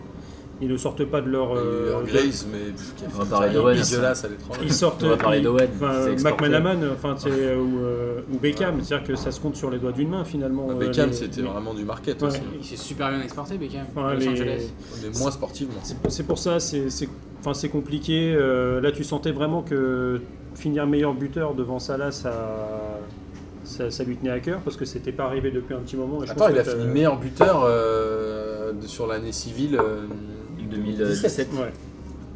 S4: Ils ne sortent pas de leur. euh,
S2: Leur Graves, mais pff, qui a
S3: On
S2: fait
S3: va
S2: une
S3: parler
S2: carrière
S3: d'Owen,
S2: dégueulasse à l'étranger.
S4: Ils sortent.
S3: On va parler
S4: ils-
S3: d'Owen,
S4: enfin,
S3: c'est exporté.
S4: McManaman, enfin, c'est, euh, ou, euh, ou Beckham, c'est-à-dire que ça se compte sur les doigts d'une main finalement. euh,
S2: Ah, Beckham,
S4: les-
S2: c'était
S4: les-
S2: vraiment du market
S4: Ouais.
S2: aussi.
S1: Il s'est super bien exporté, Beckham.
S4: enfin,
S1: Los
S4: les-
S1: Angeles.
S2: Mais moins sportivement.
S4: C'est- C'est pour ça, c'est c'est- enfin, c'est compliqué. Euh, là, tu sentais vraiment que finir meilleur buteur devant Salah, ça, ça, ça lui tenait à cœur parce que c'était pas arrivé depuis un petit moment. et je
S2: Attends,
S4: pense
S2: il a
S4: que t'as-
S2: fini meilleur buteur euh, de- sur l'année civile euh,
S3: 2017.
S4: Ouais.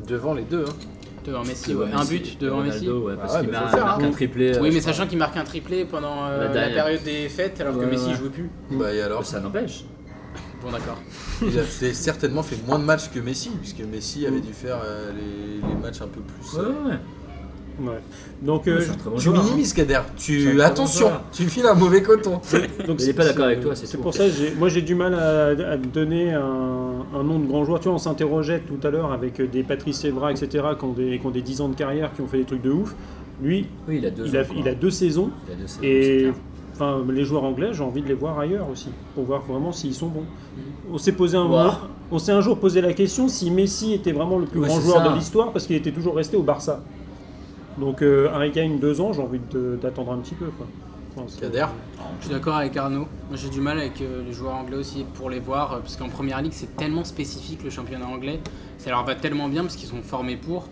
S2: devant les deux. hein.
S1: Devant Messi, ouais. Un but devant Messi.
S3: Ronaldo, ouais, parce
S2: Ah ouais,
S3: qu'il
S2: mais
S3: mar-
S2: faut le faire,
S3: marque
S2: hein.
S3: un triplé.
S1: Oui,
S3: euh,
S1: mais
S3: je crois.
S1: sachant qu'il marque un triplé pendant euh,
S3: La
S1: la,
S3: dernière.
S1: période des fêtes, alors que
S3: Ouais,
S1: Messi
S3: ouais.
S1: jouait plus.
S2: Bah et alors
S3: Ça n'empêche.
S1: Bon, d'accord.
S2: Il a fait- certainement fait moins de matchs que Messi, puisque Messi avait dû faire euh, les, les matchs un peu plus.
S3: Ouais,
S2: euh,
S3: ouais.
S4: Ouais. Donc, euh,
S3: C'est un très bon
S2: Tu
S3: joueur, hein.
S2: minimises Kader,
S3: C'est un
S2: tu
S3: très bon
S2: attention,
S3: joueur.
S2: tu files un mauvais
S4: <laughs>
S2: coton.
S4: donc
S3: hein. Il est
S4: c'est-
S3: pas d'accord
S4: c'est-
S3: avec toi, c'est
S4: C'est
S3: tout.
S4: pour ça, que j'ai- moi j'ai du mal à, à donner un, un nom de grand joueur. Tu vois, on s'interrogeait tout à l'heure avec des Patrice Evra, etc., qui ont, des, qui ont des 10 ans de carrière, qui ont fait des trucs de ouf. Lui,
S3: Oui, il a deux
S4: il a,
S3: ans, quoi.
S4: il a deux saisons.
S3: Il a deux saisons, c'est
S4: Et
S3: clair.
S4: enfin, les joueurs anglais, j'ai envie de les voir ailleurs aussi, pour voir vraiment s'ils sont bons. On s'est posé un,
S3: Wow.
S4: on s'est un jour posé la question si Messi était vraiment le plus
S3: Ouais,
S4: grand
S3: c'est
S4: joueur
S3: ça.
S4: de l'histoire parce qu'il était toujours resté au Barça. Donc euh, Harry Kane deux ans, j'ai envie de- d'attendre un petit peu. Quoi. Enfin, c'est-
S2: Kader.
S1: Je suis d'accord avec Arnaud. Moi, j'ai du mal avec euh, les joueurs anglais aussi pour les voir, euh, parce qu'en première ligue, c'est tellement spécifique le championnat anglais. Ça leur va tellement bien parce qu'ils sont formés pour.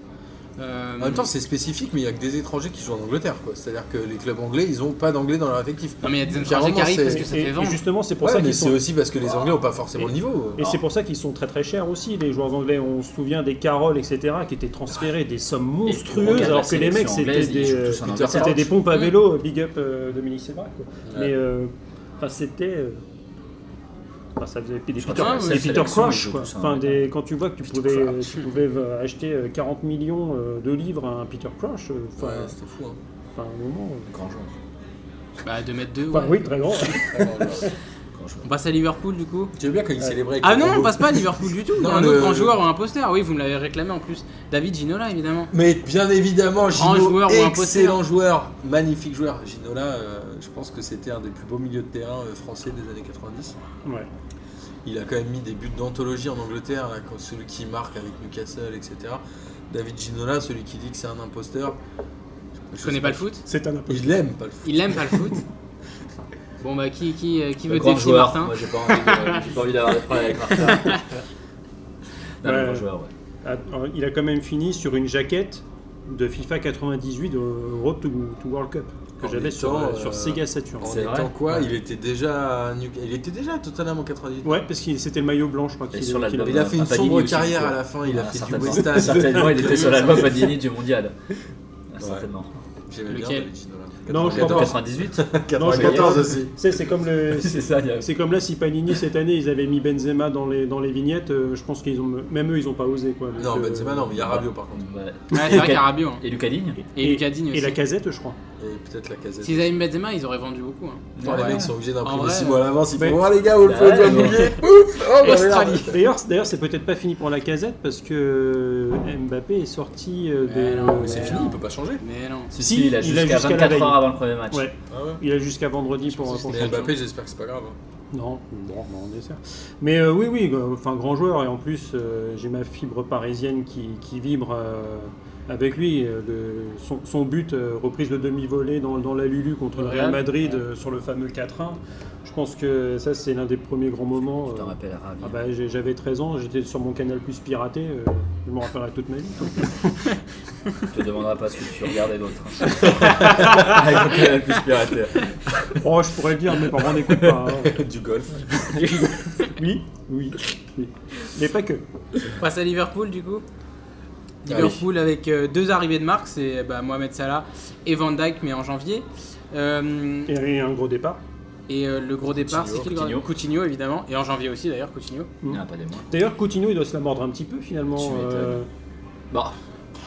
S1: Euh,
S2: En même temps, c'est spécifique, mais il y a que des étrangers qui jouent en Angleterre. quoi. C'est-à-dire que les clubs anglais, ils ont pas d'anglais dans leur effectif.
S1: Non, mais il y a des
S2: Clairement,
S1: étrangers qui arrivent
S2: c'est-
S1: parce que ça
S4: Et,
S1: fait
S4: et
S1: vendre.
S4: justement, c'est pour
S2: Ouais,
S4: ça
S2: mais
S4: qu'ils
S2: c'est
S4: sont.
S2: aussi parce que les Anglais ont pas forcément le niveau.
S4: Et c'est pour ça qu'ils sont très très chers aussi, les joueurs anglais. On se souvient des Carols, etc., qui étaient transférés des sommes
S3: Et tu
S4: monstrueuses,
S3: regardes la
S4: alors que les mecs,
S3: sélection
S4: c'était
S3: anglaise, ils
S4: des,
S3: jouent tous en
S2: Peter
S3: Angleterre.
S4: c'était des pompes à
S1: Mm.
S4: vélo, big up euh, Dominique Sévrac. quoi.
S2: Ouais.
S4: Mais euh, enfin, c'était. euh, enfin, ça faisait des Peter,
S3: crois
S1: que
S4: Crouch,
S1: c'est la
S4: des
S3: sélection,
S4: Peter Crouch,
S3: ils jouent
S4: quoi.
S3: tous en
S4: Enfin,
S3: Angleterre.
S4: des- quand tu vois que tu pouvais, euh, tu pouvais euh, acheter euh, 40 millions euh, de livres à un Peter Crouch, euh, enfin,
S2: Ouais, c'était fou. hein.
S4: <laughs> enfin, à un moment. euh,
S3: Grand joueur.
S1: Bah, 2 mètres 2.
S4: enfin, oui,
S3: <laughs>
S4: très grand.
S3: Grand joueur.
S1: On passe à Liverpool du coup.
S2: J'aime bien quand ils célébraient. avec
S1: Ah
S2: le
S1: non, on
S2: combo.
S1: passe pas à Liverpool du tout. Il y a
S2: Non,
S1: un
S2: le-
S1: autre grand joueur ou un poster. Oui, vous me l'avez réclamé en plus. David Ginola, évidemment.
S2: Mais bien évidemment,
S1: Grand
S2: Gino,
S1: joueur ou un
S2: excellent joueur, magnifique joueur. Ginola, euh, je pense que c'était un des plus beaux milieux de terrain euh, français des années 90.
S4: Ouais.
S2: Il a quand même mis des buts d'anthologie en Angleterre, là, comme celui qui marque avec Newcastle, etc. David Ginola, celui qui dit que c'est un imposteur.
S1: Je connais pas le foot.
S4: C'est un imposteur.
S2: Il l'aime pas le foot.
S1: Il aime pas le foot. Bon, bah, qui, qui, euh, qui
S3: Le
S1: veut
S3: grand
S1: défier
S3: joueur.
S1: Martin
S3: Moi, j'ai pas envie de- j'ai pas envie d'avoir des problèmes avec
S4: <laughs>
S3: Martin. Non,
S4: Ouais.
S3: le grand joueur, ouais.
S4: Ah, Il a quand même fini sur une jaquette de FIFA 98 de Road to, to World Cup que
S2: En
S4: j'avais sur,
S2: étant,
S4: euh, sur
S2: euh,
S4: Sega Saturn.
S2: En
S3: Oh, C'est
S2: étant
S3: vrai.
S2: quoi
S3: Ouais.
S2: Il était déjà à New- il était déjà à Tottenham en 98.
S4: Ouais, parce que c'était le maillot blanc, je crois. qu'il-
S3: sur
S4: qu'il
S3: l'album.
S4: avait-
S2: Il a fait une
S3: Paganini
S2: sombre
S3: aussi,
S2: carrière
S3: quoi.
S2: à la fin, il a
S3: Ah,
S2: fait du
S3: certainement.
S2: West Ham.
S3: Certainement, il était sur l'album Panini du mondial. Ah, Certainement.
S2: J'aimais bien
S1: Lequel
S2: David Ginola.
S4: Non, je
S3: En
S4: crois pas.
S3: 98
S4: Non, je
S2: 94
S4: crois pas.
S2: aussi.
S4: Tu sais, c'est comme le.
S3: C'est ça, il y a-
S4: C'est comme là, si Panini cette année ils avaient mis Benzema dans les, dans les vignettes, euh, je pense qu'ils ont même eux ils ont pas osé quoi. Donc,
S2: Non,
S4: euh,
S2: Benzema non, mais il y a Rabiot par contre.
S3: Ouais.
S1: Ouais, c'est vrai qu'il y a Rabiot, hein.
S3: Et Lucas Digne
S1: Et, Lucas Digne
S4: Et
S1: aussi.
S4: la casette, je crois.
S2: Et peut-être la casette.
S1: S'ils avaient mis Benzema, ils auraient vendu beaucoup. hein.
S2: Attends, les mecs sont obligés
S1: En
S2: d'imprimer
S1: vrai, euh,
S2: 6 mois à l'avance. Ils
S4: mais-
S2: font voir les gars où le
S3: Bah
S2: podium
S1: <laughs>
S3: ouais,
S2: mouillé. Pouf Oh bah merde
S1: Australie.
S4: D'ailleurs, c'est- d'ailleurs, c'est peut-être pas fini pour la casette parce que euh, Mbappé est sorti euh,
S1: Mais
S4: des.
S1: non,
S2: Mais C'est fini, il peut pas changer.
S1: Mais non.
S3: Si,
S4: Si,
S3: si, il a
S4: il a
S3: jusqu'à
S4: jusqu'à la
S3: 24
S4: veille.
S3: heures avant le premier match.
S4: Ouais,
S2: Ah
S4: il a jusqu'à vendredi pour, pour
S2: Mais
S4: changer.
S2: Mbappé, j'espère que c'est pas grave. hein.
S4: Non, bon, bon, on est sûr. Mais euh, oui, oui, euh, enfin grand joueur et en plus euh, j'ai ma fibre parisienne qui, qui vibre euh, avec lui. Euh, le- son, son but, euh, reprise de demi-volée dans, dans la Lulu contre le Real
S1: Real.
S4: Madrid euh, sur le fameux 4-1. Je pense que ça c'est l'un des premiers grands moments.
S3: Je t'en
S4: euh,
S3: rappelle à Ravi.
S4: ah bah, j'ai- j'avais 13 ans, j'étais sur mon canal plus piraté, euh, je m'en rappellerai toute ma vie. quoi.
S3: Je te demanderai pas ce que tu regardes et d'autres. Avec le canal plus piraté.
S4: Oh, je pourrais le dire, mes parents n'écoutent pas. hein.
S2: <laughs> Du golf.
S4: Oui, oui, oui. Mais pas que.
S1: On passe à Liverpool du coup. Liverpool avec euh, deux arrivées de marque, c'est bah, Mohamed Salah et Van Dijk, mais en janvier. Euh,
S4: Et un gros départ.
S1: et euh, le gros départ, c'est qui le gros-
S3: Coutinho.
S1: Coutinho, évidemment. Et en janvier aussi d'ailleurs, Coutinho.
S3: Il n'y en a pas des mois.
S4: D'ailleurs, Coutinho, il doit se la mordre un petit peu finalement.
S3: Tu m'étonnes.
S4: euh,
S3: Bah,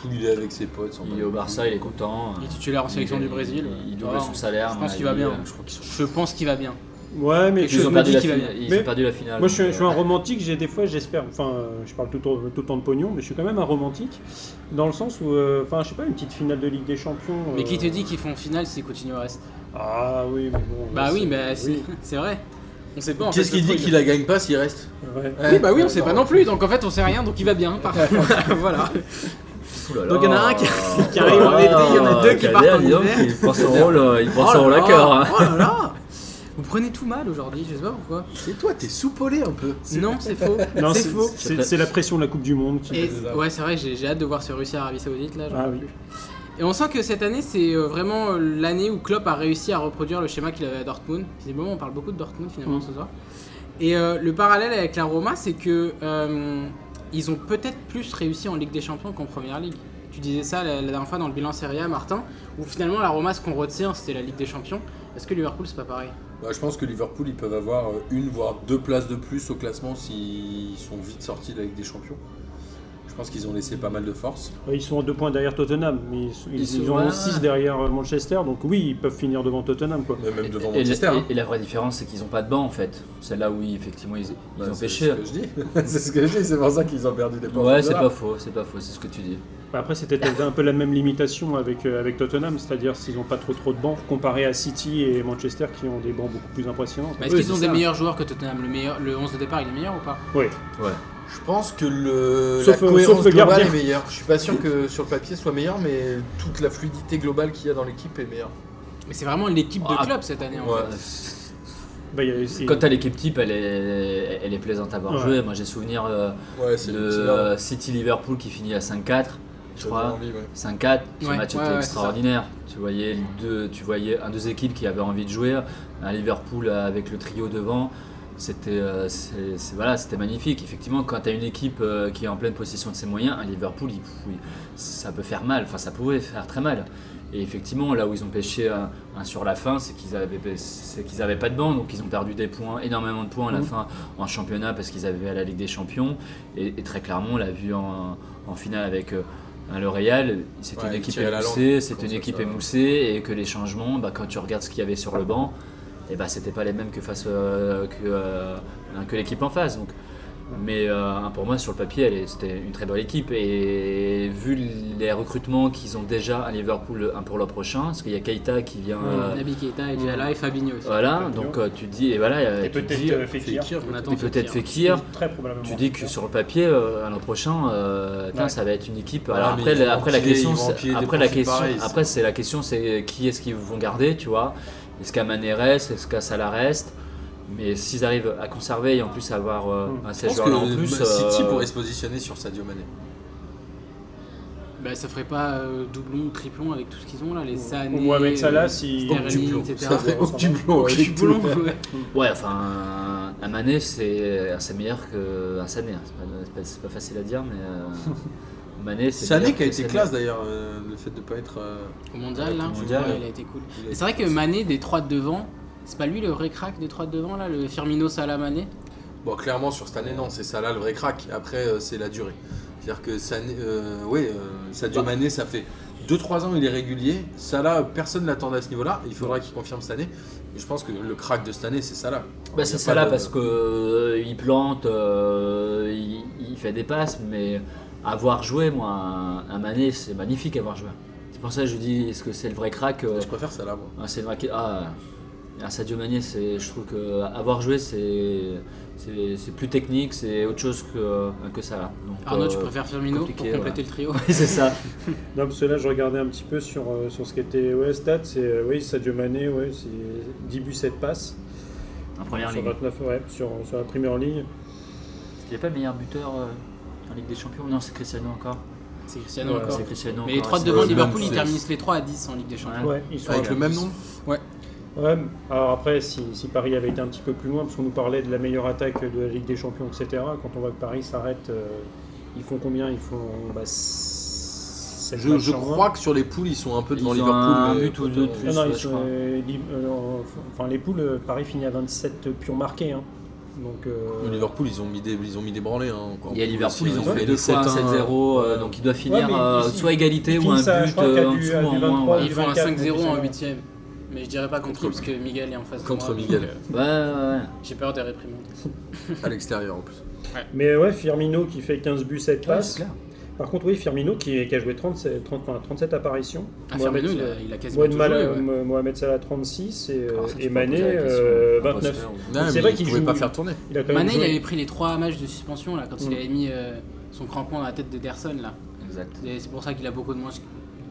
S2: Il est avec ses potes. son
S3: il est au Barça, il est content.
S1: Il est titulaire en sélection
S3: Il-
S1: du Brésil.
S3: Il
S1: Ça va,
S3: double son
S1: hein.
S3: salaire.
S1: Je
S3: à
S1: pense
S3: mon
S1: qu'il va
S3: avis,
S1: bien.
S3: euh, Je crois qu'ils sont
S1: Je pense qu'il va bien.
S4: Ouais, mais
S1: chose
S3: Ils ont
S1: me
S3: perdu
S1: dit
S3: la
S1: qu'il va
S3: finale.
S1: bien.
S3: Ils
S4: Mais-
S3: ont perdu la finale.
S4: Moi, je suis, je suis un
S3: donc, euh,
S4: romantique. J'ai des fois, j'espère. Enfin, euh, je parle tout, le temps- tout le temps de pognon, mais je suis quand même un romantique dans le sens où, euh, enfin, je sais pas, une petite finale de Ligue des Champions.
S1: Mais
S4: euh,
S1: qui te dit qu'ils font finale si Coutinho reste
S4: Ah oui, mais bon. là,
S1: Bah oui,
S4: c'est-
S1: mais
S4: <laughs> oui.
S1: c'est- c'est vrai. On sait pas. en
S2: Qu'est-ce
S1: fait,
S2: qu'il
S1: le
S2: dit
S1: truc.
S2: qu'il la gagne pas s'il reste
S1: <laughs>
S4: Ouais.
S1: Oui, bah oui, on sait pas non plus. Donc en fait, on sait rien. Donc il va bien. par- voilà.
S3: oulala. Oh
S1: Donc, il y en a un qui- <laughs> qui arrive en
S3: Oulala,
S1: été, il y en a deux qui
S3: Kader,
S1: partent en
S3: dis donc,
S1: hiver.
S3: Il prend son rôle, euh, il prend
S1: Oh
S3: son
S1: là
S3: rôle à
S1: là,
S3: cœur. hein.
S1: Oh là là Vous prenez tout mal aujourd'hui, je sais pas pourquoi.
S2: C'est toi, t'es soupolé un peu.
S1: Non, c'est faux.
S4: Non,
S1: c'est
S4: c'est
S1: faux.
S4: c'est- c'est la pression de la Coupe du Monde. Qui...
S1: Et, ouais, c'est vrai, j'ai j'ai hâte de voir ce Russie-Arabie Saoudite là. j'en
S4: Ah
S1: peux
S4: oui.
S1: plus. Et on sent que cette année, c'est euh, vraiment euh, l'année où Klopp a réussi à reproduire le schéma qu'il avait à Dortmund. Visiblement, on parle beaucoup de Dortmund finalement
S4: Mm.
S1: ce soir. Et euh, le parallèle avec la Roma, c'est que euh, ils ont peut-être plus réussi en Ligue des Champions qu'en Première Ligue. Tu disais ça la, la dernière fois dans le bilan Serie A, Martin, où finalement la Roma, ce qu'on retient, c'était la Ligue des Champions. Est-ce que Liverpool, c'est pas pareil
S2: Bah, je pense que Liverpool, ils peuvent avoir euh, une voire deux places de plus au classement s'ils sont vite sortis de la Ligue des Champions. Je pense qu'ils ont laissé pas mal de force.
S4: Ouais, Ils sont en deux points derrière Tottenham, mais ils, ils-
S3: Ils sont-
S4: ils en ont
S3: ouais.
S4: six derrière euh, Manchester, donc oui, ils peuvent finir devant Tottenham. Quoi.
S2: Mais Même devant
S3: Et- et-
S2: Manchester. hein.
S3: Et et la vraie différence, c'est qu'ils n'ont pas de banc en fait. C'est là où ils- effectivement ils ils
S2: Bah,
S3: ont
S2: c'est-
S3: pêché.
S2: C'est ce que je dis. <laughs> c'est ce que je dis. C'est pour ça qu'ils ont perdu des points.
S3: Ouais, c'est pas faux, c'est pas faux, c'est ce que tu dis.
S4: Bah, Après, c'était peut-être un peu la même limitation avec, euh, avec Tottenham, c'est-à-dire s'ils n'ont pas trop trop de bancs, comparé à City et Manchester qui ont des bancs beaucoup plus impressionnants.
S1: Mais Est-ce
S3: Oui,
S1: qu'ils
S3: c'est
S1: ont des
S3: ça.
S1: meilleurs joueurs que Tottenham le, meilleur, le 11 de départ, il est meilleur ou pas
S4: Oui.
S3: Ouais.
S2: Je pense que le,
S4: Sauf,
S2: la
S4: euh,
S2: cohérence
S4: sauf le
S2: globale
S4: gardien.
S2: est meilleure. Je suis pas sûr que sur le papier soit meilleur, mais toute la fluidité globale qu'il y a dans l'équipe est meilleure.
S1: Mais c'est vraiment l'équipe de
S3: Ah,
S1: club cette année. en
S2: ouais.
S1: fait.
S4: Bah, il y a- c'est-
S3: Quand t'as l'équipe type, elle est, elle est plaisante à voir
S4: Ouais.
S3: jouer. Moi, j'ai souvenir euh,
S2: Ouais,
S3: de
S2: c'est c'est là,
S3: euh, City-Liverpool qui finit à 5-4, je
S2: j'avais
S3: crois.
S2: envie, ouais.
S3: 5-4, ce
S1: Ouais,
S3: match
S1: ouais,
S3: était
S1: ouais,
S3: extraordinaire. Tu voyais, les deux, tu voyais un, deux équipes qui avaient envie de jouer, un Liverpool euh, avec le trio devant. C'était euh, c'est- c'est- voilà, c'était magnifique. Effectivement, quand tu as une équipe euh, qui est en pleine possession de ses moyens, un Liverpool, il- il- ça peut faire mal, enfin ça pouvait faire très mal. Et effectivement, là où ils ont pêché un, un Hein, sur la fin, c'est qu'ils avaient, c'est qu'ils avaient pas de banc, donc ils ont perdu des points, énormément de points à la
S4: Mhm.
S3: fin en championnat parce qu'ils avaient à la Ligue des Champions. Et, et très clairement, on l'a vu en, en finale avec euh, le Real. C'était
S2: Ouais,
S3: une
S2: ils
S3: équipe
S2: tiraient la
S3: émoussée,
S2: langue.
S3: c'était
S2: Comme
S3: une
S2: ça,
S3: équipe
S2: ça-
S3: émoussée, et que les changements, bah, quand tu regardes ce qu'il y avait sur le banc, et bah, c'était pas les mêmes que face euh, que, euh, que l'équipe en face. Donc. Mais euh, pour moi, sur le papier, elle est- c'était une très belle équipe. Et vu les recrutements qu'ils ont déjà à Liverpool, un pour le prochain, parce qu'il y a Keita qui vient. euh,
S1: Naby Keita, Djala et Fabinho aussi.
S3: voilà, donc euh, tu te dis, et voilà, euh,
S4: Et
S3: tu te
S4: peut-être
S3: dis,
S4: euh, Fekir.
S1: Fekir, on attend
S3: et peut-être
S1: Fekir.
S3: Fekir.
S4: Très probablement.
S3: Tu dis que sur le papier, euh, à l'an prochain, euh, putain,
S4: Ouais.
S3: ça va être une équipe.
S2: Voilà,
S3: Alors
S2: mais
S3: après,
S2: ils vont
S3: la- après la
S2: empiler-
S3: question,
S2: ils vont
S3: c'est-
S2: empiler des
S3: après la
S2: profils
S3: question,
S2: pareils, ça.
S3: après c'est la question, c'est qui est-ce qu'ils vont garder, tu vois Est-ce qu'à Manéres, est-ce qu'à Salarest Mais s'ils arrivent à conserver et en plus avoir euh,
S4: Mm.
S3: un
S2: Hmm. Je
S3: ces
S2: pense
S3: joueurs-là en
S2: que
S3: plus,
S2: City
S3: euh,
S2: pourrait se positionner sur Sadio Mané.
S1: Bah, ça ferait pas euh, doublon ou triplon avec tout ce qu'ils ont là, les Sané,
S4: Au Mohamed Salah,
S1: euh,
S4: si.
S1: Sterling,
S2: Octuplo.
S1: etc.
S2: Ça ferait
S4: Ouais, ça
S2: octuplo. ouais.
S4: <laughs>
S1: Triplon, ouais.
S3: euh, ouais, enfin, à Mané, c'est c'est meilleur qu'un Sané. hein. C'est pas, c'est pas- c'est pas facile à dire, mais
S2: <laughs>
S3: euh, Mané, c'est
S2: C'est année
S3: meilleur
S2: qui a
S3: que
S2: été
S3: Sané.
S2: classe d'ailleurs, euh, le fait de pas être. euh,
S1: Au mondial, là,
S3: Au mondial,
S1: ouais,
S3: ouais.
S1: il a été cool.
S2: il a
S1: Mais
S2: été
S1: C'est vrai que
S2: classe.
S1: Mané, des trois de devant, c'est pas lui le récrac des trois de devant là, le Firmino Salah Mané
S2: Bon, clairement sur cette année, non, c'est ça là le vrai crack. Après, euh, c'est la durée. C'est-à-dire que Sané, euh, ouais, euh, Sadio
S3: Bah.
S2: Mané, ça fait 2-3 ans, il est régulier. Salah, personne l'attendait à ce niveau-là. Il faudra qu'il confirme cette année. Mais je pense que le crack de cette année, c'est Salah.
S3: Bah, c'est ça là parce que euh, il plante, euh, il, il fait des passes, mais avoir joué, moi, un, un Mané, c'est magnifique avoir joué. C'est pour ça que je dis, est-ce que c'est le vrai crack euh,
S2: Je préfère Salah, moi.
S3: ah, C'est le vrai. Ah, un Sadio Mané, c'est, je trouve que euh, avoir joué, c'est, c'est, c'est plus technique, c'est autre chose que, euh, que ça là. Donc,
S1: Arnaud, tu
S3: euh,
S1: préfères Firmino pour
S3: compliqué,
S1: compléter le trio
S3: <laughs> c'est ça.
S4: Non, parce que là, je regardais un petit peu sur, euh, sur ce qui était ouais, stats. C'est euh, oui, Sadio Mané, ouais, c'est 10 buts, 7 passes.
S3: En première
S4: Sur
S3: ligne.
S4: 29, ouais, sur, sur la première ligne.
S3: Il n'y a pas le meilleur buteur euh, en Ligue des Champions Non, c'est Cristiano encore.
S1: C'est Cristiano
S4: Ouais,
S1: encore.
S3: C'est Cristiano
S1: Mais les
S3: encore,
S1: trois de
S3: c'est-
S1: devant
S2: le
S1: Liverpool,
S2: même,
S1: ils
S2: c'est-
S1: terminent les trois à 10 en Ligue des Champions.
S4: Ouais, ils sont
S2: Avec
S4: à-
S2: le même nombre
S4: Ouais, alors après, si, si Paris avait été un petit peu plus loin, parce qu'on nous parlait de la meilleure attaque de la Ligue des Champions, etc., quand on voit que Paris s'arrête, euh, ils font combien Ils font. Bah, sept
S2: Je,
S4: matchs
S2: je
S4: en moins.
S2: crois que sur les poules, ils sont un peu devant
S3: Ils ont
S2: Liverpool.
S3: un
S2: mais-
S3: but ou deux de
S4: Non,
S3: plus.
S4: non,
S3: ouais,
S4: ils
S3: je
S4: sont,
S3: crois.
S4: euh, lib- euh, non, enfin, les poules, euh, Paris finit à 27 pions marqués. Hein. Donc, euh,
S2: Au Liverpool, ils ont mis des, ils ont mis des branlés. hein, encore.
S3: Il y a Liverpool, ils ont
S4: Ouais,
S3: fait deux fois un
S2: 7-1.
S3: 7-0, euh, donc ils doivent finir
S4: mais
S3: euh,
S4: ils-
S3: soit égalité
S4: ils
S3: ou un
S4: finissent à- je
S3: but
S4: crois qu'à
S3: euh, en
S4: du-
S3: dessous
S4: à
S3: ou
S4: du
S3: en moins.
S4: 23,
S3: ouais.
S1: Ils font un
S4: 24,
S1: 5-0 en
S4: ouais.
S1: 8ème. Mais je dirais pas contre eux parce que Miguel est en face de
S2: Contre
S1: moi.
S2: Miguel,
S3: Ouais, ouais, ouais.
S1: J'ai peur des réprimandes.
S2: à l'extérieur en plus.
S4: Mais ouais, Firmino qui fait 15 buts, 7
S3: Ouais,
S4: passes.
S3: c'est clair.
S4: Par contre, oui, Firmino qui, qui a joué 37, 30, enfin, 37 apparitions.
S1: Ah,
S4: Mohamed-
S1: Firmino, il a, il a quasiment
S4: Mohamed,
S1: tout
S4: Salah-
S1: joué. ouais. Ah,
S4: Mo- Mohamed Salah 36 et, euh,
S3: Alors ça, tu
S4: et
S3: peux
S4: Mané
S3: poser la question.
S4: euh,
S3: Ah, bah,
S4: 29.
S2: Non,
S4: c'est
S2: mais
S4: vrai
S2: ils
S4: qu'il
S2: pouvaient
S4: joue-
S2: pas faire tourner.
S4: Il a quand même
S1: Mané, il
S4: joué-
S1: avait pris les trois matchs de suspension là, quand il
S4: Euh, Mm.
S1: avait mis euh, son crampon à la tête de Derson. Là.
S3: Exact.
S1: Et C'est pour ça qu'il a beaucoup de moins,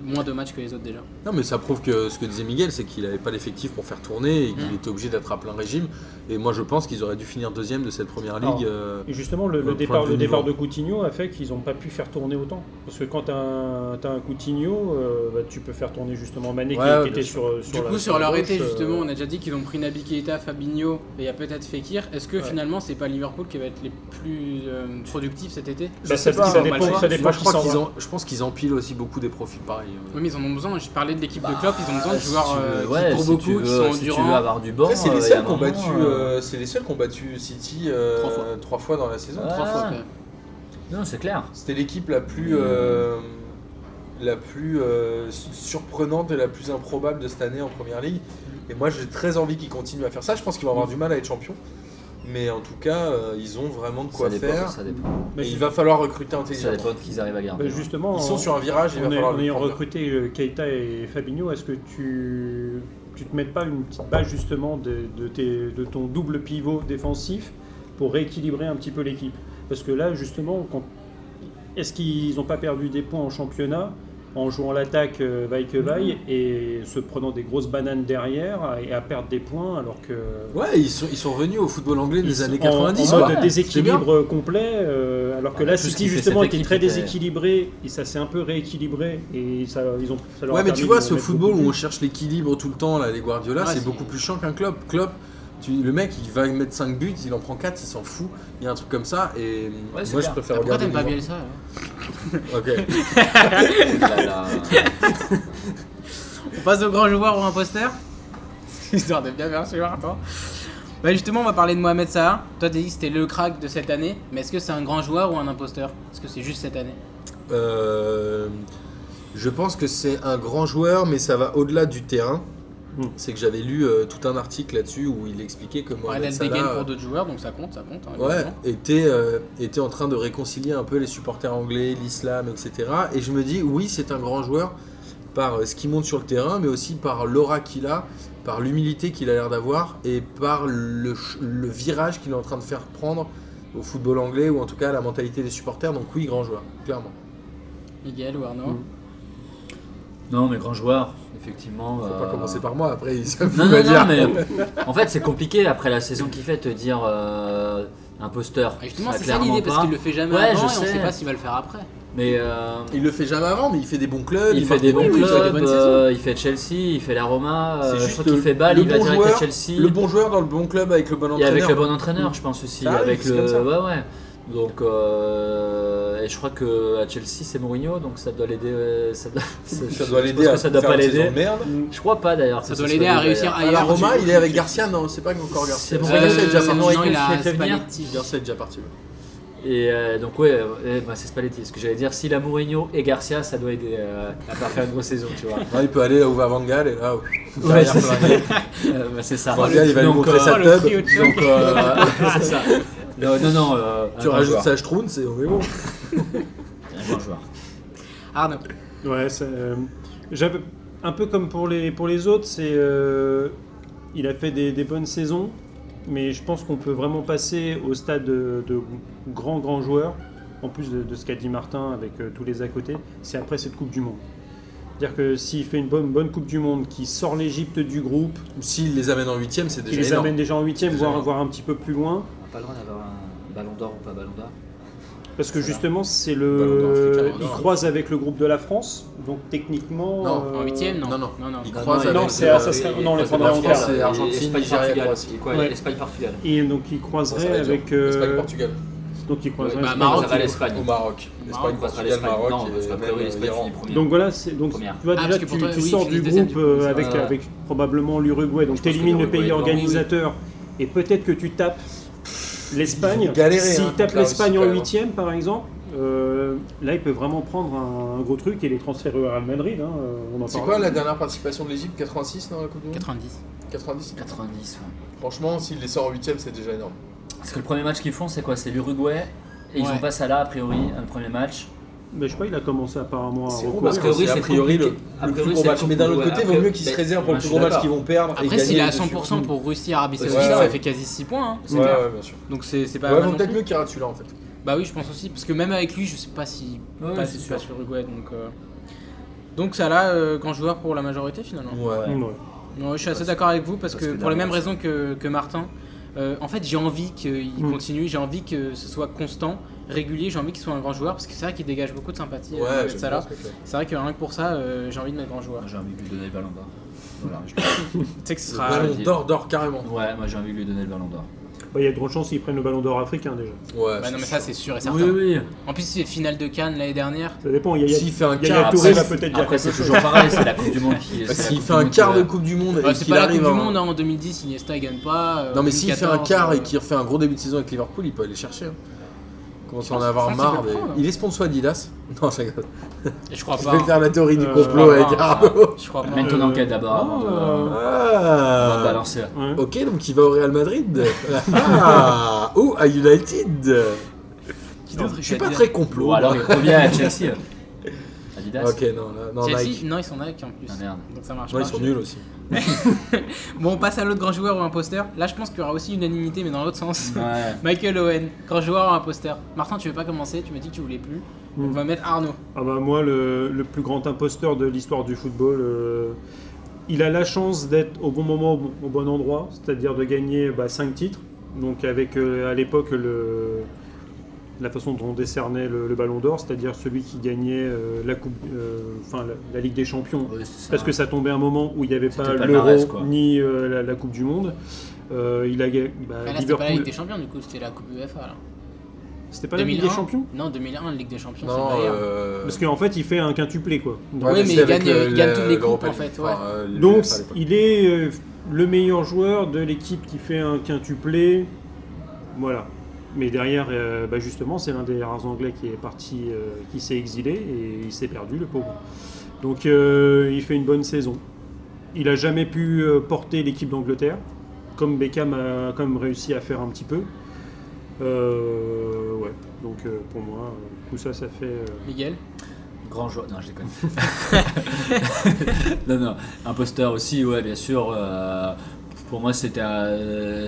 S1: moins de matchs que les autres déjà.
S2: Non, mais ça prouve que ce que disait Miguel, c'est qu'il n'avait pas l'effectif pour faire tourner et qu'il
S1: Mm.
S2: était obligé d'être à plein régime. Et moi, je pense qu'ils auraient dû finir deuxième de cette première
S4: Alors,
S2: ligue. euh,
S4: Et justement, le, le
S2: Ouais,
S4: départ,
S2: point de
S4: le
S2: vue
S4: départ de
S2: niveau.
S4: Coutinho a fait qu'ils n'ont pas pu faire tourner autant. Parce que quand tu as, un Coutinho, euh, bah, tu peux faire tourner justement Mané qui-
S2: Ouais,
S4: qui,
S2: bien
S4: était sur, sur
S1: Du
S4: la-
S1: coup, sur leur
S4: la
S1: été,
S4: gauche, euh,
S1: justement, on a déjà dit qu'ils ont pris Naby Keita, Fabinho et il y a peut-être Fekir. Est-ce que
S4: Ouais.
S1: finalement, c'est pas Liverpool qui va être les plus euh, productifs cet été
S2: je
S4: bah,
S2: sais
S4: ça- ça
S1: hein,
S2: pas,
S4: dépend-
S2: moi, je
S4: ça
S2: crois-
S4: dépend
S2: moi, je,
S4: qui
S2: crois
S4: s'en
S2: qu'ils
S4: va.
S2: en- je pense qu'ils empilent aussi beaucoup des profils pareils. euh.
S1: Oui, mais ils en ont besoin. Je parlais de l'équipe de
S3: Bah,
S1: Klopp, ils ont besoin de
S3: si
S1: joueurs
S3: tu
S1: euh,
S3: veux,
S1: qui
S3: ouais,
S1: courent
S3: si tu
S1: beaucoup,
S3: veux-
S1: qui sont
S3: si tu veux
S1: endurants.
S3: avoir du banc.
S2: Après, c'est
S3: euh,
S2: les
S3: il y a
S2: seuls
S3: un
S2: qui ont
S3: moment,
S2: battu,
S3: euh,
S2: euh, c'est les seuls qui ont battu City euh,
S1: Trois fois.
S2: trois, fois. dans la saison.
S3: Ouais.
S1: Trois fois, quand même.
S3: Non, c'est clair.
S2: C'était l'équipe la plus euh, la plus euh, su- surprenante et la plus improbable de cette année en première ligue. Et moi, j'ai très envie qu'ils continuent à faire ça. Je pense qu'ils vont avoir du mal à être champions. Mais en tout cas, euh, ils ont vraiment de quoi
S3: ça dépend,
S2: faire.
S3: Ça dépend.
S4: bah,
S2: Et
S4: ju-
S2: il va falloir recruter
S3: Ça
S2: intelligemment.
S3: dépend de qu'ils arrivent à
S4: bah,
S3: garder.
S4: justement,
S2: Ils sont sur un virage, il
S4: en,
S2: va
S4: en
S2: falloir le
S4: ayant
S2: prendre.
S4: recruté euh, Keita et Fabinho, est-ce que tu tu te mets pas une petite base justement de, de tes- de ton double pivot défensif pour rééquilibrer un petit peu l'équipe Parce que là, justement, quand- est-ce qu'ils n'ont pas perdu des points en championnat en jouant l'attaque euh, vaille que vaille et se prenant des grosses bananes derrière et à perdre des points alors que
S2: Ouais, ils sont, ils sont revenus au football anglais
S4: ils
S2: des
S4: sont
S2: années
S4: en-
S2: 90. quoi.
S4: en
S2: Ah,
S4: mode
S3: ouais,
S4: déséquilibre complet euh, alors que
S3: Ouais,
S4: là
S3: tout ce
S4: City
S3: qui fait
S4: justement
S3: cette
S4: était
S3: équipe
S4: très
S3: était-
S4: déséquilibré et ça s'est un peu rééquilibré et ça ils ont ça leur a
S2: Ouais, mais
S4: permis
S2: tu vois,
S4: de
S2: ce
S4: mettre
S2: football
S4: beaucoup
S2: où on
S4: de buts.
S2: cherche l'équilibre tout le temps, là, les Guardiola,
S1: Ouais,
S2: c'est
S1: c'est-
S2: beaucoup plus chiant qu'un club. Klopp, tu- le mec, il va mettre 5 buts, il en prend 4, il s'en fout. Il y a un truc comme ça, et moi,
S3: c'est
S2: je
S3: clair.
S2: préfère
S1: Pourquoi
S2: regarder.
S1: t'aimes pas
S2: les gens.
S1: Bielsa alors
S2: <laughs> Ok.
S3: Là, là.
S1: On passe au grand joueur ou imposteur <laughs> Histoire de bien faire suivre, toi. Bah justement, on va parler de Mohamed Salah. Toi, t'as dit que c'était le crack de cette année, mais est-ce que c'est un grand joueur ou un imposteur Est-ce que c'est juste cette année
S2: Euh, je pense que c'est un grand joueur, mais ça va au-delà du terrain.
S4: Mm.
S2: C'est que j'avais lu euh, tout un article là-dessus où il expliquait que
S1: Ouais,
S2: Mohamed
S1: Elle a le
S2: Salah,
S1: dégaine
S2: euh,
S1: pour d'autres joueurs, donc ça compte, ça compte. hein,
S2: Ouais,
S1: évidemment.
S2: était, euh, était en train de réconcilier un peu les supporters anglais, l'islam, etc. Et je me dis, oui, c'est un grand joueur par euh, ce qu'il monte sur le terrain, mais aussi par l'aura qu'il a, par l'humilité qu'il a l'air d'avoir et par le, ch- le virage qu'il est en train de faire prendre au football anglais ou en tout cas à la mentalité des supporters. Donc, oui, grand joueur, clairement.
S1: Miguel ou Arnaud
S4: Mm.
S3: Non, mais grand joueur, effectivement.
S2: Faut
S3: euh,
S2: pas commencer par moi après, <laughs> ça me
S3: Non,
S2: va
S3: non, non,
S2: dire.
S3: mais en fait, c'est compliqué après la saison qu'il fait te dire euh, imposteur.
S1: Ah, justement,
S3: Ça,
S1: c'est ça
S3: clairement
S1: l'idée, parce
S3: pas.
S1: qu'il le fait jamais
S3: Ouais,
S1: avant
S3: je
S1: et on sait
S3: sais.
S1: pas s'il va le faire après.
S3: Mais euh,
S2: Il le fait jamais avant, mais il fait des bons clubs.
S3: il fait
S2: marque
S3: des bons
S1: oui, oui, il fait des
S3: clubs,
S1: bonnes
S3: euh, il fait Chelsea, il fait la Roma,
S2: C'est
S3: euh, je
S2: juste
S3: crois qu'il
S2: le-
S3: fait Bâle,
S2: le
S3: il va
S2: bon
S3: direct à
S2: joueur,
S3: Chelsea.
S2: Le bon joueur dans le bon club avec le bon
S3: euh, Et
S2: entraîneur.
S3: avec le bon entraîneur, je pense aussi.
S2: Ça arrive,
S3: avec
S2: c'est comme ça.
S3: le... Ouais, ouais. Donc, euh, et je crois que à Chelsea c'est Mourinho, donc ça doit l'aider. euh, Ça doit,
S2: <laughs> Ça doit
S3: je
S2: l'aider
S3: pense
S2: à
S3: que ça doit
S2: faire
S3: pas
S2: une saison
S3: l'aider.
S2: de merde.
S3: Je crois pas d'ailleurs. que
S1: Ça doit
S3: soit
S1: l'aider à
S3: lui,
S1: réussir
S3: d'ailleurs.
S2: À la
S1: ailleurs.
S2: Ah, Roma,
S1: j'ai-
S2: il est avec Garcia, non, c'est pas encore Garcia.
S3: C'est bon,
S2: Garcia est déjà
S1: Euh,
S2: parti.
S1: non, il a
S3: Chef Venir.
S1: Spalletti.
S2: Garcia est déjà parti.
S3: Et euh, donc, ouais, euh, eh, bah, c'est Spalletti. Ce que j'allais dire, si la Mourinho et Garcia, ça doit aider euh, à pas faire une grosse saison, tu vois.
S2: Ouais, il peut aller là où va Van Gaal et là où.
S3: Ouais,
S2: derrière
S3: c'est
S2: Van
S3: ça.
S2: Gaal.
S3: Euh, bah, c'est ça.
S2: Van Gaal, il va lui
S3: Donc,
S2: montrer
S3: euh,
S2: sa
S1: le
S2: tub.
S1: trio de choc.
S3: Donc, euh, c'est ça. Non, non, non. euh, un
S2: Tu
S3: grand
S2: rajoutes
S3: joueur.
S2: ça à Stroun, c'est on est bon.
S3: Un grand joueur.
S1: Arnaud,
S4: Ouais, ça, euh, j'avais un peu comme pour les pour les autres, c'est euh, il a fait des, des bonnes saisons, mais je pense qu'on peut vraiment passer au stade de, de grand grand joueur. En plus de, de ce qu'a dit Martin avec euh, tous les à côté, c'est après cette Coupe du Monde. C'est-à-dire que s'il fait une bonne bonne Coupe du Monde, qui sort l'Égypte du groupe,
S2: S'il les amène en 8ème, c'est
S4: qui
S2: déjà
S4: les amène
S2: énorme.
S4: déjà en huitième,
S2: Déjà
S4: voire
S2: énorme.
S4: voire un petit peu plus loin,
S3: On n'a pas le droit d'avoir un ballon d'or ou pas ballon d'or.
S4: parce que
S3: Voilà.
S4: justement c'est
S2: Ballon d'Or, c'est
S4: le,
S2: clairement
S4: il
S2: d'or.
S4: croise avec le groupe de la France, donc techniquement
S2: Non,
S1: en
S4: euh,
S1: 8ème Non,
S2: non, non.
S1: non.
S2: Il
S3: Non,
S2: croise
S3: non,
S2: avec.
S4: non, c'est-
S2: euh,
S4: ah, ça serait- non, on les prendra en
S2: France,
S4: quart.
S2: c'est Argentine, Nigeria, Croatie.
S3: Ouais, Espagne, Portugal.
S4: Et donc il
S2: Ça
S4: croiserait
S2: va être dur.
S4: avec. euh,
S2: Espagne, Portugal.
S4: donc il croiserait.
S1: Ouais, bah,
S4: Espagne.
S1: Maroc,
S3: Ça va à l'Espagne.
S2: Au Maroc. Espagne,
S3: Maroc, ça va à
S2: Portugal,
S3: l'Espagne.
S2: Maroc.
S3: Non,
S2: et
S3: parce qu'a
S2: même,
S3: priori,
S2: euh,
S3: l'Espagne
S2: l'Iran.
S3: finit première.
S4: Donc voilà, c'est donc
S3: Première.
S4: tu vois
S1: Ah,
S4: déjà
S1: parce que
S4: tu,
S1: pour toi,
S4: tu
S1: oui,
S4: sors
S1: ils
S4: du
S1: finissent deuxième,
S4: groupe
S1: du coup,
S4: euh,
S1: c'est
S4: avec
S3: ça.
S4: avec probablement l'Uruguay,
S3: Je
S4: donc
S3: pense
S4: tu élimines
S3: que
S4: le
S3: l'Uruguay
S4: pays
S3: est devant.
S4: organisateur et peut-être que tu tapes l'Espagne.
S2: Ils vont galérer,
S4: S'il
S2: hein,
S4: tape
S2: contre la Russie,
S4: l'Espagne
S2: quand
S4: en
S2: même.
S4: huitième par exemple, euh, là il peut vraiment prendre un, un gros truc et les transférer au Real Madrid. hein, euh, on en
S2: C'est
S4: parle.
S2: quoi la dernière participation de l'Égypte 86 dans la Coupe du Monde
S1: 90.
S2: 90
S3: 90. ouais.
S2: Franchement, s'il les sort en 8ème, c'est déjà énorme.
S3: Parce que le premier match qu'ils font, c'est quoi C'est l'Uruguay. Et ils
S1: Ouais.
S3: ont pas Salah, a priori, le premier match.
S4: Mais je sais pas, il a commencé apparemment à
S2: C'est
S4: recourir.
S2: parce
S3: parce que oui,
S2: que a
S3: c'est
S2: priori le,
S3: compliqué.
S2: le
S3: A
S2: plus
S3: priori,
S2: gros
S3: c'est
S2: match. Mais d'un autre
S3: compliqué.
S2: côté, il vaut
S3: Après,
S2: mieux qu'ils se
S3: ben,
S2: réservent pour
S3: moi,
S2: le
S3: je
S2: plus
S3: suis
S2: gros match
S3: d'accord.
S2: qu'ils vont perdre. et
S1: Après,
S2: gagner
S1: s'il est à
S2: dessus.
S1: 100% pour Russie, Arabie
S2: Ouais,
S1: Saoudite, ça
S2: ouais.
S1: fait quasi 6 points. hein, c'est
S2: Ouais,
S1: clair.
S2: ouais, bien sûr.
S1: Donc c'est c'est pas
S2: Ouais,
S1: mal
S2: vaut
S1: non
S2: peut-être
S1: plus.
S2: mieux qu'il rate celui-là en fait.
S1: Bah oui, je pense aussi, parce que même avec lui, je sais pas si
S3: Ouais,
S1: pas
S3: c'est
S1: si
S3: sûr.
S1: passe l'Uruguay, donc. euh, Donc ça là, euh, grand joueur pour la majorité finalement.
S2: Ouais.
S4: Ouais.
S1: Non, je suis assez d'accord avec vous parce,
S3: parce
S1: que,
S3: que
S1: pour les mêmes
S3: derrière,
S1: raisons que, que Martin, euh, en fait j'ai envie qu'il
S4: Mm.
S1: continue, j'ai envie que ce soit constant, régulier, j'ai envie qu'il soit un grand joueur parce que c'est vrai qu'il dégage beaucoup de sympathie. euh,
S2: Ouais,
S1: Mohamed
S2: j'aime
S1: Salah.
S2: bien ce mec-là.
S1: C'est vrai que rien que pour ça, euh, j'ai envie de mettre grand joueur.
S3: Moi, J'ai envie de lui donner le ballon d'or. Voilà, je-
S1: Tu sais que ce
S2: Le
S1: sera.
S2: ballon
S3: vas-y.
S2: d'or, d'or carrément.
S3: <laughs> Ouais, moi j'ai envie de lui donner le ballon d'or.
S4: Bah, il y a de grandes chances qu'ils prennent le ballon d'or africain déjà.
S2: Ouais.
S1: Bah non, mais ça c'est sûr et certain.
S3: Oui, oui.
S1: En plus, c'est finale de Cannes l'année dernière.
S4: Ça dépend. Il y a, il y a-
S2: S'il fait un
S4: il y a- il y a
S2: quart,
S4: Touré va
S2: après,
S4: peut-être dire
S3: Après, c'est toujours pareil, c'est la Coupe du Monde qui. c'est la
S2: s'il
S3: Coupe
S2: fait
S3: du
S2: un
S3: Monde qui
S2: quart
S3: va-
S2: de Coupe du Monde
S1: Bah,
S2: et
S1: c'est
S2: qu'il
S1: pas la Coupe
S2: arrive.
S1: du
S2: en-
S1: Monde hein, en 2010, Iniesta il gagne pas. euh,
S2: Non mais s'il fait un
S1: 2014,
S2: quart
S1: euh,
S2: et qu'il refait un gros début de saison avec Liverpool, il peut aller chercher. hein. Commence à en
S1: Je pense
S2: avoir
S1: qu'il peut
S2: marre.
S1: le
S2: mais-
S1: prendre, hein. Ah,
S2: Il est sponsor Adidas. <laughs> Non, c'est
S1: Je crois
S2: Je
S1: pas.
S2: vais faire la théorie du
S4: Euh,
S2: complot
S1: je
S2: avec
S1: crois pas. <laughs>
S2: Arnaud.
S1: Je crois pas.
S3: Mène ton
S4: Euh,
S3: enquête d'abord avant de.
S4: ah.
S3: avant de
S2: Ah.
S3: balancer.
S4: Ouais.
S2: Ok, donc il va au Real Madrid <laughs> ah, ou à United.
S1: Qui
S2: Non,
S1: d'autre
S2: je
S1: est
S2: suis
S1: à
S2: pas
S1: dire
S2: très complot. hein.
S3: Ou alors il revient à
S2: <laughs>
S3: Chelsea. Adidas.
S2: Ok, non, là- non,
S1: Euh, Chelsea
S2: Nike.
S1: Non, ils sont Nike en plus.
S3: Ah, merde.
S1: Donc ça marche
S2: Non,
S1: pas.
S2: ils sont nuls aussi.
S1: Bon, on passe à l'autre grand joueur ou imposteur. Là, je pense qu'il y aura aussi unanimité, mais dans l'autre sens. <laughs>
S3: Ouais.
S1: Michael Owen, grand joueur ou imposteur. Martin, tu veux pas commencer Tu m'as dit que tu voulais plus. On
S4: Mm.
S1: va mettre Arnaud.
S4: Ah bah moi, le, le plus grand imposteur de l'histoire du football, euh, il a la chance d'être au bon moment, au bon- au bon endroit, c'est-à-dire de gagner 5 titres. Donc avec euh, à l'époque le- la façon dont on décernait le, le ballon d'or, c'est-à-dire celui qui gagnait euh, la, coupe, euh, enfin, la, la Ligue des Champions
S3: Ouais, c'est ça.
S4: parce que ça tombait un moment où il n'y avait pas
S3: C'était le palmarès,
S4: l'Euro
S3: quoi.
S4: ni euh, la, la Coupe du Monde. Euh, il a ga- bah,
S1: Bah là, c'était pas la Ligue
S4: Liverpool.
S1: des Champions, du coup, c'était la Coupe UEFA. Là.
S4: C'était pas la Ligue
S1: 2001.
S4: des Champions
S1: Non, 2001, la Ligue des Champions, c'est
S2: Non,
S1: Bayern.
S2: euh,
S4: Parce qu'en fait, il fait un quintuplé quoi.
S2: ouais,
S1: Oui, mais
S2: c'est
S1: il
S2: avec
S1: gagne-
S2: le-
S1: il gagne
S2: la-
S1: toutes les coupes,
S2: l'Europa
S1: en
S2: League.
S1: fait,
S2: Enfin, euh, les
S4: Donc,
S2: UEFA à l'époque.
S4: il est euh, le meilleur joueur de l'équipe qui fait un quintuplé. Voilà. Mais derrière, euh, bah, justement, c'est l'un des rares Anglais qui est parti, euh, qui s'est exilé et il s'est perdu, le pauvre. Donc, euh, il fait une bonne saison. Il n'a jamais pu euh, porter l'équipe d'Angleterre, comme Beckham a quand même réussi à faire un petit peu. Euh, ouais. Donc, euh, pour moi, euh, tout ça, ça fait. euh,
S1: Miguel.
S2: <laughs>
S3: Grand joueur. Non, je déconne. <laughs> non, non. Imposteur aussi, ouais, bien sûr. euh, pour moi, c'était un,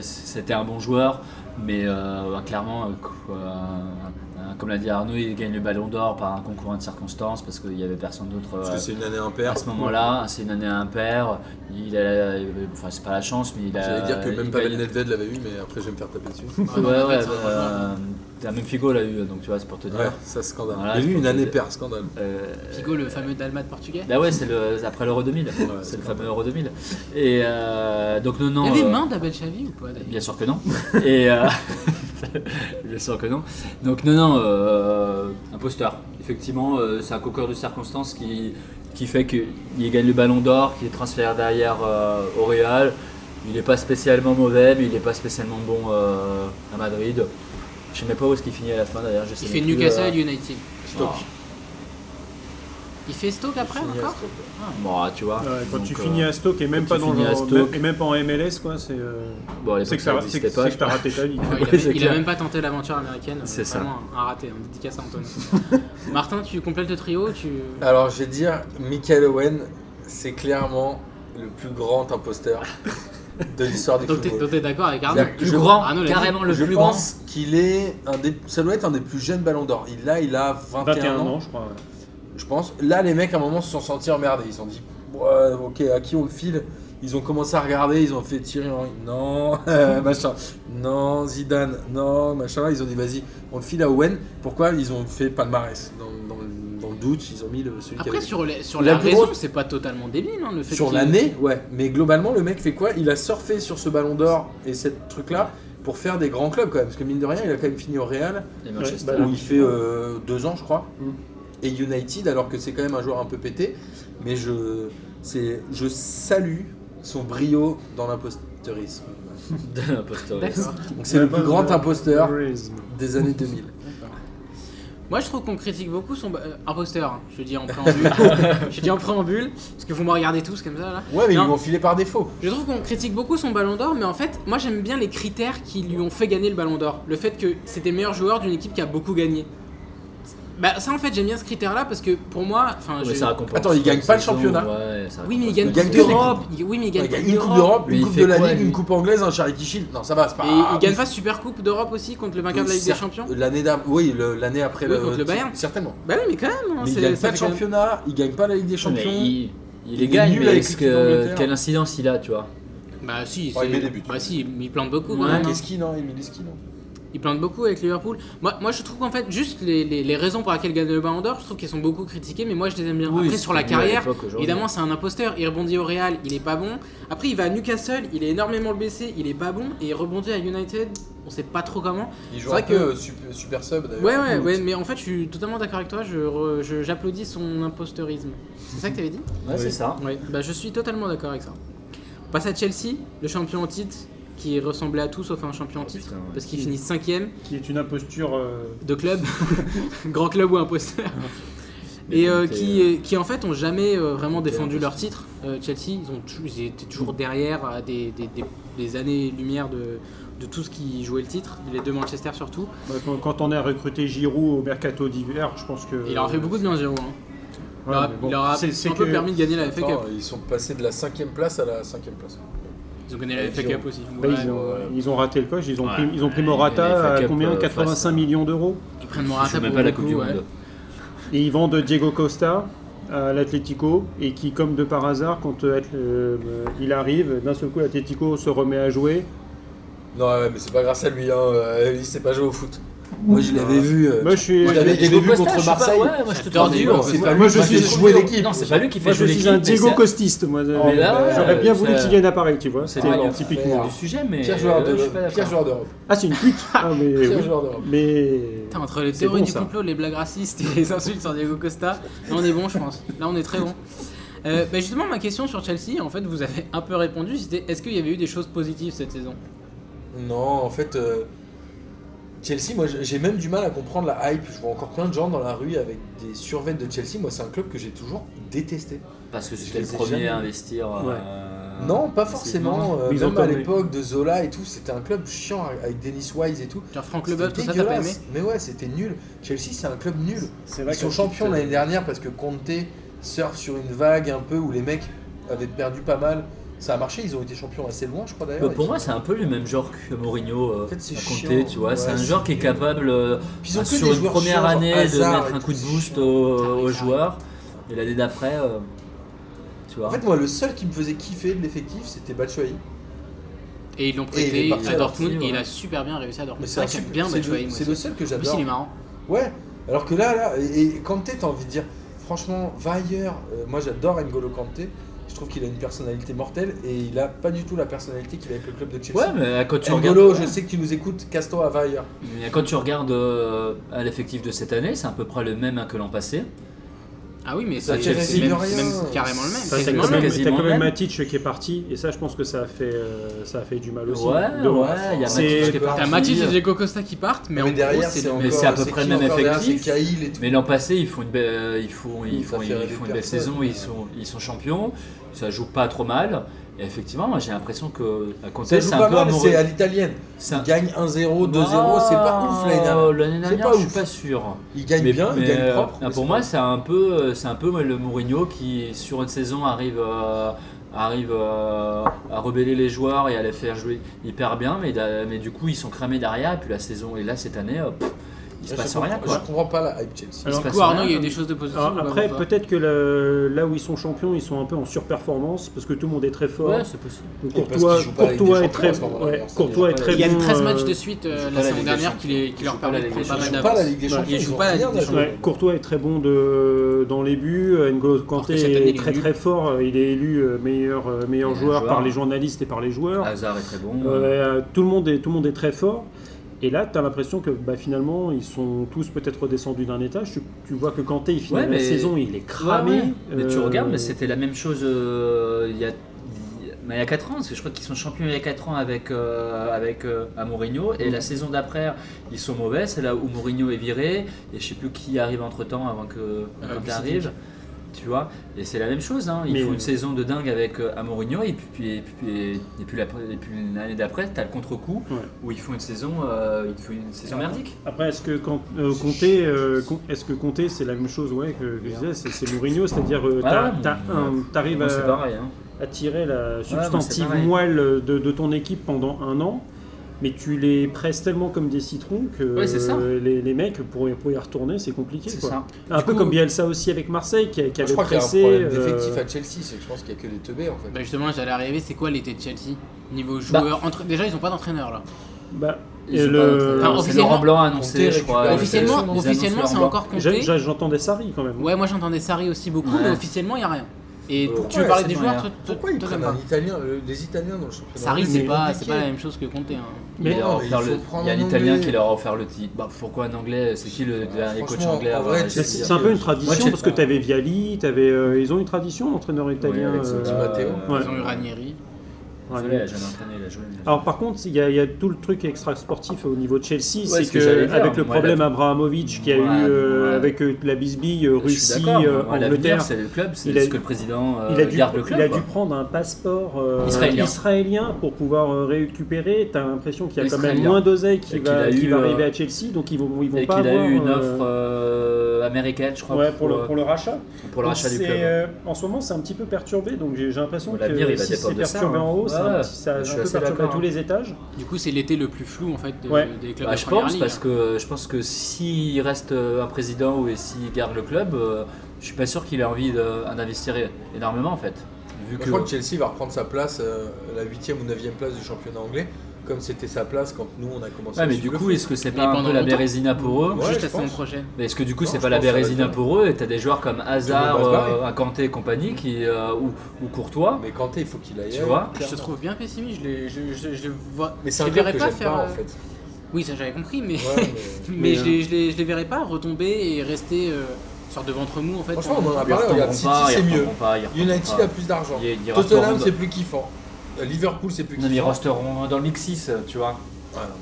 S3: c'était un bon joueur, mais euh, ouais, clairement, euh, quoi, euh, comme l'a dit Arnaud, il gagne le ballon d'or par un concours de circonstances parce qu'il n'y avait personne d'autre.
S2: Parce
S3: euh,
S2: que c'est une année impaire.
S3: à ce moment-là, c'est une année impaire. Il a, enfin, c'est pas la chance, mais il a.
S2: J'allais dire que même
S3: il
S2: Pavel
S3: gagne-
S2: Nedved l'avait eu, mais après je vais me faire taper dessus.
S3: Ouais, ouais,
S1: Ouais,
S3: ouais,
S1: ça,
S3: euh, la même Figo l'a eu, donc tu vois, c'est pour te dire.
S2: Ouais, ça scandale.
S3: Voilà,
S2: Et
S3: je
S2: lui, une
S3: pense
S2: année
S3: que-
S2: paire, scandale.
S3: Euh,
S1: Figo, le fameux Dalmat portugais.
S3: Bah ouais, c'est le, après l'Euro 2000.
S2: c'est
S3: c'est le fameux Euro 2000. Et euh, donc, non, non.
S1: Il y a des
S3: euh,
S1: mains d'Abel Chavi ou pas d'ailleurs
S3: Bien sûr que non. Et euh, <laughs> bien sûr que non. Donc non, non, euh, imposteur. Effectivement, euh, c'est un concours de circonstances qui, qui fait qu'il gagne le ballon d'or, qu'il est transféré derrière euh, au Real. Il n'est pas spécialement mauvais, mais il n'est pas spécialement bon euh, à Madrid. Je ne sais même pas où est-ce qu'il finit à la fin d'ailleurs. je sais
S1: Il fait
S3: même plus,
S1: Newcastle
S3: euh,
S1: et United.
S2: Stock.
S1: Il fait Stoke après
S2: Fini à
S1: encore
S2: Stoke.
S3: bon, tu vois.
S4: Ouais, quand
S3: Donc,
S4: tu
S3: euh,
S4: finis à Stock et même
S3: quand
S4: pas
S3: tu
S4: dans
S3: finis à
S4: le,
S3: Stoke-
S4: même- et même pas en MLS quoi, c'est euh,
S3: bon, à l'époque,
S4: c'est que
S3: ça
S4: t'as
S3: n'existait
S4: c'est-
S3: pas,
S4: c'est que t'as raté ta vie.
S1: <laughs> Ouais,
S3: Ouais,
S1: il,
S3: c'est
S1: avait, il a
S3: clair.
S1: même pas tenté l'aventure américaine.
S3: C'est ça.
S1: vraiment un raté, un dédicace à Antoine. Martin, tu complètes le trio, tu.
S2: Alors, je vais dire, Michael Owen, c'est clairement le plus grand imposteur de l'histoire du
S1: Donc t'es-
S2: football.
S1: donc t'es d'accord avec Arnaud
S2: Le Bah, plus
S1: Je-
S3: grand,
S1: Arnaud l'a dit.
S3: carrément le
S2: je
S3: plus grand.
S2: pense qu'il est un des, ça doit être un des plus jeunes ballons d'or. Il a, il a 21,
S4: 21
S2: ans,
S4: ans, je crois.
S2: je pense. Là, les mecs à un moment se sont sentis emmerdés. Ils se sont dit, Ouais, ok, à qui on le file Ils ont commencé à regarder, ils ont fait tirer, non, <laughs> euh, machin, non, Zidane, non, machin. Ils ont dit, vas-y, on le file à Owen. Pourquoi Ils ont fait palmarès. Dans, dans le- dans le doute, ils ont mis le, celui qui
S1: Après,
S2: avait-
S1: sur, les- sur
S2: La
S1: la
S2: plus
S1: raison,
S2: grosse-
S1: c'est pas totalement débile hein, le fait
S2: Sur
S1: qu'il-
S2: l'année, ouais. Mais globalement, le mec fait quoi Il a surfé sur ce ballon d'or et cette truc-là pour faire des grands clubs quand même. Parce que mine de rien, il a quand même fini au Real,
S3: Et Manchester.
S4: Ouais, bah,
S2: où il fait euh, deux ans, je crois.
S4: Mm.
S2: Et United, alors que c'est quand même un joueur un peu pété. Mais je, c'est, je salue son brio dans <laughs> l'imposteurisme.
S3: de l'imposteur.
S1: D'accord.
S2: Donc c'est le plus grand imposteur des années 2000.
S1: Moi, je trouve qu'on critique beaucoup son ba- euh, imposteur. hein, je dis en préambule. je dis en préambule, parce que vous me regardez tous comme ça là.
S2: Ouais, mais ils
S1: Non.
S2: ils l'ont filé par défaut.
S1: Je trouve qu'on critique beaucoup son ballon d'or, mais en fait, moi j'aime bien les critères qui lui ont fait gagner le ballon d'or. Le fait que c'était le meilleur joueur d'une équipe qui a beaucoup gagné. Bah, ça en fait, j'aime bien ce critère là parce que pour moi. enfin,
S3: Ouais,
S1: je-
S3: ça récompense
S2: Attends, il gagne pas le
S3: saison,
S2: championnat.
S3: ouais, ça
S1: Oui, mais il
S3: récompense
S1: gagne
S2: gagne
S3: pas
S1: Coupe
S3: saison.
S2: que des
S1: d'Europe. Il- Oui, mais il gagne
S2: Ouais, Il gagne
S1: Coupe
S2: une Coupe
S1: d'Europe.
S2: d'Eupe,
S3: Mais
S2: une
S3: il
S2: Coupe
S3: fait
S2: de la
S3: quoi,
S2: Ligue, une
S3: lui
S2: Coupe anglaise, un Charity Shield. Non, ça va, c'est pas.
S1: Et il gagne pas Super Coupe d'Europe aussi contre le vainqueur de la Ligue des
S2: Certes,
S1: Champions
S2: L'année d'avant- oui, le- l'année après
S1: Oui, contre le Bayern.
S2: Certainement.
S1: Bah oui, mais quand même. hein,
S2: Mais il
S1: c'est-
S2: gagne
S1: ça
S2: pas de
S1: fait quand même-
S2: championnat, il gagne pas la Ligue des
S3: Mais
S2: Champions.
S3: il, il
S2: Il est
S3: les gagne,
S2: nul
S3: mais
S2: avec
S3: est-ce
S2: l'équipe
S3: que,
S2: d'Angleterre.
S3: quelle incidence il a, tu vois
S1: Bah si,
S2: Ouais, il
S1: c'est-
S2: met des buts.
S1: Bah si, mais il plante beaucoup quand
S3: Ouais.
S1: même. hein.
S2: Qu'est-ce qu'il non Il met des skis, non
S1: Il plante beaucoup avec Liverpool. Moi, moi je trouve qu'en fait, juste les, les- les raisons pour lesquelles gagne le Ballon d'Or, je trouve qu'elles sont beaucoup critiquées, mais moi je les aime bien.
S3: Oui,
S1: Après, sur la
S3: c'était mieux à
S1: carrière,
S3: l'époque, aujourd'hui.
S1: évidemment, c'est un imposteur. Il rebondit au Real, il est pas bon. Après, il va à Newcastle, il est énormément blessé, il est pas bon. Et il rebondit à United, on sait pas trop comment.
S2: Il
S1: C'est vrai que-
S2: super, super sub
S3: Euh,
S2: d'ailleurs.
S1: Ouais, ouais, ouais, mais en fait, je suis totalement d'accord avec toi, je re- je- j'applaudis son imposteurisme. C'est ça que t'avais dit
S3: Ouais, c'est ça.
S1: Ouais, bah je suis totalement d'accord avec ça. On passe à Chelsea, le champion en titre, qui ressemblait à tout sauf à un champion en titre,
S3: Oh, putain, ouais.
S1: parce qu'il finit cinquième
S4: Qui est une imposture. euh,
S1: de club, <laughs> grand club ou imposteur,
S4: Ah.
S1: et euh, qui, euh, qui en fait ont jamais euh, vraiment
S3: T'es
S1: défendu
S3: imposteur.
S1: leur titre. Euh, Chelsea, ils, ont, tou- ils étaient toujours derrière à des, des- des- des années-lumière de, de tout ce qui jouait le titre, les deux Manchester surtout.
S4: bah, quand, quand on a recruté Giroud au mercato d'hiver, je pense que.
S1: Il leur a fait beaucoup de bien, Giroud. hein. Il
S4: Euh, Ouais,
S1: leur a,
S4: mais bon,
S1: il leur a
S4: c'est- c'est
S1: un peu
S4: que-
S1: permis de gagner la FA Cup.
S2: Attends, ils sont passés de la 5ème place à la 5ème place.
S1: Ils ont gagné la
S2: Avec
S1: FA Cup
S2: Giroud.
S1: aussi.
S4: bah,
S1: Ouais,
S4: ils, ont,
S2: ouais.
S4: ils ont raté le coche, ils ont
S3: Ouais.
S4: pris, ils ont pris
S3: Ouais,
S4: Morata
S3: la FA
S4: à
S3: Cup,
S4: combien
S3: euh,
S4: 85
S3: face à-
S4: millions d'euros.
S1: Ils prennent
S3: Je
S1: Morata
S3: même
S1: pour
S3: pas la
S1: beaucoup,
S3: Coupe du
S1: ouais.
S3: Monde.
S4: Et ils vendent Diego Costa à l'Atlético et qui, comme de par hasard, quand euh, Atl- euh, il arrive, d'un seul coup, l'Atlético se remet à jouer.
S2: Non, ouais, mais c'est pas grâce à lui, hein. euh, il sait pas jouer au foot. Moi, je l'avais vu. euh,
S4: Moi, je suis,
S2: Moi, j'avais-
S4: moi,
S2: J'ai
S3: Diego
S2: vu
S3: Costa,
S2: contre
S3: je sais pas,
S2: Marseille.
S3: ouais, moi, je te
S1: C'est tordu,
S3: parle des-
S1: hein,
S2: c'est
S3: ouais,
S2: pas
S3: ouais.
S2: lui
S4: moi,
S2: qui
S4: je
S2: m'a
S4: suis-
S2: fait jouer l'équipe.
S3: Non, c'est pas lui qui fait
S4: je
S3: jouer
S4: suis
S3: l'équipe.
S4: un
S3: mais
S4: Diego
S3: c'est-
S4: Costiste. Moi,
S3: mais là,
S4: euh, j'aurais bien
S3: ça-
S4: voulu qu'il y en ait pareil, tu vois.
S3: C'est
S4: C'était
S3: pas leur
S4: typiquement.
S3: du sujet, mais.
S2: Pire joueur
S3: euh, je suis
S2: de-
S3: pas d'accord.
S2: pire joueur d'Europe.
S4: Ah, c'est une pute. <laughs> Ah, mais
S2: Pire
S4: oui.
S2: joueur d'Europe.
S4: Mais.
S1: Putain, entre les
S4: C'est
S1: théories
S4: bon,
S1: du
S4: ça.
S1: complot, les blagues racistes et les insultes sur Diego Costa, là on est bon, je pense. Là on est très bon. Euh, bah, justement, ma question sur Chelsea, en fait, vous avez un peu répondu. C'était est-ce qu'il y avait eu des choses positives cette saison
S2: Non, en fait, euh, Chelsea, moi j'ai même du mal à comprendre la hype. Je vois encore plein de gens dans la rue avec des survêtements de Chelsea. Moi, c'est un club que j'ai toujours détesté.
S3: Parce que c'était
S2: Je
S3: le
S2: les ai
S3: premier
S2: jamais-
S3: à investir.
S4: Ouais. Ah.
S3: euh,
S2: Non, pas
S3: c'est-
S2: forcément. euh,
S4: Ils ont
S2: même à
S4: pas aimé.
S2: l'époque de Zola et tout, c'était un club chiant avec Dennis Wise et tout.
S1: Genre Franck
S2: C'était
S1: Leboeuf, tout ça, t'as pas aimé
S2: dégueulasse. Mais ouais, c'était nul. Chelsea, c'est un club nul.
S4: C'est
S2: Ils sont champions l'année dernière parce que Conte surfe sur une vague un peu où les mecs avaient perdu pas mal. Ça a marché, ils ont été champions assez loin, je crois
S3: Bah,
S2: d'ailleurs.
S3: pour moi, c'est un peu le même genre que Mourinho euh,
S2: En fait, c'est
S3: a
S2: chiant.
S3: compté, tu vois. c'est
S2: Ouais,
S3: un
S2: c'est
S3: genre qui est
S2: nul.
S3: capable, euh,
S2: Puis ils ont que
S3: sur
S2: des
S3: une
S2: joueurs
S3: première
S2: chiants,
S3: année,
S2: Hazard
S3: de
S2: et
S3: mettre un
S2: tout, Ah,
S3: coup de
S2: c'est
S3: boost
S2: chiant.
S1: Ça
S3: aux,
S1: arrive,
S3: aux
S1: ça
S3: joueurs. Et l'année d'après, euh, tu vois.
S2: En fait, moi, le seul qui me faisait kiffer de l'effectif, c'était Batshuayi.
S1: Et ils l'ont
S2: il est
S1: prêté
S2: parti
S1: à
S2: à
S1: Dortmund
S3: Dortmund,
S1: et il a
S3: ouais.
S1: super bien réussi à Dortmund.
S2: Mais
S1: C'est vrai que
S2: un
S1: j'aime
S2: super-
S1: bien
S2: c'est le-
S1: Batshuayi, moi
S2: C'est le
S1: aussi.
S2: seul que
S1: En plus, il est
S2: j'adore.
S1: marrant.
S2: Ouais, alors que là, là, et, et Kanté, t'as envie de dire, franchement, va ailleurs. Euh, moi, j'adore N'Golo Kanté. Je trouve qu'il a une personnalité mortelle et il a pas du tout la personnalité qu'il a avec le club de Chelsea.
S3: ouais, mais euh, quand tu
S2: N'Golo,
S3: regardes,
S2: je sais que tu nous écoutes, casse-toi, va ailleurs.
S3: mais quand tu regardes euh, à l'effectif de cette année, c'est à peu près le même hein, que l'an passé.
S1: Ah oui, mais
S2: Ça,
S1: c'est
S2: Chelsea,
S1: c'est même,
S2: mine de rien.
S1: même carrément le même.
S3: Ça,
S4: T'as
S1: quasiment
S4: quand
S1: le
S4: même,
S1: même.
S3: quasi- quasiment
S4: t'as quand même
S3: même.
S4: Matic qui est parti, et ça, je pense que ça a fait, euh, ça a fait du mal aussi.
S3: ouais,
S4: De-
S3: ouais, il y a
S4: c'est-
S3: Matic qui est parti. euh.
S1: T'as Mathis et Diego Costa qui partent, mais, en gros, c'est le même.
S3: encore- c'est à peu près le même effectif.
S2: C'est Cahill et tout.
S3: Mais l'an passé, ils font une belle, euh, ils font, ils
S2: Oui, ça
S3: font,
S2: fait
S3: ils
S2: rêver
S3: font une belle
S2: personne.
S3: saison, ils sont, ils sont champions, ça joue pas trop mal. Et effectivement, moi j'ai l'impression que à Conte,
S2: Ça joue
S3: c'est
S2: pas
S3: un peu
S2: mal,
S3: amoureux.
S2: c'est à l'italienne.
S3: c'est un-
S2: Ils gagnent 1-0, 2-0, c'est pas ouf l'année dernière.
S3: Ah, Oh, L'année
S2: C'est
S3: dernière,
S2: pas
S3: je suis
S2: ouf.
S3: pas sûr.
S2: Ils gagnent bien, ils gagnent
S3: euh,
S2: propre.
S3: ah,
S2: mais
S3: pour
S2: c'est
S3: moi,
S2: pas ouf.
S3: c'est un peu, euh, c'est un peu moi, le Mourinho qui, sur une saison, arrive, euh, arrive euh, à rebeller les joueurs et à les faire jouer hyper bien, mais, d'a- mais du coup, ils sont cramés derrière. Et puis la saison, et là cette année, euh, pff, il se
S2: Je
S3: passe
S2: comprends-
S3: rien.
S2: Je
S3: Quoi.
S2: comprends pas la hype Chelsea.
S4: Alors,
S3: se passe
S1: Du coup, Arnaud, il y a eu
S3: rien.
S1: des choses de positives.
S4: Alors
S1: ou pas
S4: ah, après,
S1: pour toi
S4: peut-être que le- là où ils sont champions, ils sont un peu en surperformance parce que tout le monde est très fort.
S3: Ouais, c'est possible.
S4: Donc
S2: Et parce
S4: Courtois,
S2: qu'ils jouent pas la Ligue des
S4: Courtois est
S2: Champions
S4: très
S2: en ce moment,
S4: ouais,
S2: d'ailleurs, ça,
S4: Courtois est
S3: déjà.
S4: très
S1: Il y a
S4: bon,
S1: 13
S4: euh,
S1: matchs de suite euh,
S3: joue pas
S1: la
S3: la
S1: saison
S3: Ligue des
S1: dernière
S3: Champions.
S1: qui, les- qui
S3: Ils
S1: leur
S3: jouent pas la
S1: permet de
S3: Ligue
S1: prendre
S3: des
S1: pas mal
S2: Ils jouent
S1: d'avance.
S2: pas la Ligue des
S4: Ouais,
S2: Champions.
S1: ils jouent
S2: ont
S1: pas la
S2: rien
S1: Ligue des
S2: à jouer.
S1: Champions.
S4: ouais, Courtois est très bon de, dans les buts. N'Golo Kanté
S1: que cette année, il
S4: est
S1: est
S4: très
S1: nul.
S4: très fort. euh, Il est élu euh, meilleur euh, meilleur
S3: Meilleur
S4: joueur par
S3: joueur. Ah,
S4: les journalistes et par les joueurs.
S3: Hazard est très bon.
S4: Euh, tout le monde est tout le monde est très fort. Et là, tu as l'impression que bah, finalement, ils sont tous peut-être redescendus d'un étage. Tu, tu vois que Kanté, il finit
S3: Ouais,
S4: la
S3: mais-
S4: saison, il est cramé.
S3: Ouais, ouais. Mais tu
S4: Euh,
S3: regardes, mais c'était la même chose euh, il y a. mais Il y a 4 ans, parce que je crois qu'ils sont champions il y a 4 ans avec, euh, avec euh, à Mourinho, et
S4: Mm.
S3: la saison d'après, ils sont mauvais, c'est là où Mourinho est viré, et je sais plus qui arrive entre temps avant que quand il
S1: Bicetic.
S3: arrive, tu vois, et c'est la même chose, hein. ils
S4: Mais-
S3: font une saison de dingue avec euh, à Mourinho, et puis, puis- et puis, et, et puis la- et puis l'année d'après, t'as le contre-coup,
S4: Ouais. Ah.
S3: où ils font une saison, euh, ils font une saison merdique.
S4: Après, est-ce que quand, euh, Comté, euh, Com- est-ce que Comté, c'est la même chose, ouais, que, que je disais, c'est, c'est Mourinho, c'est-à-dire euh, t'as-
S3: Ouais,
S4: t'as
S3: mais-
S4: un- t'arrives
S3: Moi, c'est
S4: à,
S3: pareil, hein.
S4: à tirer la
S3: c'est
S4: substantive
S3: pareil.
S4: moelle de, de ton équipe pendant un an, mais tu les presses tellement comme des citrons que
S3: Ouais, c'est ça.
S4: euh, les, les mecs pour, y- pour y retourner, c'est compliqué.
S3: c'est
S4: quoi.
S3: ça.
S4: Un
S1: Du
S4: peu
S1: coup-
S4: comme Bielsa aussi avec Marseille, qui, a- qui
S2: Je
S4: avait
S2: crois qu'il y a un
S4: pressé.
S2: problème
S4: euh,
S2: d'effectif à Chelsea, c'est que je pense qu'il y a que des teubés en fait.
S1: Bah justement, j'allais arriver, c'est quoi l'été de Chelsea Niveau joueur, entre... déjà ils ont pas d'entraîneur là.
S4: bah,
S3: Ils
S4: et
S3: ont pas
S4: le-
S3: d'entraîneur.
S1: Enfin,
S3: c'est Laurent Blanc a annoncé,
S2: Comté
S3: je crois.
S2: récupère-
S1: officiellement,
S3: Ils ont
S1: officiellement
S3: annoncé
S1: c'est
S3: Laurent
S1: encore
S4: j'a-
S1: compté.
S4: j'a- j'entendais Sarri quand même.
S1: Ouais, moi j'entendais Sarri aussi beaucoup,
S3: Ouais.
S1: mais officiellement il y a rien. Et
S3: Euh,
S1: pour- tu
S2: ouais,
S1: veux parler
S3: c'est
S1: des
S3: bon,
S1: joueurs
S3: rien.
S1: toi- toi-
S2: Pourquoi ils
S1: toi,
S2: prennent
S1: t'aimes
S2: un Italien, le- les Italiens dans le
S1: pas.
S2: championnat
S1: Sarri
S2: anglais,
S1: c'est pas, c'est
S2: compliqué.
S1: pas la même chose que Comté. hein.
S3: Il leur
S4: Mais-
S3: a
S2: Non, mais
S3: offert
S2: il faut
S3: le-
S2: prendre
S3: Il y a
S2: en
S3: l'Italien
S2: anglais.
S3: qui leur a offert le titre. Bah, pourquoi en anglais C'est qui le dernier coach
S2: franchement,
S3: anglais euh,
S2: en
S3: hein? à avoir
S2: vrai,
S3: réussi
S4: C'est-
S2: Chelsea,
S4: C'est un peu une
S2: Moi,
S4: tradition
S2: j'ai-
S4: parce que tu avais Viali, t'avais, euh, ils ont une tradition d'entraîneur
S3: Oui,
S4: italien.
S3: avec ce
S4: euh,
S3: petit
S2: euh,
S3: Matteo.
S4: ouais.
S1: Ils ont eu Ranieri.
S3: Ouais,
S4: ouais.
S3: Il a jamais entraîné, il a joué. mais-
S4: Alors par contre, il y, a- il y a tout le truc extra sportif au niveau de Chelsea, c'est
S3: ce
S4: que,
S3: que j'allais dire,
S4: avec le
S3: moi,
S4: problème
S3: la-
S4: Abrahamovic qui a
S3: Ouais,
S4: eu euh,
S3: ouais.
S4: avec euh, la bisbille euh,
S3: Je suis
S4: Russie,
S3: d'accord,
S4: euh,
S3: moi, l'avenir,
S4: Angleterre,
S3: c'est le club, c'est
S4: il a-
S3: ce que le président euh,
S4: il a dû,
S3: garde le club.
S4: il a
S3: quoi.
S4: dû prendre un passeport euh,
S3: Israélien.
S4: israélien pour pouvoir euh, récupérer. T'as l'impression qu'il y a quand même
S3: Israélien.
S4: moins d'oseille qui
S3: Et
S4: va,
S3: qu'il a
S4: qui
S3: eu,
S4: va
S3: euh,
S4: arriver à Chelsea, donc ils vont, ils vont
S3: Et
S4: pas
S3: qu'il a
S4: avoir,
S3: eu une
S4: euh,
S3: offre euh, américaine, je crois,
S4: ouais, pour,
S3: euh,
S4: le, pour le rachat.
S3: pour le
S4: Donc
S3: rachat du
S4: c'est,
S3: club.
S4: euh, en ce moment, c'est un petit peu perturbé, donc j'ai j'ai l'impression
S3: Bon,
S4: que
S3: l'avenir, il va
S4: si c'est
S3: dépendre de ça,
S4: perturbé
S3: hein.
S4: en
S3: Ouais,
S4: haut, c'est un
S3: ouais.
S4: petit- ça a
S3: Je
S4: un
S3: suis
S4: peu
S3: assez
S4: perturbé
S3: d'accord. hein.
S4: tous les étages.
S1: Du coup, c'est l'été le plus flou en fait de-
S4: Ouais.
S1: des clubs
S3: Bah,
S1: de
S3: je
S1: première
S3: pense
S1: ligue. hein.
S3: parce que je pense que s'il reste euh, un président ou et s'il garde le club, euh, je suis pas sûr qu'il ait envie de- d'investir énormément en fait. Vu
S2: Je
S3: que
S2: crois que Chelsea va reprendre sa place, euh, la 8 ou 9 place du championnat anglais, comme c'était sa place quand nous on a commencé
S3: Ouais,
S2: à
S3: mais
S2: suivre
S3: du
S2: le
S3: coup,
S2: foot.
S3: est-ce que c'est
S1: Mais
S3: pas un
S1: pendant
S3: peu la
S1: longtemps.
S3: bérésina pour eux
S2: Ouais,
S1: Juste
S2: je
S1: la saison
S2: pense.
S1: prochaine.
S3: Mais Est-ce que du coup,
S2: Non,
S3: c'est
S2: je
S3: pas la
S2: pense que ça va
S3: bérésina
S2: être-
S3: pour eux et t'as des joueurs comme Hazard,
S2: Ils vont pas se
S3: euh, un Kanté et compagnie qui, euh, ou, ou Courtois,
S2: Mais Kanté, il faut qu'il aille.
S3: tu
S2: ailleurs.
S3: vois
S1: Je te trouve bien pessimiste. Je, les- je, je, je les vois.
S2: Mais c'est
S1: je
S2: un
S1: les
S2: club
S1: verrais
S2: que
S1: pas
S2: j'aime
S1: faire.
S2: pas en
S1: euh, <laughs>
S2: fait.
S1: Oui, ça j'avais compris, mais
S2: Ouais, mais-
S1: mais,
S3: Mais,
S1: je, les, je, les, je les verrais pas retomber et rester euh, une sorte de ventre mou en fait.
S2: Franchement,
S1: pendant-
S2: on en a
S3: Ils
S2: parlé, regarde,
S3: retomberont
S2: City
S3: pas, ils
S2: c'est mieux.
S3: retomberont pas, ils retomberont
S2: United
S3: pas.
S2: a plus d'argent.
S3: Ils- ils
S2: Tottenham
S3: resteront-
S2: c'est plus kiffant. Euh, Liverpool c'est plus
S3: Non, mais ils
S2: kiffant.
S3: resteront dans le mix 6, tu vois.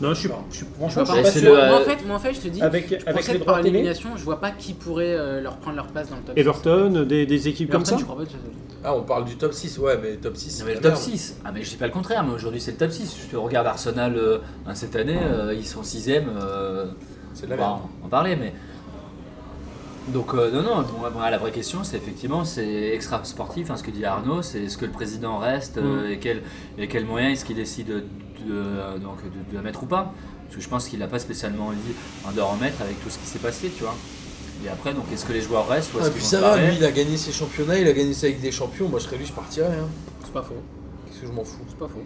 S4: Non, je suis,
S2: D'accord.
S4: je suis-
S1: Je
S4: franchement,
S1: vois
S4: je
S1: pas.
S4: suis
S3: Mais
S4: pas
S3: Bah, c'est
S4: sûr.
S3: le-
S1: Moi, en fait, moi en fait, je te dis,
S4: Avec,
S1: je
S4: avec les
S1: procède par
S4: droits télé,
S1: élimination. Je vois pas qui pourrait euh, leur prendre leur place dans le top.
S4: Everton, des, des équipes
S1: Everton,
S4: comme ça.
S1: je crois pas. je-
S2: Ah, on parle du top 6, ouais, mais top 6
S3: Non,
S2: c'est
S3: mais le
S2: la
S3: top
S2: merde.
S3: 6. Ah, mais je dis pas le contraire, mais aujourd'hui c'est le top 6. Tu regardes Arsenal euh, hein, cette année, euh, ils sont 6 e
S2: C'est de
S3: on
S2: la
S3: va
S2: merde.
S3: en- en parler, mais. Donc, euh, non, non, bon, bon, la vraie question, c'est effectivement, c'est extra sportif, hein, ce que dit Arnaud, c'est est-ce que le président reste
S2: Mm.
S3: euh, et quels et quel moyens est-ce qu'il décide de, de- donc, de, de la mettre ou pas Parce que je pense qu'il n'a pas spécialement envie hein, de remettre avec tout ce qui s'est passé, tu vois. Et après, donc, est-ce que les joueurs restent ou est-ce
S2: Ah,
S3: qu'ils
S2: puis
S3: vont
S2: ça
S3: se
S2: va,
S3: barrer
S2: lui il a gagné ses championnats, il a gagné ça avec des champions. Moi je serais lui, je partirais. hein.
S1: C'est pas faux.
S2: Qu'est-ce que je m'en fous
S1: C'est pas faux.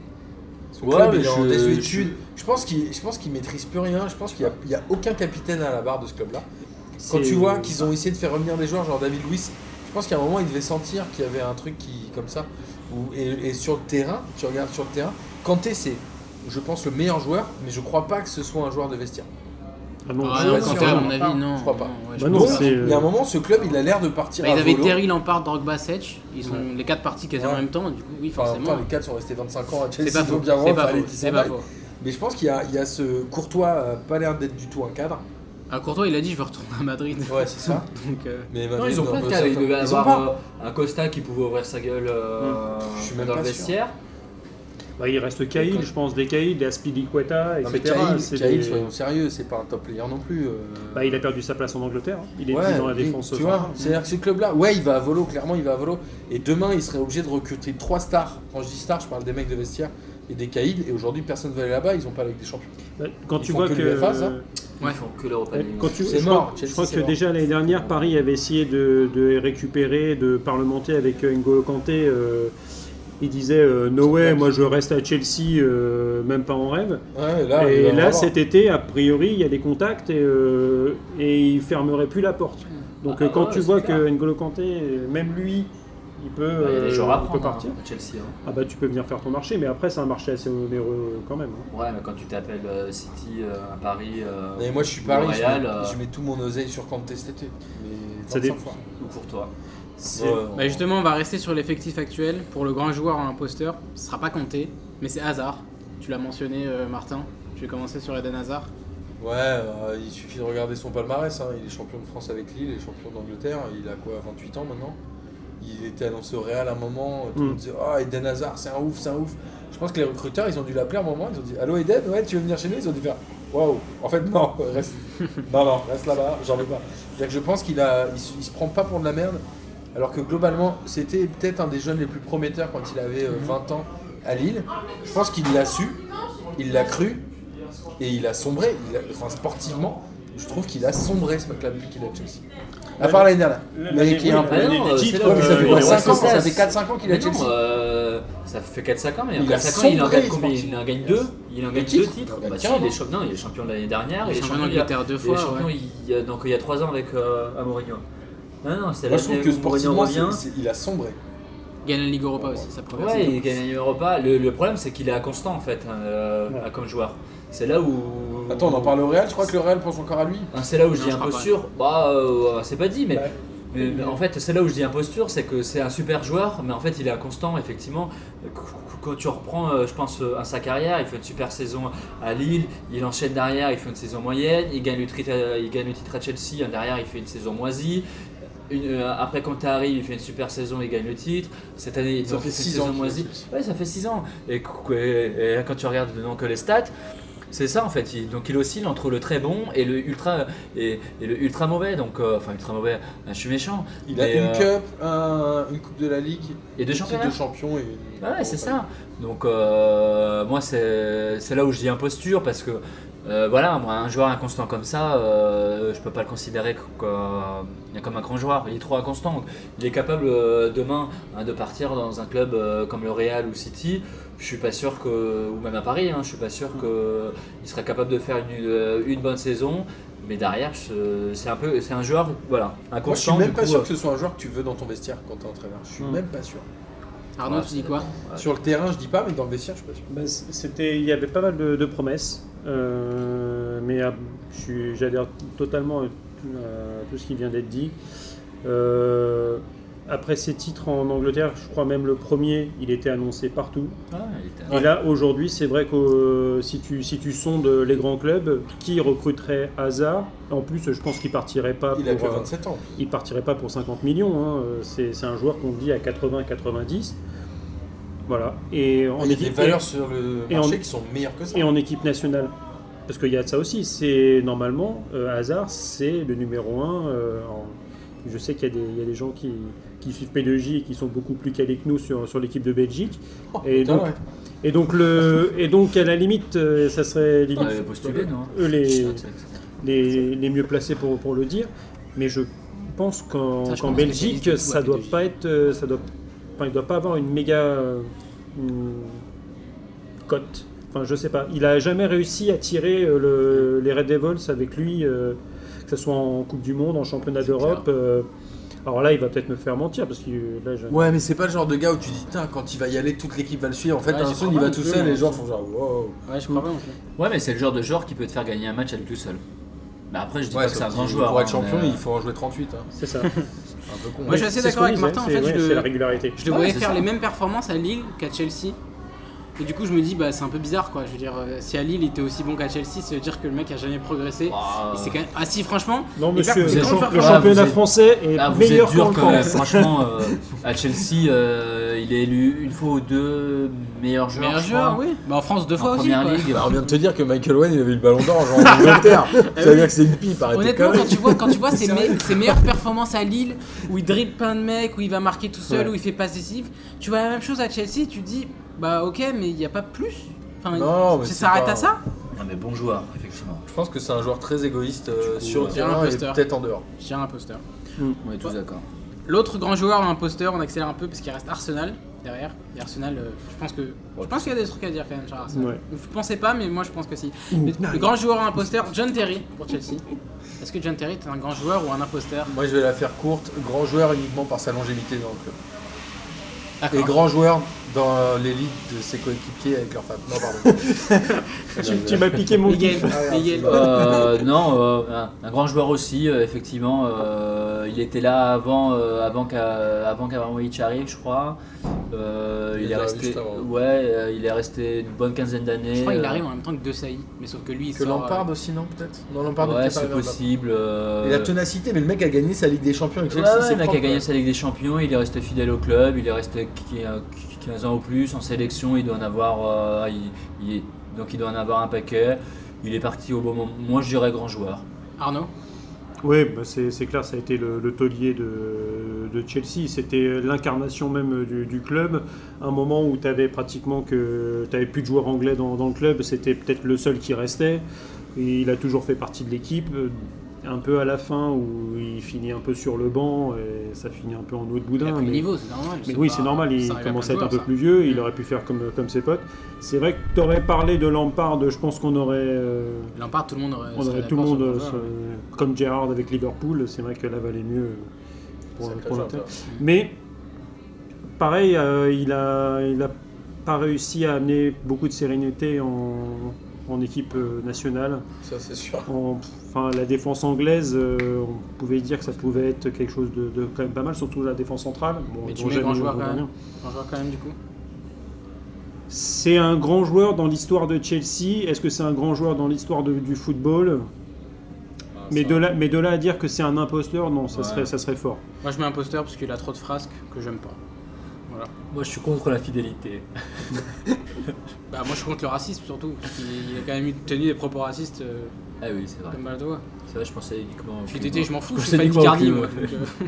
S2: Son
S3: Ouais,
S2: club
S3: mais
S2: il est en
S3: je-
S2: désuétude. Je pense qu'il je pense qu'il maîtrise plus rien. Je pense qu'il n'y a, aucun capitaine à la barre de ce club-là. Quand
S4: C'est-
S2: tu vois qu'ils ont essayé de faire revenir des joueurs, genre David Luiz, je pense qu'à un moment il devait sentir qu'il y avait un truc qui comme ça. Ou- et, et sur le terrain, tu regardes sur le terrain, Kanté c'est, je pense, le meilleur joueur, mais je crois pas que ce soit un joueur de vestiaire.
S4: Ah non,
S1: Ah
S4: je
S1: non,
S2: pas
S4: suis
S1: quand
S4: pas
S1: t'es
S2: sûr.
S1: à
S4: sûr.
S1: mon avis, non.
S2: Je crois pas.
S1: ouais,
S4: Bah
S3: Ah
S1: je
S4: non,
S1: pense
S2: Donc,
S1: pas.
S4: c'est-
S2: il y a un moment, ce club il a l'air de partir.
S1: Bah,
S2: à
S1: ils avaient
S2: volo.
S1: Terry Lampard, Drogba, Sech. Ils sont les quatre parties quasiment
S2: Ouais.
S1: en même temps. Du coup, oui,
S2: Enfin, en même temps,
S1: forcément.
S2: les 4 sont restés 25 ans à Chelsea.
S1: C'est pas
S2: donc
S1: faux.
S2: bien
S1: C'est
S2: sûr,
S1: pas
S2: fallait
S1: faux.
S2: qu'ils
S1: C'est
S2: s'en
S1: pas
S2: aillent.
S1: faux.
S2: Mais je pense qu'il y, a- il y a ce Courtois, euh, pas l'air d'être du tout un cadre.
S1: Ah, Courtois, il a dit je veux retourner à Madrid. <laughs>
S2: Ouais, c'est ça.
S1: Donc, euh,
S2: <laughs> Mais
S3: Non, ils ont pas de cadre. Ils devaient
S2: ont
S3: avoir
S2: pas.
S3: euh, un Costa qui pouvait ouvrir sa gueule euh,
S1: Hmm.
S2: Je suis même
S3: dans
S2: pas
S3: le
S2: sûr.
S3: vestiaire.
S4: Bah, il reste Cahill, je pense, des Cahill, des Aspilicueta,
S2: Non, mais
S4: etc.
S2: Cahill,
S4: C'est
S2: Cahill,
S4: des-
S2: soyons sérieux, c'est pas un top player non plus. euh.
S4: Bah, il a perdu sa place en Angleterre. hein. Il est
S2: Ouais,
S4: plus dans la
S2: mais
S4: défense.
S2: Tu
S4: centrale.
S2: vois, c'est-à-dire que ce club-là, ouais, il va à volo, clairement, il va à volo. Et demain, il serait obligé de recruter trois stars. Quand je dis stars, je parle des mecs de vestiaire et des Cahill. Et aujourd'hui, personne ne va aller là-bas, ils ont pas la Ligue des champions.
S4: Bah, Quand
S2: Ils
S4: tu
S2: font
S4: vois
S2: que
S4: que. euh,
S2: l'UEFA, ça
S3: Ils font que l'Europa League.
S4: Quand tu,
S2: hein. C'est
S4: je
S2: mort,
S4: crois,
S2: Chelsea,
S4: je crois
S2: c'est
S4: que
S2: mort.
S4: déjà l'année dernière, Paris avait essayé de, de récupérer, de parlementer avec euh, N'Golo Kanté. euh, il disait euh, No way, moi je reste à Chelsea, euh, même pas en rêve.
S2: Ouais, là, Bah, il va
S4: et
S2: en
S4: là,
S2: avoir.
S4: cet été, a priori, il y a des contacts et, euh, et il fermerait plus la porte. Donc
S3: Ah,
S4: euh, quand
S2: bah,
S3: ouais,
S4: tu
S3: c'est
S4: vois
S3: clair.
S4: que N'Golo Kanté, euh, même lui, il peut,
S3: Bah, il y a
S4: euh,
S3: des joueurs à
S4: il
S3: prendre
S4: peut partir.
S3: hein, à Chelsea. hein.
S4: Ah bah tu peux venir faire ton marché, mais après c'est un marché assez onéreux euh, quand même. hein.
S3: Ouais, mais quand tu t'appelles euh, City euh, à Paris euh,
S2: Mais moi, je suis
S3: ou
S2: Paris, je,
S3: Real,
S2: mets,
S3: euh,
S2: je mets tout mon oseille sur Kanté cet été. Mais 25
S4: Ça dé-
S2: fois.
S3: ou Courtois.
S2: Ouais,
S4: Ouais.
S2: on-
S1: bah, justement, on va rester sur l'effectif actuel. Pour le grand joueur en imposteur, ce sera pas compté, mais c'est Hazard. Tu l'as mentionné, euh, Martin. Tu vais commencer sur Eden Hazard.
S2: Ouais, euh, il suffit de regarder son palmarès. hein. Il est champion de France avec Lille, il est champion d'Angleterre. Il a quoi, 28 ans maintenant Il était annoncé au Real à un moment. Tout le
S4: Mm.
S2: monde disait Ah, Eden Hazard, c'est un ouf, c'est un ouf. Je pense que les recruteurs, ils ont dû l'appeler à un moment. Ils ont dit Allô, Eden, ouais, tu veux venir chez nous Ils ont dû faire Waouh, en fait, non, <laughs> reste, non, non, reste là-bas, j'en veux pas. C'est-à-dire que je pense qu'il a, il, se- il se prend pas pour de la merde. Alors que globalement, c'était peut-être un des jeunes les plus prometteurs quand il avait euh, 20 ans à Lille. Je pense qu'il l'a su, il l'a cru, et il a sombré, il a- enfin sportivement, je trouve qu'il a sombré ce mec-là depuis qu'il a Chelsea. À part l'année dernière. Mais qui est un peu. Ouais,
S3: l'année- non,
S4: des
S3: euh, c'est
S4: titres,
S3: là où
S2: mais
S3: euh,
S2: ça fait
S3: il
S2: quoi,
S3: est
S2: 5 ans, ça
S3: resté-
S2: fait 4-5 ans qu'il
S3: Mais
S2: a
S3: non,
S2: Chelsea.
S3: euh, ça fait 4-5 ans, mais
S2: Il
S3: après
S2: a
S3: 5 ans, il en
S2: sombré,
S3: gagne combien
S2: sportif.
S3: Il en gagne 2 Il en gagne 2
S2: titres.
S3: titres
S2: Il a
S3: Bah si,
S2: quinze.
S3: il est champion, non, il est champion de l'année dernière,
S1: Il est champion
S3: Ah, il y a-
S1: d'Angleterre deux
S3: il est
S1: fois.
S3: champion
S1: ouais.
S3: il y a- donc il y a 3 ans avec euh, à Mourinho. Non, non, c'est
S2: Moi je trouve
S3: l'année
S2: que
S3: où Mourinho
S2: sportivement,
S3: revient.
S2: c'est- c'est- il a sombré.
S1: Gagne la Ligue Europa aussi, sa première
S3: Ouais,
S1: saison.
S3: il gagne un Europa. Le, le problème, c'est qu'il est à constant en fait, hein, euh,
S4: Ouais.
S3: comme joueur. C'est là où.
S2: Attends, on en parle au Real, je crois que le Real pense encore à lui.
S3: Hein, c'est là où je
S1: Non,
S3: dis
S1: je crois pas.
S3: imposture. Bah, euh, c'est pas dit, mais.
S2: Ouais.
S3: mais- mais en fait, c'est là où je dis imposture, c'est que c'est un super joueur, mais en fait, il est inconstant, effectivement. Quand tu reprends, euh, je pense, euh, à sa carrière, il fait une super saison à Lille, il enchaîne derrière, il fait une saison moyenne, il gagne le, tri- euh, il gagne le titre à Chelsea, hein, derrière, il fait une saison moisie. Une- euh, après, quand tu arrives, il fait une super saison, il gagne le titre. Cette année, il
S2: Ça
S3: fait
S2: fait
S3: une
S2: 6
S3: saison
S2: ans.
S3: moisie. Ouais, ça fait 6 ans. Et, cou- et- et quand tu regardes donc les stats, c'est ça en fait. Il- donc il oscille entre le très bon et le ultra et, et le ultra mauvais. Donc euh, enfin ultra mauvais, hein, je suis méchant.
S2: Il a
S3: Mais,
S2: une
S3: euh,
S2: cup, un- une coupe de la Ligue,
S3: Et deux
S2: une titre
S3: championnats. Bah
S2: de champion et. une-
S3: Ouais, c'est ça. Donc euh, moi c'est c'est là où je dis imposture parce que euh, voilà, moi un joueur inconstant comme ça, euh, je peux pas le considérer co- co- comme un grand joueur. Il est trop inconstant. Donc, Il est capable euh, demain hein, de partir dans un club euh, comme le Real ou City. Je suis pas sûr que, ou même à Paris, hein, je suis pas sûr qu'il sera capable de faire une, une bonne saison. Mais derrière, je- c'est un peu, c'est un joueur, voilà,
S2: Moi, je suis
S3: inconstant.
S2: même
S3: du
S2: pas
S3: coup,
S2: sûr
S3: euh,
S2: que ce soit un joueur que tu veux dans ton vestiaire quand t'es entraîneur. Je suis
S4: Hmm.
S2: même pas sûr.
S1: Arnaud,
S3: Ouais,
S1: tu dis quoi
S3: Ouais.
S2: Sur le terrain, je dis pas, mais dans le vestiaire, je suis pas sûr.
S4: Ben, c- c'était, il y avait pas mal de, de promesses, euh, mais euh, je suis- j'adhère totalement à tout, à tout ce qui vient d'être dit. Euh, après ses titres en Angleterre, je crois même le premier, il était annoncé partout.
S3: Ouais, il était-
S4: Et là, aujourd'hui, c'est vrai que euh, si tu, si tu sondes les grands clubs, qui recruterait Hazard En plus, je pense qu'il partirait pas
S2: Il a que
S4: pour, euh,
S2: 27 ans.
S4: il partirait pas pour 50 millions. hein. Euh, C'est c'est un joueur qu'on dit à 80-90. Voilà. Et en
S2: Il y a des
S4: équipe-
S2: valeurs sur le
S4: et
S2: marché
S4: en-
S2: qui sont meilleures que ça.
S4: et en équipe nationale. Parce qu'il y a de ça aussi. C'est normalement euh, Hazard, c'est le numéro un. euh, en- Je sais qu'il y, a des- il y a des gens qui, qui suivent P2J et qui sont beaucoup plus calés que nous sur, sur l'équipe de Belgique.
S2: Oh,
S4: et,
S2: putain,
S4: donc,
S2: ouais.
S4: et donc le et donc à la limite, euh, ça serait
S3: On
S4: limite
S3: avait postulé, non
S4: eux les,
S3: Putain, c'est-
S4: les, les mieux placés pour, pour le dire. Mais je pense qu'en
S1: Ça, je
S4: qu'en
S1: pense que c'est
S4: Belgique,
S1: du tout
S4: ça
S1: à
S4: doit
S1: P2J.
S4: pas être, euh, ça doit, enfin, il doit pas avoir une méga euh, une cote. Enfin, je sais pas. Il a jamais réussi à tirer euh, le- les Red Devils avec lui, euh, que ce soit en Coupe du Monde, en Championnat
S1: C'est
S4: d'Europe. euh, alors là, il va peut-être me faire mentir parce que euh, là, je-
S2: Ouais, mais c'est pas le genre de gars où tu dis, Tain, quand il va y aller, toute l'équipe va le suivre. En fait,
S1: Ouais,
S2: un
S1: j'y crois
S2: seul, il
S1: pas
S2: va
S1: non
S2: tout
S1: plus,
S2: seul,
S1: moi,
S2: les gens
S1: ça.
S2: font genre, wow.
S1: Ouais, je crois pas non plus.
S3: Ouais, mais c'est le genre de joueur qui peut te faire gagner un match à lui tout seul. Mais après, je dis
S2: Ouais,
S3: pas que c'est un
S2: sauf
S3: grand
S2: qu'il-
S3: joueur.
S2: Pour être
S3: hein,
S2: champion,
S3: mais-
S2: il faut en jouer 38. hein.
S1: <laughs>
S4: c'est ça.
S2: C'est un peu con.
S1: Moi, je suis assez
S4: C'est ce
S1: d'accord
S4: qu'on
S1: avec
S4: disait,
S1: Martin, en
S4: c'est-
S1: fait,
S4: ouais,
S1: je-
S4: c'est la régularité.
S1: Je le
S3: Ouais,
S1: voyais
S3: c'est
S1: faire
S3: ça.
S1: les mêmes performances à Lille qu'à Chelsea. Et du coup, je me dis, bah, c'est un peu bizarre quoi. Je veux dire, euh, si à Lille il était aussi bon qu'à Chelsea, ça veut dire que le mec a jamais progressé.
S3: Ouah,
S1: Et c'est quand même. Ah, si, franchement,
S4: Non,
S1: les
S4: monsieur,
S1: per- les
S4: le,
S3: vous
S1: grandes
S3: êtes-
S4: champ- le
S1: performances-
S3: Ah, vous
S4: championnat
S3: êtes-
S4: français est
S3: Là, vous êtes
S4: meilleur
S3: dur
S4: qu'en
S3: quand même.
S4: France.
S3: Franchement, euh, à Chelsea, euh, il est élu une fois ou deux meilleur joueur.
S1: Meilleur
S3: je
S1: joueur,
S3: crois,
S1: oui. Bah, en France, deux
S3: En
S1: fois aussi.
S3: première
S1: quoi.
S3: ligue.
S2: Bah, on vient de te dire que Michael Owen il avait eu le ballon d'or <laughs> genre, en Angleterre. Ça veut dire que c'est une pipe, arrêtez
S1: Honnêtement,
S2: quand
S1: quand
S2: même.
S1: tu vois, quand tu
S2: <laughs>
S1: vois ses,
S2: Ah, Sérieux
S1: me- ses meilleures performances à Lille, où il dribble plein de mecs, où il va marquer tout seul,
S4: Ouais.
S1: où il fait passif, tu vois la même chose à Chelsea, tu te dis, bah ok, mais il n'y a pas plus. Enfin,
S2: Non, mais
S1: ça
S2: c'est
S1: s'arrête
S2: pas-
S1: à ça
S3: Non, mais bon joueur, effectivement.
S2: Je pense que c'est un joueur très égoïste euh,
S3: Du coup,
S2: sur le
S3: ouais.
S2: terrain
S1: Bien
S2: et
S1: imposteur.
S2: peut-être en dehors.
S1: Je dirais un imposteur.
S3: On est tous d'accord.
S1: L'autre grand joueur imposteur, on accélère un peu parce qu'il reste Arsenal derrière. Et Arsenal, euh, je pense que je pense qu'il y a des trucs à dire quand même sur Arsenal.
S4: Ouais.
S1: Vous pensez pas, mais moi je pense que si. Mais le grand joueur imposteur, John Terry pour Chelsea. Est-ce que John Terry est un grand joueur ou un imposteur
S2: Moi, je vais la faire courte. Grand joueur uniquement par sa longévité euh, dans le club. Et
S1: D'accord.
S2: grand joueur dans l'élite de ses coéquipiers avec leur femme. Non, <laughs> pardon.
S4: <laughs> Tu, tu m'as piqué mon
S1: Miguel, Miguel.
S3: Euh, <laughs> non, euh, un, un grand joueur aussi, euh, effectivement. euh, il était là avant, euh, avant qu'a- avant qu'Abramovich arrive, je crois. Euh,
S2: Il
S3: il,
S2: est
S3: est
S2: là
S3: resté,
S2: juste avant.
S3: ouais, euh, il est resté une bonne quinzaine d'années.
S1: Je crois qu'il
S3: euh,
S1: arrive en même temps que De Sailly, mais sauf que lui il
S2: que
S1: sort,
S2: Lampard
S1: euh,
S2: aussi, non Peut-être Non, Lampard
S3: ouais,
S2: peut-être
S3: c'est
S2: pas, Lampard.
S3: possible. euh,
S2: Et la tenacité, mais le mec a gagné sa Ligue des Champions avec
S3: Ouais,
S2: Chelsea.
S3: ouais,
S2: c'est
S3: le mec a
S2: propre.
S3: gagné sa Ligue des Champions, il est resté fidèle au club, il est resté qui- qui- euh, 15 ans ou plus en sélection, il doit en avoir, euh, il- il est- donc il doit en avoir un paquet. Il est parti au bon moment. Moi, je dirais grand joueur.
S1: euh, Arnaud.
S4: Oui, bah, c'est c'est clair, ça a été le, le taulier de, de Chelsea. C'était l'incarnation même du, du club. Un moment où tu avais pratiquement que tu plus de joueurs anglais dans, dans le club, c'était peut-être le seul qui restait. Et il a toujours fait partie de l'équipe. Euh, Un peu à la fin où il finit un peu sur le banc et ça finit un peu en
S1: Il
S4: eau de
S1: a
S4: boudin.
S1: pris le
S4: mais-
S1: niveau, c'est normal.
S4: mais oui, c'est normal, il commence à être un peu plus vieux, il aurait pu faire comme, comme ses potes. C'est vrai que tu aurais parlé de Lampard, je pense qu'on aurait. euh,
S1: Lampard, tout le monde.
S4: on aurait tout le monde, euh, se- comme Gerrard avec Liverpool, c'est vrai que là valait mieux euh, pour,
S2: Sacré
S4: pour
S2: joueur,
S4: l'Inter.
S2: ça.
S4: Mais pareil, euh, il n'a il a pas réussi à amener beaucoup de sérénité en, en équipe euh, nationale.
S2: Ça, c'est sûr.
S4: En- enfin, la défense anglaise, euh, on pouvait dire que ça pouvait être quelque chose de, de quand même pas mal, surtout la défense centrale. Bon,
S1: Mais tu
S4: dont
S1: mets
S4: j'aime
S1: grand
S4: le-
S1: joueur
S4: le
S1: quand même.
S4: gardien.
S1: On joue quand même du coup.
S4: C'est un grand joueur dans l'histoire de Chelsea. Est-ce que c'est un grand joueur dans l'histoire de- du football mais, de là, mais de là à dire que c'est un imposteur, non, ça,
S3: Ouais.
S4: serait, ça serait fort.
S1: Moi, je mets imposteur parce qu'il a trop de frasques que j'aime pas. Voilà.
S3: Moi, je suis contre la fidélité.
S1: Bah, moi, je suis contre le racisme surtout. Parce qu'il il a quand même eu- tenu des propos racistes euh,
S3: Ah oui, c'est vrai.
S1: comme balle de bois.
S3: C'est vrai, je pensais uniquement. au
S1: Je suis
S3: club.
S1: dété, je m'en fous,
S3: Je
S1: je suis pas
S3: sais pas au
S1: Icardi,
S3: club,
S1: moi.
S3: ouais.
S1: donc, euh,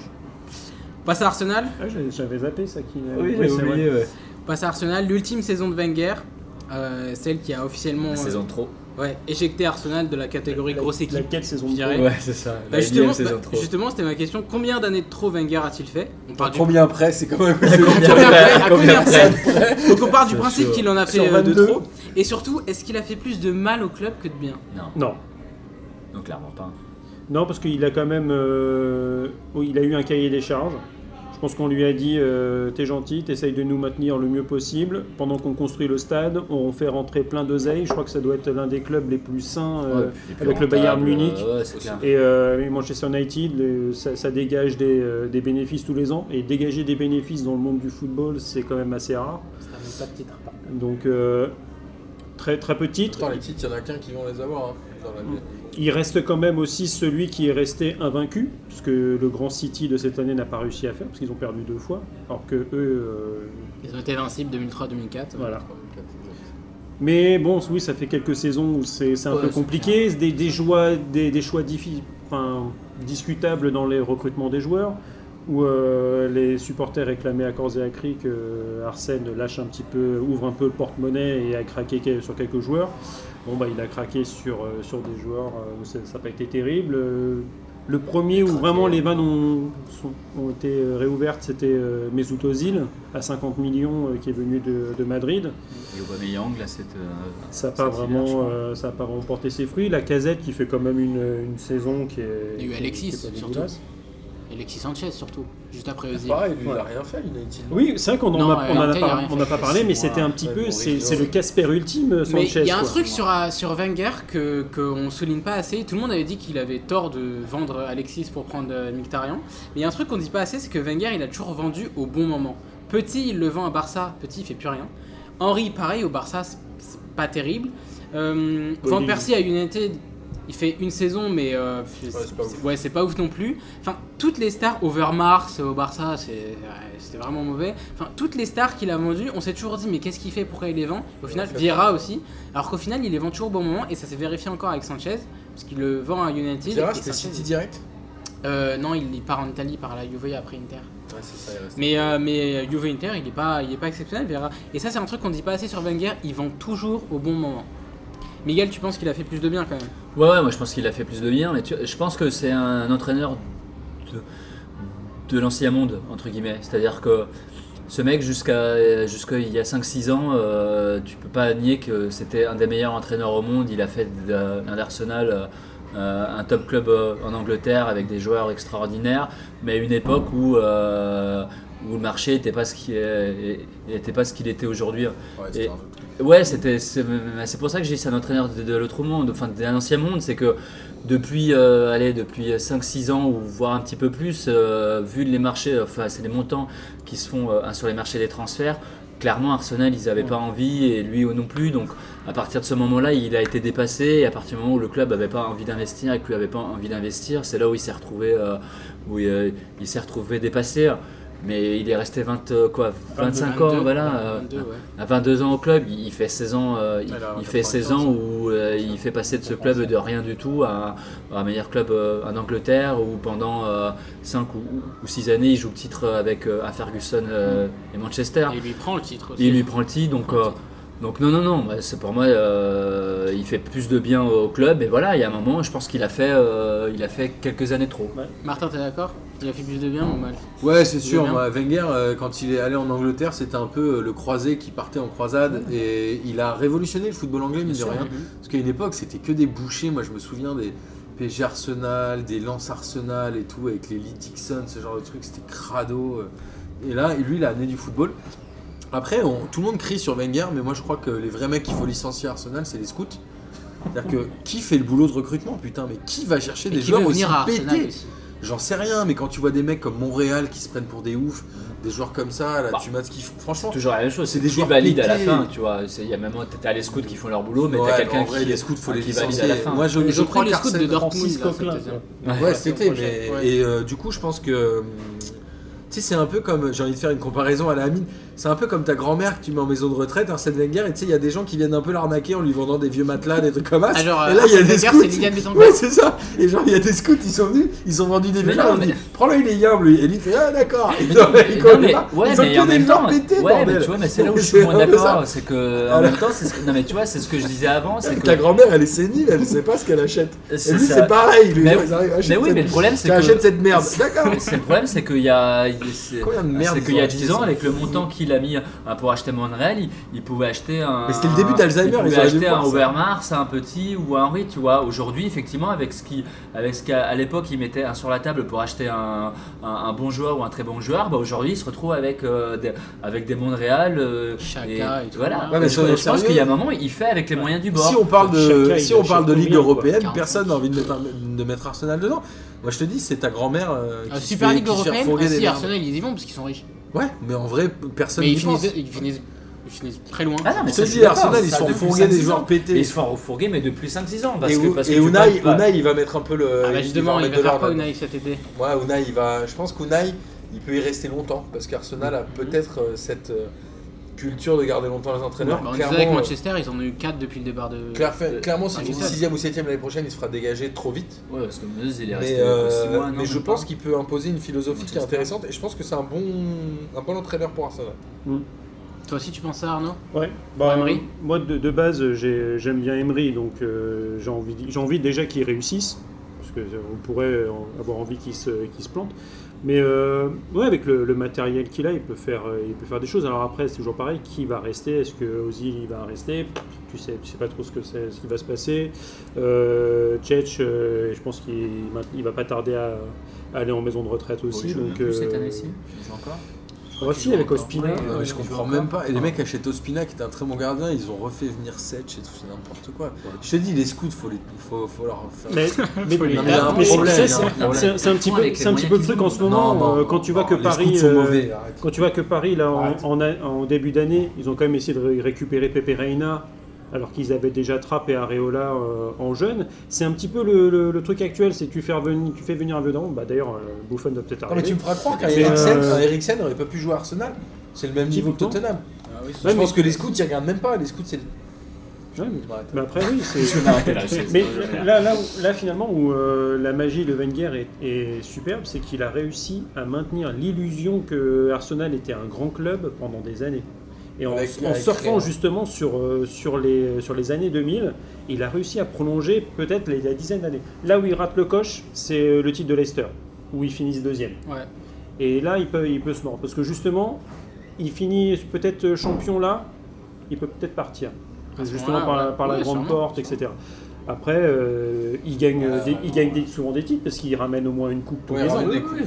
S1: On Passe à Arsenal.
S4: Ah, j'ai- J'avais zappé ça qui.
S3: Oui,
S4: c'est
S3: j'ai
S4: vrai.
S3: oublié. ouais.
S1: On passe à Arsenal, l'ultime saison de Wenger, euh, celle qui a officiellement
S3: La
S1: euh,
S3: saison trop.
S1: ouais, éjecté Arsenal de la catégorie grosse
S4: La-
S1: équipe.
S4: Laquelle saison
S1: je
S4: de
S1: dirais.
S4: pro
S3: Ouais, c'est ça.
S1: Bah,
S3: la
S1: justement,
S3: énième saison
S1: bah,
S3: trop.
S1: justement, c'était ma question. Combien d'années de trop Wenger a-t-il fait On part du
S2: Combien après C'est quand même. <laughs>
S1: Combien
S3: Combien
S1: après
S3: après
S1: À combien
S3: Combien
S1: après Donc on part du
S3: Sur-
S1: principe qu'il en a fait
S4: sur
S1: euh, de
S4: 22.
S1: trop. Et surtout, est-ce qu'il a fait plus de mal au club que de bien
S3: Non,
S4: Non.
S3: non, clairement pas.
S4: Non, parce qu'il a quand même. euh, oui, il a eu un cahier des charges. Je pense qu'on lui a dit euh, T'es gentil, t'essayes de nous maintenir le mieux possible. Pendant qu'on construit le stade, on fait rentrer plein d'oseilles. Je crois que ça doit être l'un des clubs les plus sains. euh,
S3: Ouais, puis les plus
S4: avec le Bayern
S3: rentables,
S4: Munich.
S3: euh, ouais, c'est clair.
S4: Et euh, et Manchester United, le- ça, ça dégage des, euh, des bénéfices tous les ans. Et dégager des bénéfices dans le monde du football, c'est quand même assez rare.
S1: Ça n'a même pas de titre.
S4: Donc, euh, très très peu de titres.
S2: Attends, les titres, il y en a qu'un qui vont les avoir. hein, dans la-
S4: Il reste quand même aussi celui qui est resté invaincu, parce que le Grand City de cette année n'a pas réussi à faire, parce qu'ils ont perdu deux fois, alors que eux. euh,
S1: Ils ont été invincibles 2003-2004.
S4: voilà. Mais bon, oui, ça fait quelques saisons où c'est c'est un
S2: Ouais,
S4: peu
S2: c'est
S4: compliqué, des, des choix, des, des choix diffi- enfin, discutables dans les recrutements des joueurs, où euh, les supporters réclamaient à corps et à cri que euh, Arsène lâche un petit peu, ouvre un peu le porte-monnaie et a craqué que- sur quelques joueurs. Bon, bah, il a craqué sur, euh, sur des joueurs euh, où ça n'a pas été terrible. Euh, Le premier où
S3: Craqué.
S4: vraiment les vannes ont, sont- ont été euh, réouvertes, c'était euh, Mesut Ozil à 50 millions euh, qui est venu de- de Madrid.
S3: Et Aubameyang, là, c'est. euh,
S4: Ça n'a pas,
S3: cet hiver, je
S4: vraiment,
S3: crois.
S4: euh, ça a pas vraiment porté ses fruits. La casette qui fait quand même une, une saison qui est.
S1: Il y a eu
S4: qui est-
S1: Alexis,
S4: qui est pas
S1: surtout.
S4: dégueulasse.
S1: Alexis Sanchez surtout, juste après Ozil.
S2: Pareil, lui, il
S4: Ouais.
S2: a rien fait, United.
S4: Oui, c'est vrai qu'on
S1: Non,
S4: n'en a,
S1: euh,
S4: on en a
S1: Ante, il a
S4: pas,
S1: rien
S4: on en a
S1: fait.
S4: pas parlé, mais
S2: C'est
S4: c'était
S2: moi,
S4: un petit
S2: ouais,
S4: peu.
S2: bon,
S4: C'est
S2: oui,
S4: c'est le
S2: oui.
S4: Casper ultime, euh, Sanchez.
S1: Mais il y a un
S4: quoi.
S1: truc sur, euh, sur Wenger que qu'on souligne pas assez. Tout le monde avait dit qu'il avait tort de vendre Alexis pour prendre euh, Mkhitaryan. Mais il y a un truc qu'on dit pas assez, c'est que Wenger il a toujours vendu au bon moment. Petit il le vend à Barça, Petit il fait plus rien. Henry pareil au Barça, c'est c'est pas terrible. Euh, Van
S4: Olivier.
S1: Persie à United, il fait une saison mais euh, c'est-
S2: c'est pas ouf.
S1: ouais c'est pas ouf non plus. Enfin toutes les stars, Overmars euh, au Barça c'est ouais, c'était vraiment mauvais. Enfin toutes les stars qu'il a vendues, on s'est toujours dit mais qu'est-ce qu'il fait, pourquoi il les vend Au
S2: Ouais,
S1: final
S2: en fait,
S1: Vieira aussi. Alors qu'au final, il les vend toujours au bon moment et ça s'est vérifié encore avec Sanchez parce qu'il le vend à United.
S2: Vieira,
S1: et
S2: c'était
S1: Sanchez-
S2: City direct
S1: Euh, non, il, il part en Italie par la Juve après Inter.
S2: Ouais, c'est ça, il reste.
S1: Mais, euh, mais Juve Inter, il est pas, il est pas exceptionnel, Vieira. Et ça, c'est un truc qu'on dit pas assez sur Wenger. Il vend toujours au bon moment. Miguel, tu penses qu'il a fait plus de bien quand même
S3: Ouais, ouais, moi je pense qu'il a fait plus de bien, mais tu- je pense que c'est un entraîneur de, de l'ancien monde, entre guillemets. C'est-à-dire que ce mec, jusqu'à jusqu'à il y a 5-6 ans, euh, tu peux pas nier que c'était un des meilleurs entraîneurs au monde. Il a fait de- d'un Arsenal euh, euh, un top club euh, en Angleterre avec des joueurs extraordinaires, mais à une époque où, euh, où le marché n'était pas ce qu'il est- était, pas ce qu'il était aujourd'hui.
S2: Ouais, c'était
S3: et-
S2: un peu-
S3: Ouais, c'était c'est c'est pour ça que j'ai dit c'est un entraîneur de, de l'autre monde, enfin d'un ancien monde, c'est que depuis euh, allez, depuis 5 6 ans ou voire un petit peu plus euh, vu les marchés enfin c'est les montants qui se font euh, sur les marchés des transferts, clairement Arsenal, ils n'avaient pas envie et lui non plus donc à partir de ce moment-là, il a été dépassé et à partir du moment où le club n'avait pas envie d'investir et que lui avait pas envie d'investir, c'est là où il s'est retrouvé euh, où il, euh, il s'est retrouvé dépassé mais il est resté 20 euh, quoi 25 ans
S1: 22,
S3: voilà
S1: ouais,
S3: euh,
S1: 22, ouais.
S3: à 22 ans au club, il il fait 16 ans, euh, il,
S2: Alors,
S3: il fait 16 ans où euh, il fait passer de ce club de rien du tout à, à un meilleur club euh, en Angleterre où pendant 5 ou 6 années il joue le titre avec euh, à Ferguson euh, et Manchester.
S1: Et il lui prend le titre aussi.
S3: Il lui prend le titre, donc,
S1: Prend le
S3: euh, donc non, non, non, bah, c'est pour moi, euh, il fait plus de bien au club, et voilà, il y a un moment, je pense qu'il a, fait, euh, il a fait quelques années trop.
S1: Martin, t'es d'accord Il a fait plus de bien ou mal
S2: Ouais, c'est sûr.
S1: Wenger.
S2: moi, Wenger, euh, quand il est allé en Angleterre, c'était un peu euh, le croisé qui partait en croisade et il a révolutionné le football anglais, mine de
S3: sûr,
S2: rien. Parce qu'à une époque, c'était que des bouchers. Moi, je me souviens des PSG Arsenal, des Lance Arsenal et tout, avec les Lee Dixon, ce genre de truc. C'était crado. euh. Et là, lui, il a amené du football. Après, on- tout le monde crie sur Wenger, mais moi, je crois que les vrais mecs qu'il faut licencier à Arsenal, c'est les scouts. C'est-à-dire que qui fait le boulot de recrutement, putain, mais qui va chercher
S1: Et
S2: des
S1: qui
S2: joueurs
S1: veut
S2: aussi
S1: venir à Arsenal
S2: pétés
S1: aussi.
S2: J'en sais rien, mais quand tu vois des mecs comme Montréal qui se prennent pour des oufs, des joueurs comme ça, là,
S3: Bah,
S2: tu mates ce qu'ils font. Franchement,
S3: Toujours la même chose,
S2: C'est
S3: c'est
S2: des
S3: des
S2: joueurs
S3: valides à la
S2: pétés.
S3: fin, tu vois. c'est- Il y a même, t'as les scouts qui font leur boulot, mais
S2: ouais,
S3: t'as
S2: en
S3: quelqu'un
S2: vrai,
S3: qui
S2: les scouts, faut les
S3: qui valide
S2: licencier.
S3: à la fin.
S2: Moi, je,
S1: Mais
S2: je
S1: je prends les scouts
S2: qu'Arsène-
S1: de Dortmund.
S4: Francis
S1: là, cet
S4: Coquelin.
S1: été.
S2: Ouais,
S4: Ouais,
S2: c'était,
S4: prochain.
S2: mais.
S4: Ouais.
S2: Et euh, du coup, je pense que. hum, tu Tu sais, c'est un peu comme, j'ai envie de faire une comparaison à la Amine, c'est un peu comme ta grand-mère que tu mets en maison de retraite, Arsène Wenger, et tu sais, il y a des gens qui viennent un peu l'arnaquer en lui vendant des vieux matelas, des trucs comme ça.
S1: Ah, genre,
S2: et là, il y a
S3: euh,
S1: Arsène
S2: des
S1: Wenger,
S2: scouts.
S1: c'est Liliane Bettencourt.
S2: Ouais, c'est ça. Et genre, il y a des scouts, ils sont venus, ils ont vendu des
S3: Mais
S2: vieux
S3: non,
S2: matelas.
S3: mais-
S2: Prends-le, il est yum, lui. Et lui, il fait, ah, d'accord. Et
S3: Mais
S2: non,
S3: non, mais-
S2: il
S3: non,
S2: comprend
S3: mais-
S2: pas.
S3: ouais,
S2: Ils ont
S3: mais
S2: que
S3: en
S2: des
S3: même
S2: gens
S3: temps-
S2: pétés,
S3: ouais,
S2: bordel.
S3: mais tu vois, mais c'est
S2: <laughs>
S3: là où je
S2: C'est
S3: suis moins
S2: un peu ça.
S3: d'accord, c'est que en
S2: Alors-
S3: même temps, c'est ce que- non mais tu vois, c'est ce que je disais
S2: <laughs>
S3: avant, c'est que
S2: Ta grand-mère, elle est sénile, elle sait pas ce qu'elle achète. Et
S3: <laughs> c'est
S2: lui,
S3: ça.
S2: c'est pareil. lui,
S3: Mais,
S2: ils arrivent,
S3: mais
S2: achète
S3: oui,
S2: cette-
S3: mais le problème c'est
S2: Tu achètes
S3: que
S2: cette
S3: <laughs>
S2: merde. D'accord.
S3: c'est le problème c'est qu'il y a c'est
S2: Combien de merde
S3: c'est
S2: ils
S3: qu'il y
S2: ont
S3: a
S2: acheté
S3: 10 ans
S2: ça
S3: avec le montant qu'il a mis euh, pour acheter Monreal, il, il pouvait acheter un
S2: Mais c'était le début d'Alzheimer,
S3: il
S2: ils
S3: pouvait
S2: auraient dû
S3: acheter un
S2: voir ça.
S3: Overmars, un petit ou un Henry, tu vois. Aujourd'hui, effectivement, avec ce qui avec ce qu'à à l'époque il mettait un sur la table pour acheter un, un- un bon joueur ou un très bon joueur, bah aujourd'hui, il se retrouve avec euh, des, avec des Monreal euh,
S1: Chaka et tout.
S3: voilà.
S2: Ouais, mais
S3: je,
S2: soyons
S3: je pense
S2: sérieux.
S3: qu'il y a un moment, il fait avec les moyens du bord.
S2: Si on parle de,
S4: Chacun, euh, il
S2: si on
S4: achète
S2: parle de
S4: combien,
S2: Ligue
S4: quoi
S2: européenne,
S1: 45.
S2: personne n'a envie de mettre, de mettre Arsenal dedans. Moi je te dis, c'est ta grand-mère euh,
S1: Ah,
S2: qui
S1: Super
S2: fait-
S1: Ligue
S2: qui fait
S1: européenne,
S2: refourguer
S1: ah,
S2: des
S1: si
S2: merdes.
S1: Arsenal ils y vont parce qu'ils sont riches.
S2: Ouais, mais en vrai, personne
S1: mais ils
S2: n'y
S1: finissent,
S2: pense.
S1: ils, finissent, ils finissent très loin.
S3: Ah non, mais
S2: Je te
S3: ça, je suis
S2: dis,
S3: d'accord,
S2: Arsenal, ils
S3: ça,
S2: sont
S3: depuis
S2: fourgués des
S3: 5-6
S2: joueurs
S3: ans.
S2: pétés.
S3: Mais ils se font refourguer, mais depuis 5-6 ans. Parce
S2: et
S3: que,
S2: Ou-
S3: parce
S2: et
S3: que tu
S2: Unai,
S3: parles pas-
S2: Unai, il va mettre un peu le.
S1: Ah bah
S2: il
S1: justement, il
S2: mettre
S1: va faire
S2: l'or
S1: quoi
S2: là-dedans.
S1: Unai cet été
S2: Ouais, Unai, il va. Je pense qu'Unai, il peut y rester longtemps parce qu'Arsenal a peut-être euh, cette euh, culture de garder longtemps les entraîneurs.
S1: Bah, On disait avec
S2: Clairement, euh,
S1: Manchester, ils en ont eu 4 depuis le départ de.
S2: clair- clairement, s'il
S1: Ah,
S2: finit
S1: c'est ça.
S2: 6 ou 7 l'année prochaine, il se fera dégager trop vite.
S3: Ouais, parce que Meuse, il est
S2: Mais,
S3: resté
S2: euh,
S3: quoi, six mois, non,
S2: mais je
S3: même
S2: pense
S3: pas.
S2: qu'il peut imposer une philosophie qui est
S3: Manchester.
S2: intéressante et je pense que c'est un bon, un bon entraîneur pour Arsenal.
S1: Toi aussi tu penses à Arnaud
S4: Ouais. bah,
S1: Emery
S4: Moi, de, de base, j'ai- j'aime bien Emery, donc euh, j'ai envie, j'ai envie déjà qu'il réussisse, parce que euh, on pourrait euh, avoir envie qu'il se, qu'il se plante. Mais euh, ouais, avec le, le matériel qu'il a, il peut faire, euh, il peut faire des choses. Alors après, c'est toujours pareil, qui va rester Est-ce que Ozil il va rester Tu sais, tu sais pas trop ce que c'est, ce qui va se passer. Euh, Tchetch, euh, je pense qu'il il va pas tarder à, à aller en maison de retraite
S3: Oh,
S4: aussi.
S3: il joue
S4: donc
S3: plus cette
S4: euh,
S3: année-ci Il joue encore
S4: je crois aussi, avec Ospina.
S3: Ouais,
S2: Non, mais
S3: ouais,
S2: je
S3: il
S2: comprends
S3: joue
S2: même
S3: encore.
S2: pas. Et les mecs achètent Ospina, qui est un très bon gardien, ils ont refait venir Setch et tout, c'est n'importe quoi. Je te dis, les scouts, faut, les, faut, <laughs> faut leur faire.
S4: Mais, mais,
S1: les-
S4: mais-
S2: Il y a un
S4: mais c'est-
S2: problème,
S4: c'est-
S2: il y a un
S4: c'est-
S2: problème.
S4: c'est- c'est un petit peu,
S3: Avec les
S4: c'est un petit
S3: moyens
S4: peu le
S3: qu'ils
S4: truc
S3: ont.
S4: en ce moment. euh, quand tu vois
S2: non,
S4: que
S2: les
S4: Paris,
S2: scouts sont
S4: euh,
S2: mauvais, arrête.
S4: quand tu vois que Paris là en,
S2: Arrête.
S4: en a- en début d'année, ils ont quand même essayé de ré- récupérer Pepe Reina. Alors qu'ils avaient déjà Trapp et Areola euh, en jeune, c'est un petit peu le, le- le truc actuel, c'est que tu fais, revenir- tu fais venir un vieux d'en haut. Bah d'ailleurs, euh, Buffon doit peut-être
S2: Non, Ah, mais
S4: arriver.
S2: tu me feras croire qu'un
S4: Mais,
S2: Eriksen
S4: euh,
S2: un Eriksen n'aurait pas pu jouer à Arsenal. C'est le même niveau que
S4: Typiquement.
S2: Tottenham.
S4: Ouais,
S2: je
S4: mais-
S2: pense que les scouts, ils regardent même pas. Les scouts, c'est.
S4: Ouais, mais- bah,
S2: Ouais,
S4: mais après oui, c'est.
S3: m'arrêter là.
S4: Mais là, là, où- là, finalement, où euh, la magie de Wenger est, est superbe, c'est qu'il a réussi à maintenir l'illusion que Arsenal était un grand club pendant des années. Et en,
S2: Avec-
S4: en
S2: avec
S4: surfant
S2: Rennes.
S4: justement sur, euh, sur, les, sur les années 2000, il a réussi à prolonger peut-être les- la dizaine d'années. Là où il rate le coche, c'est euh, le titre de Leicester, où ils finissent deuxième.
S1: Ouais.
S4: Et là, il peut, il peut se mordre. Parce que justement, il finit peut-être champion là, il peut peut-être partir.
S1: À ce
S4: Justement
S1: moment-là,
S4: par, la-
S1: ouais.
S4: par la
S1: Ouais,
S4: grande
S1: sûrement.
S4: porte, etc. Après, euh, il gagne,
S2: Ouais,
S4: des- il gagne des- souvent des titres parce qu'il ramène au moins une coupe tous
S2: Ouais,
S4: les
S2: ramène
S4: ans.
S2: des coups.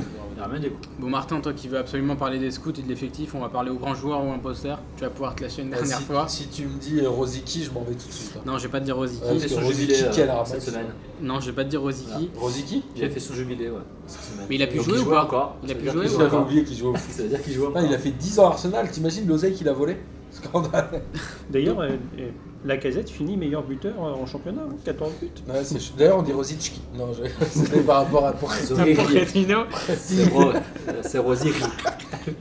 S1: Bon Martin, toi qui veux absolument parler des scouts et de l'effectif, on va parler aux grands joueurs ou imposteurs. Tu vas pouvoir te lâcher une
S2: Ah,
S1: dernière
S2: si-
S1: fois.
S2: Si tu me dis euh, Rosicky, je m'en vais tout de suite. hein.
S1: Non, je vais pas te dire Rosicky.
S2: Ouais.
S3: fait
S2: parce que
S3: son
S2: Rosicky,
S3: jubilé
S2: qui a
S3: euh,
S2: la
S3: cette
S2: ramasse.
S3: semaine.
S1: Non, je vais pas te dire Rosicky.
S2: Rosicky
S3: Il a fait son jubilé, ouais. cette semaine.
S1: Mais il a pu
S3: Donc,
S1: jouer ou
S3: joue
S1: pas
S3: encore.
S1: Il a
S3: Ça
S1: pu
S3: veut dire
S1: jouer ou
S3: qu'il joue
S2: J'avais
S3: encore.
S2: oublié qu'il jouait au foot.
S3: Ça veut dire qu'il joue
S2: Putain,
S3: encore.
S2: Ah, Il a fait 10 ans à Arsenal, t'imagines l'oseille qu'il a volé Scandale
S4: D'ailleurs, euh, euh, la casette finit meilleur buteur euh, en championnat, hein, 14 buts.
S2: Ouais, c'est- D'ailleurs, on dit Rosicki. Non, je... <laughs> c'était par rapport à pour
S3: Ah,
S1: Pour
S3: Rosicky.
S1: Catino,
S3: <laughs> C'est Ro- C'est Rosier qui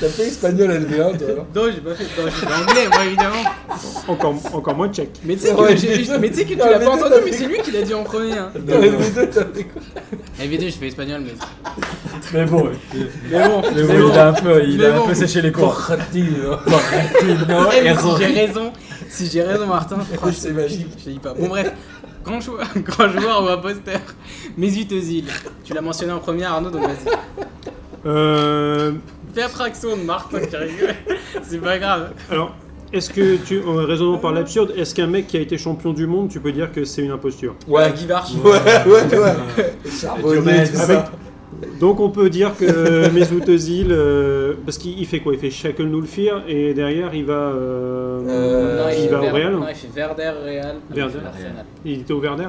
S2: T'as fait espagnol LV1, toi alors
S1: Non, j'ai pas fait. Non, j'ai fait anglais, moi évidemment.
S4: Encore, encore moins tchèque.
S1: Mais tu sais
S2: Ouais,
S1: que, j'ai-
S2: <laughs> mais-
S1: mais tu sais que tu
S2: Non,
S1: l'as
S2: mais
S1: pas
S2: toi,
S1: entendu,
S2: t'as
S1: mais
S2: fait-
S1: c'est lui qui l'a dit en premier. Hein.
S2: Non, LV2, t'as fait quoi
S1: LV2, je fais espagnol, mais.
S3: Mais bon,
S1: Mais bon, mais
S3: mais
S1: bon.
S3: bon, il a un peu, il
S1: Mais
S3: a un
S1: bon.
S3: peu séché les cours.
S1: Eh, mais si
S3: Rosicky.
S1: j'ai raison, si j'ai raison, Martin, franchement,
S2: C'est magique.
S1: je te dis pas. Bon, bref, grand <laughs> joueur, grand joueur ou imposteur, Mesut Özil. Tu l'as mentionné en premier, Arnaud, donc vas-y.
S4: Euh,
S1: Fais abstraction de Martin qui rigole. C'est pas grave.
S4: alors, est-ce que tu, en raisonnant par l'absurde, est-ce qu'un mec qui a été champion du monde, tu peux dire que c'est une imposture
S2: Ouais, Guy Varch. Ouais, ouais, ouais. Charbonnet, tout
S4: Avec-
S2: ça.
S4: Ah, Donc on peut dire que Mesut Özil, euh, parce qu'il il fait quoi Il fait Shackle nous le fear et derrière il va, euh,
S2: Euh,
S4: il
S1: fait
S4: va
S1: Ver-
S4: au Real.
S1: Non, il fait Verder, Real,
S4: Verder.
S1: Arsenal.
S4: Il était au Verder.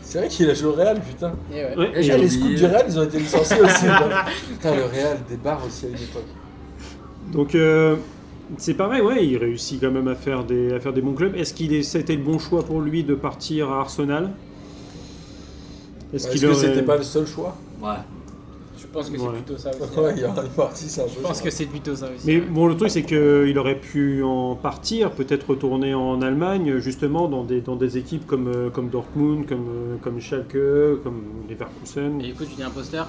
S2: C'est vrai qu'il a joué au Real, putain.
S1: Et ouais.
S4: Ouais,
S3: Et
S4: et-
S3: j'ai
S2: Eh, les
S3: oublié.
S2: scouts du Real, ils ont été licenciés
S1: <laughs>
S2: aussi. putain. Putain, le Real des bars aussi à une époque.
S4: donc euh, c'est pareil, ouais, il réussit quand même à faire des, à faire des bons clubs. Est-ce qu'il est, c'était le bon choix pour lui de partir à Arsenal
S2: Est-ce que
S4: aurait-
S2: c'était pas le seul choix
S3: Ouais.
S1: Je pense que c'est
S4: Ouais.
S1: plutôt ça aussi.
S2: Ouais, il y aura une partie, c'est un peu
S1: Je pense
S2: ça.
S1: que c'est plutôt ça aussi.
S4: Mais bon, le truc, c'est qu'il aurait pu en partir, peut-être retourner en Allemagne, justement, dans des, dans des équipes comme, euh, comme Dortmund, comme, euh, comme Schalke, comme Leverkusen.
S1: Et du coup, tu dis imposteur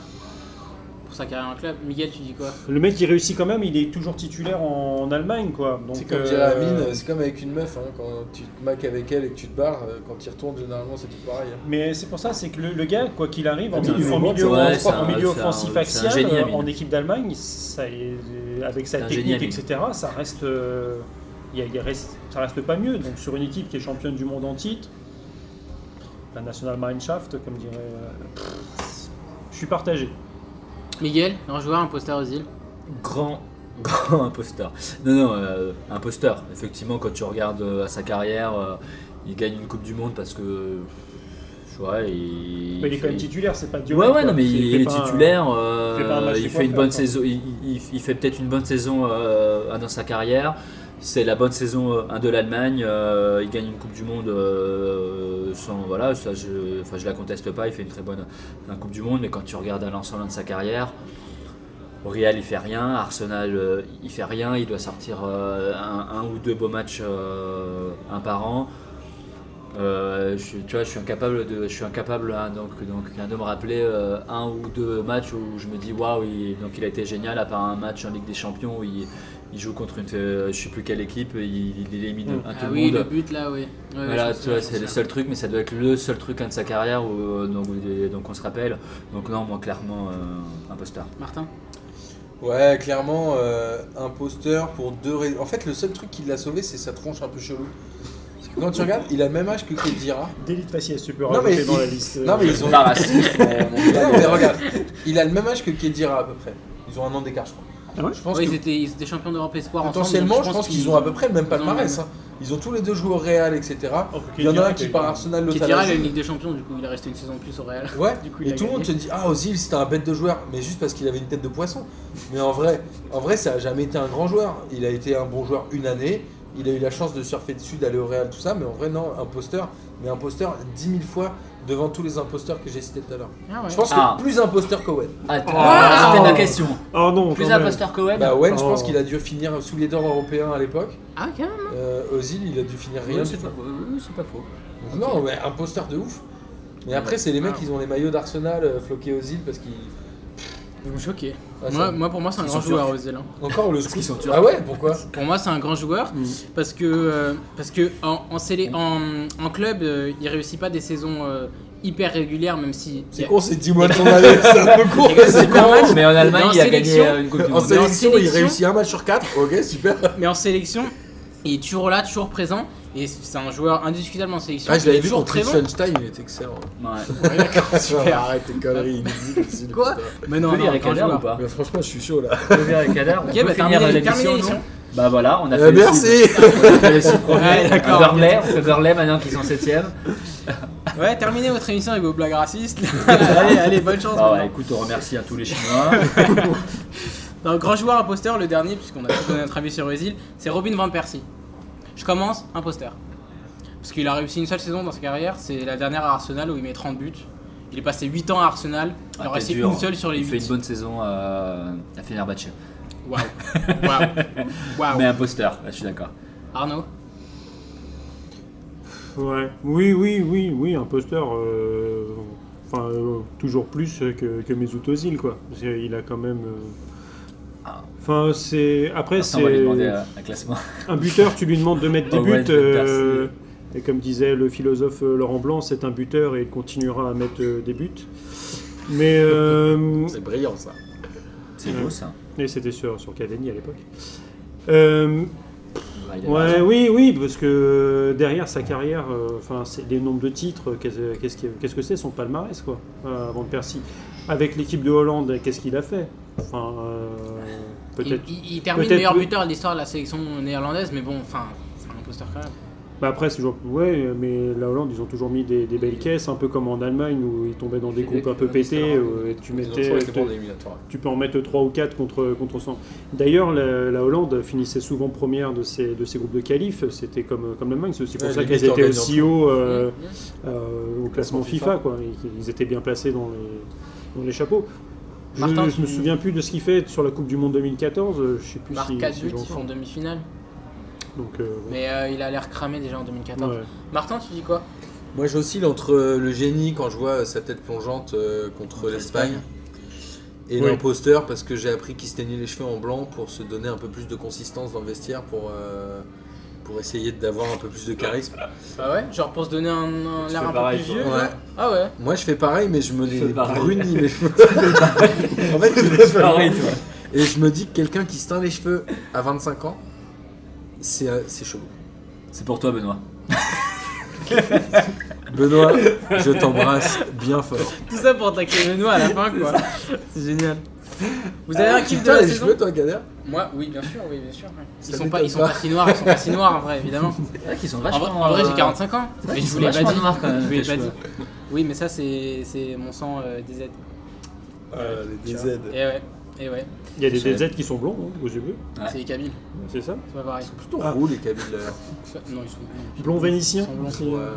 S1: pour sa carrière en club. Miguel, tu dis quoi
S4: Le mec, il réussit quand même, il est toujours titulaire en, en Allemagne, quoi. Donc,
S2: C'est comme
S4: euh,
S2: dirait Amine, c'est comme avec une meuf, hein, quand tu te maques avec elle et que tu te barres, euh, quand tu retournes, généralement c'est tout pareil. hein.
S4: Mais c'est pour ça, c'est que le, le gars, quoi qu'il arrive, en,
S2: Ah, mais
S4: milieu-
S2: il est
S4: en
S2: bon,
S4: milieu,
S2: ouais, c'est
S4: en
S3: un-
S4: milieu
S3: c'est un-
S4: offensif
S3: c'est un
S4: axial,
S3: génie,
S4: euh,
S3: Amine.
S4: en équipe d'Allemagne, ça est- euh, avec sa
S3: C'est un
S4: technique,
S3: génie, Amine.
S4: etc., ça reste, euh, il y a- il y a reste- ça reste pas mieux. Donc sur une équipe qui est championne du monde en titre, la National Mineshaft, comme dirait. euh, pff, je suis partagé.
S1: Miguel, un joueur imposteur aux îles.
S3: Grand, grand imposteur. Non, non, euh, imposteur. Effectivement, quand tu regardes euh, à sa carrière, euh, il gagne une Coupe du Monde parce que. Tu vois, il.
S4: Mais il est quand même
S3: il-
S4: titulaire, c'est pas du
S3: Ouais,
S4: mal,
S3: ouais,
S4: quoi.
S3: non, mais
S4: C'est-
S3: il,
S4: fait
S3: est
S4: pas un-
S3: titulaire.
S4: fait pas un
S3: euh,
S4: match
S3: il
S4: des
S3: fait une
S4: fois,
S3: bonne
S4: quoi.
S3: saison. Il, il- il fait peut-être une bonne saison euh, dans sa carrière. C'est la bonne saison euh, un de l'Allemagne. euh, il gagne une Coupe du Monde euh, sans voilà, ça je, enfin je la conteste pas. Il fait une très bonne un Coupe du Monde, mais quand tu regardes à l'ensemble de sa carrière, au Real il fait rien, Arsenal euh, il fait rien, il doit sortir euh, un, un ou deux beaux matchs euh, un par an. Euh, je, suis- tu vois, je suis incapable de, je suis incapable hein, donc donc hein, de me rappeler euh, un ou deux matchs où je me dis waouh, il- donc il a été génial à part un match en Ligue des Champions où il, il joue contre une, euh, je sais plus quelle équipe, il, il élimine
S4: Mm.
S3: un tout
S1: ah
S3: le
S1: oui,
S3: monde.
S1: le but là, oui. Ouais, ouais, je
S3: Voilà,
S1: pense
S3: tu vois,
S1: que
S3: c'est le
S1: ça.
S3: seul truc, mais ça doit être le seul truc hein, de sa carrière où, euh, donc, où- donc on se rappelle. Donc non, moi clairement euh, imposteur.
S1: Martin
S2: Ouais, clairement, euh, imposteur pour deux raisons. En fait, le seul truc qui l'a sauvé, c'est sa tronche un peu chelou. Parce que quand tu regardes, il a le même âge
S1: <laughs>
S2: que Kedira.
S4: Délit de faciès, euh, tu peux
S2: Non,
S4: rajouter
S2: mais
S4: dans
S2: il-
S4: la liste. euh,
S2: Non, mais ils ont.
S3: Pas raciste.
S2: Non, mais regarde, il a le même âge que Kedira à peu près. Ils ont un an d'écart, je crois.
S4: Ah ouais
S2: je pense
S1: Oui,
S2: que
S1: ils, étaient, ils étaient champions d'Europe Espoir ensemble,
S2: potentiellement,
S1: donc
S2: je pense qu'ils ont à peu près le même
S1: ils ont le
S2: palmarès.
S1: même.
S2: hein. Ils ont tous les deux joué au Real, etc.
S4: Oh, ok,
S2: Il y en a un
S4: direct,
S2: qui
S4: il-
S2: part à Arsenal, l'autre à
S1: Kedira,
S2: la
S1: il a une
S2: Juve.
S1: Ligue des Champions, du coup, il est resté une saison de plus au Real.
S2: Ouais,
S1: Du coup, il
S2: et
S1: a
S2: tout le monde te
S1: gagné.
S2: dit Ah, Ozil, c'était un bête de joueur, mais juste parce qu'il avait une tête de poisson. Mais en vrai, en vrai ça a jamais été un grand joueur. Il a été un bon joueur une année, il a eu la chance de surfer dessus, d'aller au Real, tout ça, mais en vrai, non, imposteur, mais imposteur 10 000 fois devant tous les imposteurs que j'ai cités tout à l'heure.
S1: Ah ouais.
S2: Je pense
S3: Ah.
S2: que plus imposteur qu'Owen.
S3: Attends,
S4: Ah.
S3: c'était ma question.
S4: Oh non,
S3: Plus
S4: quand même.
S3: imposteur que Web.
S2: Bah, Owen, je
S4: Oh.
S2: pense qu'il a dû finir sous les dents européens à l'époque.
S1: Ah, quand même
S2: Euh, Ozil, il a dû finir rien.
S3: Oui,
S2: du
S3: c'est
S2: tout.
S3: pas faux. Oui, c'est pas faux.
S2: Donc Non, ouais, imposteur de ouf. Mais après, c'est les
S1: Ah.
S2: mecs, ils ont les maillots d'Arsenal euh, floqués Ozil parce qu'ils.
S1: Ils m'ont choqué.
S2: Ah, ça-
S1: moi, moi, pour moi, c'est un
S3: Ils
S1: grand
S3: sont
S1: joueur
S3: turcs.
S1: aux îles. hein.
S2: Encore le scoop.
S3: qu'ils sont turcs.
S2: Ah ouais, pourquoi
S1: Pour moi, c'est un grand joueur parce que, euh, parce que en, en, scellé- en- en club, euh, il réussit pas des saison hyper régulières, même si.
S2: C'est con, c'est 10 mois de ton année, c'est un peu court.
S3: C'est con, mais en Allemagne,
S1: Dans
S3: il a gagné
S1: sélection,
S3: euh, une Coupe du
S2: En
S3: Monde.
S2: sélection, il
S1: sélection-
S2: réussit un match sur 4, ok, super.
S1: Mais en sélection, il est toujours là, toujours présent. Et c'est un joueur indiscutablement en sélection.
S2: Ah, je
S1: Il
S2: l'avais
S1: est
S2: vu
S1: toujours
S2: contre
S1: très bon.
S2: Liechtenstein, il était excellent.
S3: Ouais.
S2: <laughs> Arrête tes conneries, inutile.
S1: Quoi Mais non,
S3: On peut
S1: non,
S3: lire les
S1: grand
S3: cadavres ou
S1: joueur.
S3: pas
S2: Mais franchement, je suis chaud là.
S3: On peut lire les cadavres On
S1: Ok, bah
S3: peut
S1: terminé
S3: finir
S1: terminé
S3: l'émission,
S1: l'émission.
S3: non Bah voilà, on a fait
S2: Euh,
S3: les six-
S2: Merci
S3: on a fait les six premiers.
S1: Ouais, d'accord.
S3: Burley, on fait Burley maintenant qu'ils sont 7ème.
S1: Ouais, terminez votre émission avec vos blagues
S3: <laughs>
S1: racistes. <laughs> allez, allez, bonne chance.
S3: Bah ouais,
S1: maintenant.
S3: écoute, on remercie à tous les Chinois.
S1: Non, grand joueur imposteur, le dernier, puisqu'on a tout donné notre avis sur Özil, c'est Robin Van Persie. Je commence imposteur. Parce qu'il a réussi une seule saison dans sa carrière, c'est la dernière à Arsenal où il met 30 buts. Il est passé 8 ans à Arsenal, il en
S3: Ah,
S1: restait
S3: t'es dur.
S1: une seule sur les
S3: Il fait une
S1: 8.
S3: bonne saison euh, à Fenerbahce.
S1: Waouh!
S3: <laughs>
S1: Waouh! Waouh!
S3: Mais imposteur, là, je suis d'accord.
S1: Arnaud?
S4: Ouais. Oui, oui, oui, oui, imposteur. euh, Enfin, euh, toujours plus que, que Mesut Ozil, quoi. Parce que Il a quand même. euh,
S3: Ah.
S4: Enfin, c'est. Après,
S3: Attends, on va lui demander
S4: c'est.
S3: euh, un classement.
S4: Un buteur, tu lui demandes de mettre des
S3: Oh, <laughs> ouais,
S4: buts. euh, et comme disait le philosophe euh, Laurent Blanc, c'est un buteur et il continuera à mettre euh, des buts. Mais.
S2: <laughs>
S4: euh,
S2: C'est brillant ça.
S3: C'est
S4: Ouais.
S3: beau ça.
S4: et c'était sur, sur Cavani à l'époque. Euh,
S3: Ouais, il a
S4: Ouais,
S3: raison.
S4: oui, oui, parce que derrière sa carrière, euh, enfin, c'est les nombres de titres, euh, qu'est-ce qu'est-ce que- qu'est-ce que c'est son palmarès, quoi, euh, avant de Percy. Avec l'équipe de Hollande, qu'est-ce qu'il a fait Enfin, euh,
S1: Il,
S4: peut-être.
S1: il- il termine
S4: peut-être
S1: meilleur
S4: oui.
S1: buteur de l'histoire de la sélection néerlandaise, mais bon, enfin, c'est un imposteur quand même.
S4: Bah après, c'est toujours. Ouais, mais la Hollande, ils ont toujours mis des, des belles caisses, un peu comme en Allemagne où ils tombaient dans des groupes un peu pétés, où, et tu
S2: hein.
S4: mettais. euh, tu peux en mettre 3 ou 4 contre, contre 100. D'ailleurs, la, la Hollande finissait souvent première de ces, de ces groupes de qualifs. C'était comme, comme l'Allemagne. C'est aussi pour
S2: Ouais,
S4: ça
S2: les
S4: qu'elles
S2: lutteurs
S4: étaient
S2: gagnent
S4: aussi haut
S1: Mm.
S4: euh,
S1: Bien sûr.
S4: euh, au classement FIFA. quoi. Ils, ils étaient bien placés dans les, dans les chapeaux.
S1: Martin,
S4: je, je me
S1: tu-
S4: souviens plus de ce qu'il fait sur la Coupe du Monde 2014. euh, Je sais plus
S1: Marque
S4: si,
S1: 4
S4: si
S1: buts,
S4: je
S1: ils font
S4: reprends.
S1: demi-finale.
S4: Donc, euh, ouais.
S1: Mais euh, il a l'air cramé déjà en 2014.
S4: Ouais.
S1: Martin, tu dis quoi
S2: Moi j'oscille entre euh, le génie quand je vois euh, sa tête plongeante euh, contre, l'Espagne et
S4: Oui.
S2: l'imposteur parce que j'ai appris qu'il se teignait les cheveux en blanc pour se donner un peu plus de consistance dans le vestiaire pour, euh, pour essayer d'avoir un peu plus de charisme.
S1: Bah ouais, genre pour se donner un, un
S3: Tu
S1: l'air
S3: fais
S1: un peu
S3: pareil,
S1: plus
S3: toi.
S1: vieux.
S2: Ouais.
S1: genre. Ah ouais.
S2: Moi je fais pareil mais je me
S3: Tu
S2: les
S3: fais pareil.
S2: brunis mes
S3: <laughs>
S2: cheveux. en fait, je <laughs> me-
S3: C'est pareil, toi.
S2: et je me dis que quelqu'un qui se teint les cheveux à 25 ans, c'est euh, c'est chaud.
S3: C'est pour toi, Benoît. <laughs>
S2: Benoît, je t'embrasse bien fort. Ah,
S1: Tout ça pour attaquer Benoît à la fin quoi. C'est Ah génial. Vous avez un
S2: Tu
S1: kiff de
S2: te teins
S1: la
S2: les
S1: saison
S2: cheveux toi Kader
S1: Moi, oui, bien sûr, oui, bien sûr. ouais. Ils
S2: Ça
S1: sont pas,
S2: m'étonne
S1: ils sont
S2: pas.
S1: pas si noirs, ils sont pas si noirs en vrai, évidemment.
S3: C'est vrai qu'ils sont
S1: En
S3: vachement.
S1: vrai, en vrai, j'ai
S3: euh,
S1: 45 ans, mais
S3: qu'ils
S1: je
S3: sont
S1: vous l'ai pas
S3: vachement
S1: dit.
S3: noirs, quand même,
S1: Je vous l'ai
S3: tes
S1: pas
S3: cheveux.
S1: dit. Oui, mais ça, c'est c'est mon sang euh, DZ.
S2: Euh, Les Z.
S1: Et ouais, et ouais,
S4: Il y a des
S3: Je savais.
S4: DZ qui sont blancs, hein, aux yeux bleus.
S3: Ouais.
S1: c'est les Kabyles,
S4: C'est ça
S1: c'est pas pareil.
S2: Plutôt
S4: Ah.
S2: roux les cabines d'ailleurs.
S1: Non, ils sont non.
S4: Blond vénitien.
S1: Ils sont euh, blancs.
S4: C'est-
S2: Ouais.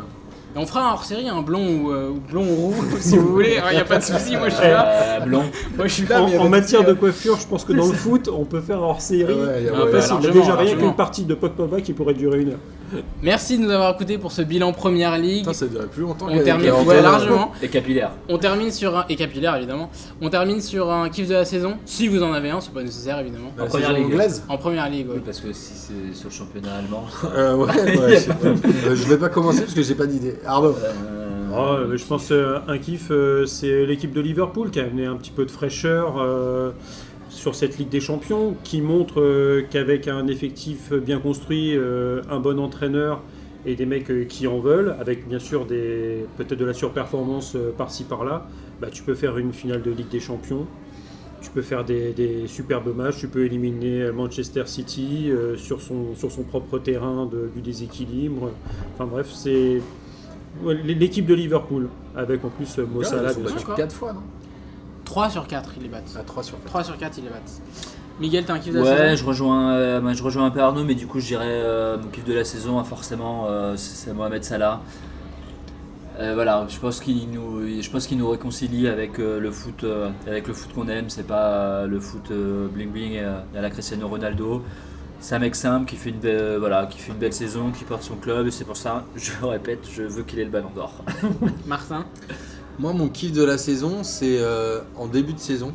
S1: Et on fera un hors série, un blond ou, euh, ou blond ou roux, <laughs> si vous voulez, il n'y a pas de souci, moi je suis là.
S3: euh, Blanc.
S1: Moi je suis là,
S4: En,
S1: mais
S4: en matière de coiffure, je pense
S1: <laughs>
S4: que dans le foot, on peut faire hors série.
S2: Ouais, y a-
S1: Ah,
S2: ouais.
S1: bah,
S4: Facile.
S1: largement,
S4: déjà rien
S1: largement.
S4: qu'une partie de Pogba qui pourrait durer une heure.
S1: Merci de nous avoir écoutés pour ce bilan première ligue.
S2: Putain, ça durait plus longtemps.
S1: On
S2: qu'avec
S1: termine
S2: Quarantaine.
S1: ouais, largement.
S3: Et capillaire.
S1: On termine sur un. Et capillaire évidemment. On termine sur un kiff de la saison. Si vous en avez un, c'est pas nécessaire évidemment.
S2: La
S3: En première
S2: saison
S3: ligue.
S2: anglaise
S1: En première ligue, ouais.
S3: Oui, parce que si c'est sur le championnat allemand.
S2: Euh, Ouais, ouais,
S3: <laughs>
S2: je sais
S1: <laughs>
S2: pas. Euh, Je vais pas commencer parce que j'ai pas d'idée. Arnaud
S3: euh,
S4: Ah, euh, je pense euh, un kiff, euh, c'est l'équipe de Liverpool qui a amené un petit peu de fraîcheur euh, sur cette Ligue des Champions, qui montre euh, qu'avec un effectif bien construit, euh, un bon entraîneur et des mecs euh, qui en veulent, avec bien sûr des peut-être de la surperformance euh, par-ci par-là, bah, tu peux faire une finale de Ligue des Champions. Tu peux faire des, des superbes matchs, tu peux éliminer Manchester City euh, sur, son, sur son propre terrain de- du déséquilibre. Enfin bref, c'est ouais, l'équipe de Liverpool, avec en plus euh,
S2: Ah,
S4: Mo Salah. bien sûr.
S2: 4 fois, non
S1: 3 sur 4 ils les battent.
S2: À 3 sur 4.
S1: 3 sur 4 ils les battent. Miguel, t'as un kiff de la
S3: Ouais,
S1: saison
S3: je rejoins, euh, bah, je rejoins un peu Arnaud, mais du coup, je dirais euh, mon kiff de la saison, hein, forcément, euh, c'est Mohamed Salah. Euh, voilà, je pense qu'il nous, je pense qu'il nous réconcilie avec euh, le foot, euh, avec le foot qu'on aime. C'est pas euh, le foot euh, bling bling euh, à la Cristiano Ronaldo. C'est un mec simple qui fait une belle, euh, voilà, qui fait une belle saison, qui porte son club. Et c'est pour ça, <laughs> je le répète, je veux qu'il ait le Ballon d'Or.
S1: Martin.
S2: Moi, mon kiff de la saison, c'est euh, en début de saison,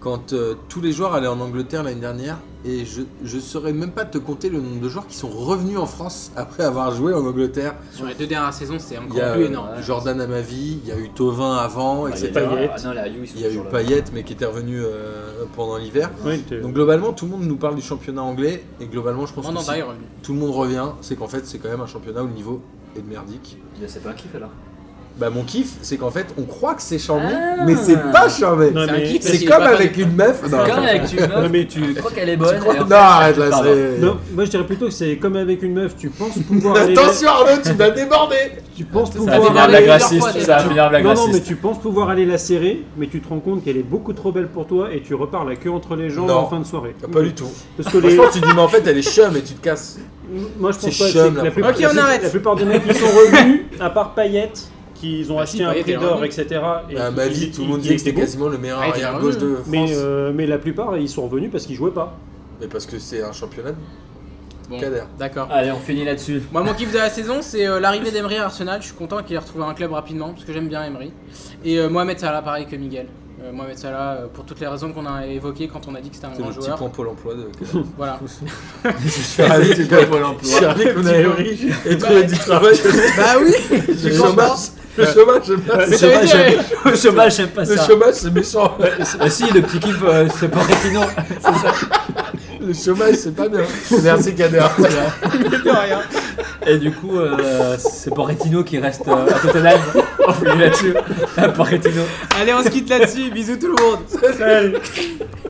S2: quand euh, tous les joueurs allaient en Angleterre l'année dernière, et je ne saurais même pas te compter le nombre de joueurs qui sont revenus en France après avoir joué en Angleterre.
S1: Sur les deux dernières saisons, c'est
S2: Il y
S1: encore
S2: a
S1: plus
S2: euh,
S1: énorme.
S2: Jordan Amavi, il y a eu Tovin avant,
S3: Ah, il y
S2: etc.
S3: a eu-
S4: Payet.
S3: ah, non, là, Ayew, ils sont
S2: Il y a eu
S3: toujours là.
S2: Payet, mais qui était revenu euh, pendant l'hiver.
S4: Ouais, t'es-
S2: Donc globalement, tout le monde nous parle du championnat anglais, et globalement, je pense
S1: Non,
S2: que
S1: non,
S2: si
S1: d'ailleurs, revenu.
S2: tout le monde revient, c'est qu'en fait, c'est quand même un championnat où le niveau est de merdique.
S3: Mais C'est pas un kiff alors.
S2: Bah mon kiff, c'est qu'en fait, on croit que c'est chambé,
S3: Ah.
S2: mais c'est pas chambé.
S4: Non,
S1: C'est un
S4: mais-
S1: kiff,
S2: C'est
S1: s'il est
S2: comme
S1: pas fait.
S2: avec une meuf. Non,
S3: Quand
S2: non,
S3: avec une meuf,
S4: Non, mais-
S3: tu crois qu'elle est bonne. et en fait,
S2: arrête là,
S3: Pardon.
S2: c'est.
S4: Non, moi je dirais plutôt que c'est comme avec une meuf,
S2: <laughs>
S4: tu penses pouvoir aller,
S2: euh, Attention Arnaud, tu vas déborder
S4: tu penses
S3: Ça va
S1: Faut
S4: pouvoir
S3: finir
S1: avoir
S3: de
S1: les
S3: la
S1: meilleures
S3: raciste,
S1: fois, déjà.
S3: ça va finir de la
S4: Non, non, mais
S3: raciste.
S4: tu penses pouvoir aller la serrer, mais tu te rends compte qu'elle est beaucoup trop belle pour toi et tu repars la queue entre les jambes
S2: Non.
S4: en fin de soirée.
S2: Pas du tout.
S4: Parce que les...
S2: Franchement, tu dis, mais en fait, elle est chum et tu te casses.
S4: moi je pense pas.
S2: C'est
S4: c'est
S2: chum,
S4: que
S2: là.
S4: la plupart,
S1: Ok, on
S4: c'est-
S1: arrête.
S4: La plupart des mecs qui sont revenus, à part paillettes, qu'ils ont
S1: Ah, si,
S4: acheté un
S1: Payet
S4: prix
S1: est
S4: d'or,
S1: revenu.
S4: etc. et
S2: Bah, À
S4: qui-
S2: ma vie,
S4: qui-
S2: tout le monde dit
S4: qui
S2: que c'était
S4: étaient beaux.
S2: quasiment le meilleur
S1: Ah, il est
S2: arrière gauche de
S1: revenu.
S2: France.
S4: Mais,
S2: Mais,
S4: euh, mais la plupart ils sont revenus parce qu'ils jouaient pas.
S2: parce que c'est un championnat. de-
S1: Bon,
S2: Kader.
S1: d'accord.
S3: Allez, on finit là-dessus.
S1: Moi, mon kiff de la saison, c'est euh, l'arrivée d'Emery à Arsenal. Je suis content qu'il ait retrouvé un club rapidement, parce que j'aime bien Emery. Et euh, Mohamed Salah, pareil que Miguel. Euh, Mohamed Salah, euh, pour toutes les raisons qu'on a évoquées quand on a dit que c'était un
S2: C'est
S1: grand
S2: le petit
S1: joueur.
S2: point Pôle emploi <laughs> de Kader.
S1: Voilà.
S2: Je suis
S3: Ah,
S2: ravi que-
S3: <laughs>
S2: je suis ravi qu'on ait ri et trouvé du travail.
S1: bah oui
S2: <laughs> Le
S1: content.
S2: chômage, le chômage, j'aime pas.
S1: <laughs> Mais ça veut dire-
S3: Le chômage, j'aime pas
S2: Le
S3: ça.
S2: chômage, c'est méchant.
S3: Ah si, le petit kiff, euh, c'est pas <laughs> rétinant.
S2: Le chômage, c'est pas bien. Merci Kader.
S3: Et du coup, euh, c'est Porretino qui reste euh, à Tottenham. <laughs> On finit là-dessus. Porretino.
S1: <laughs> Allez, on se quitte là-dessus. Bisous tout le monde.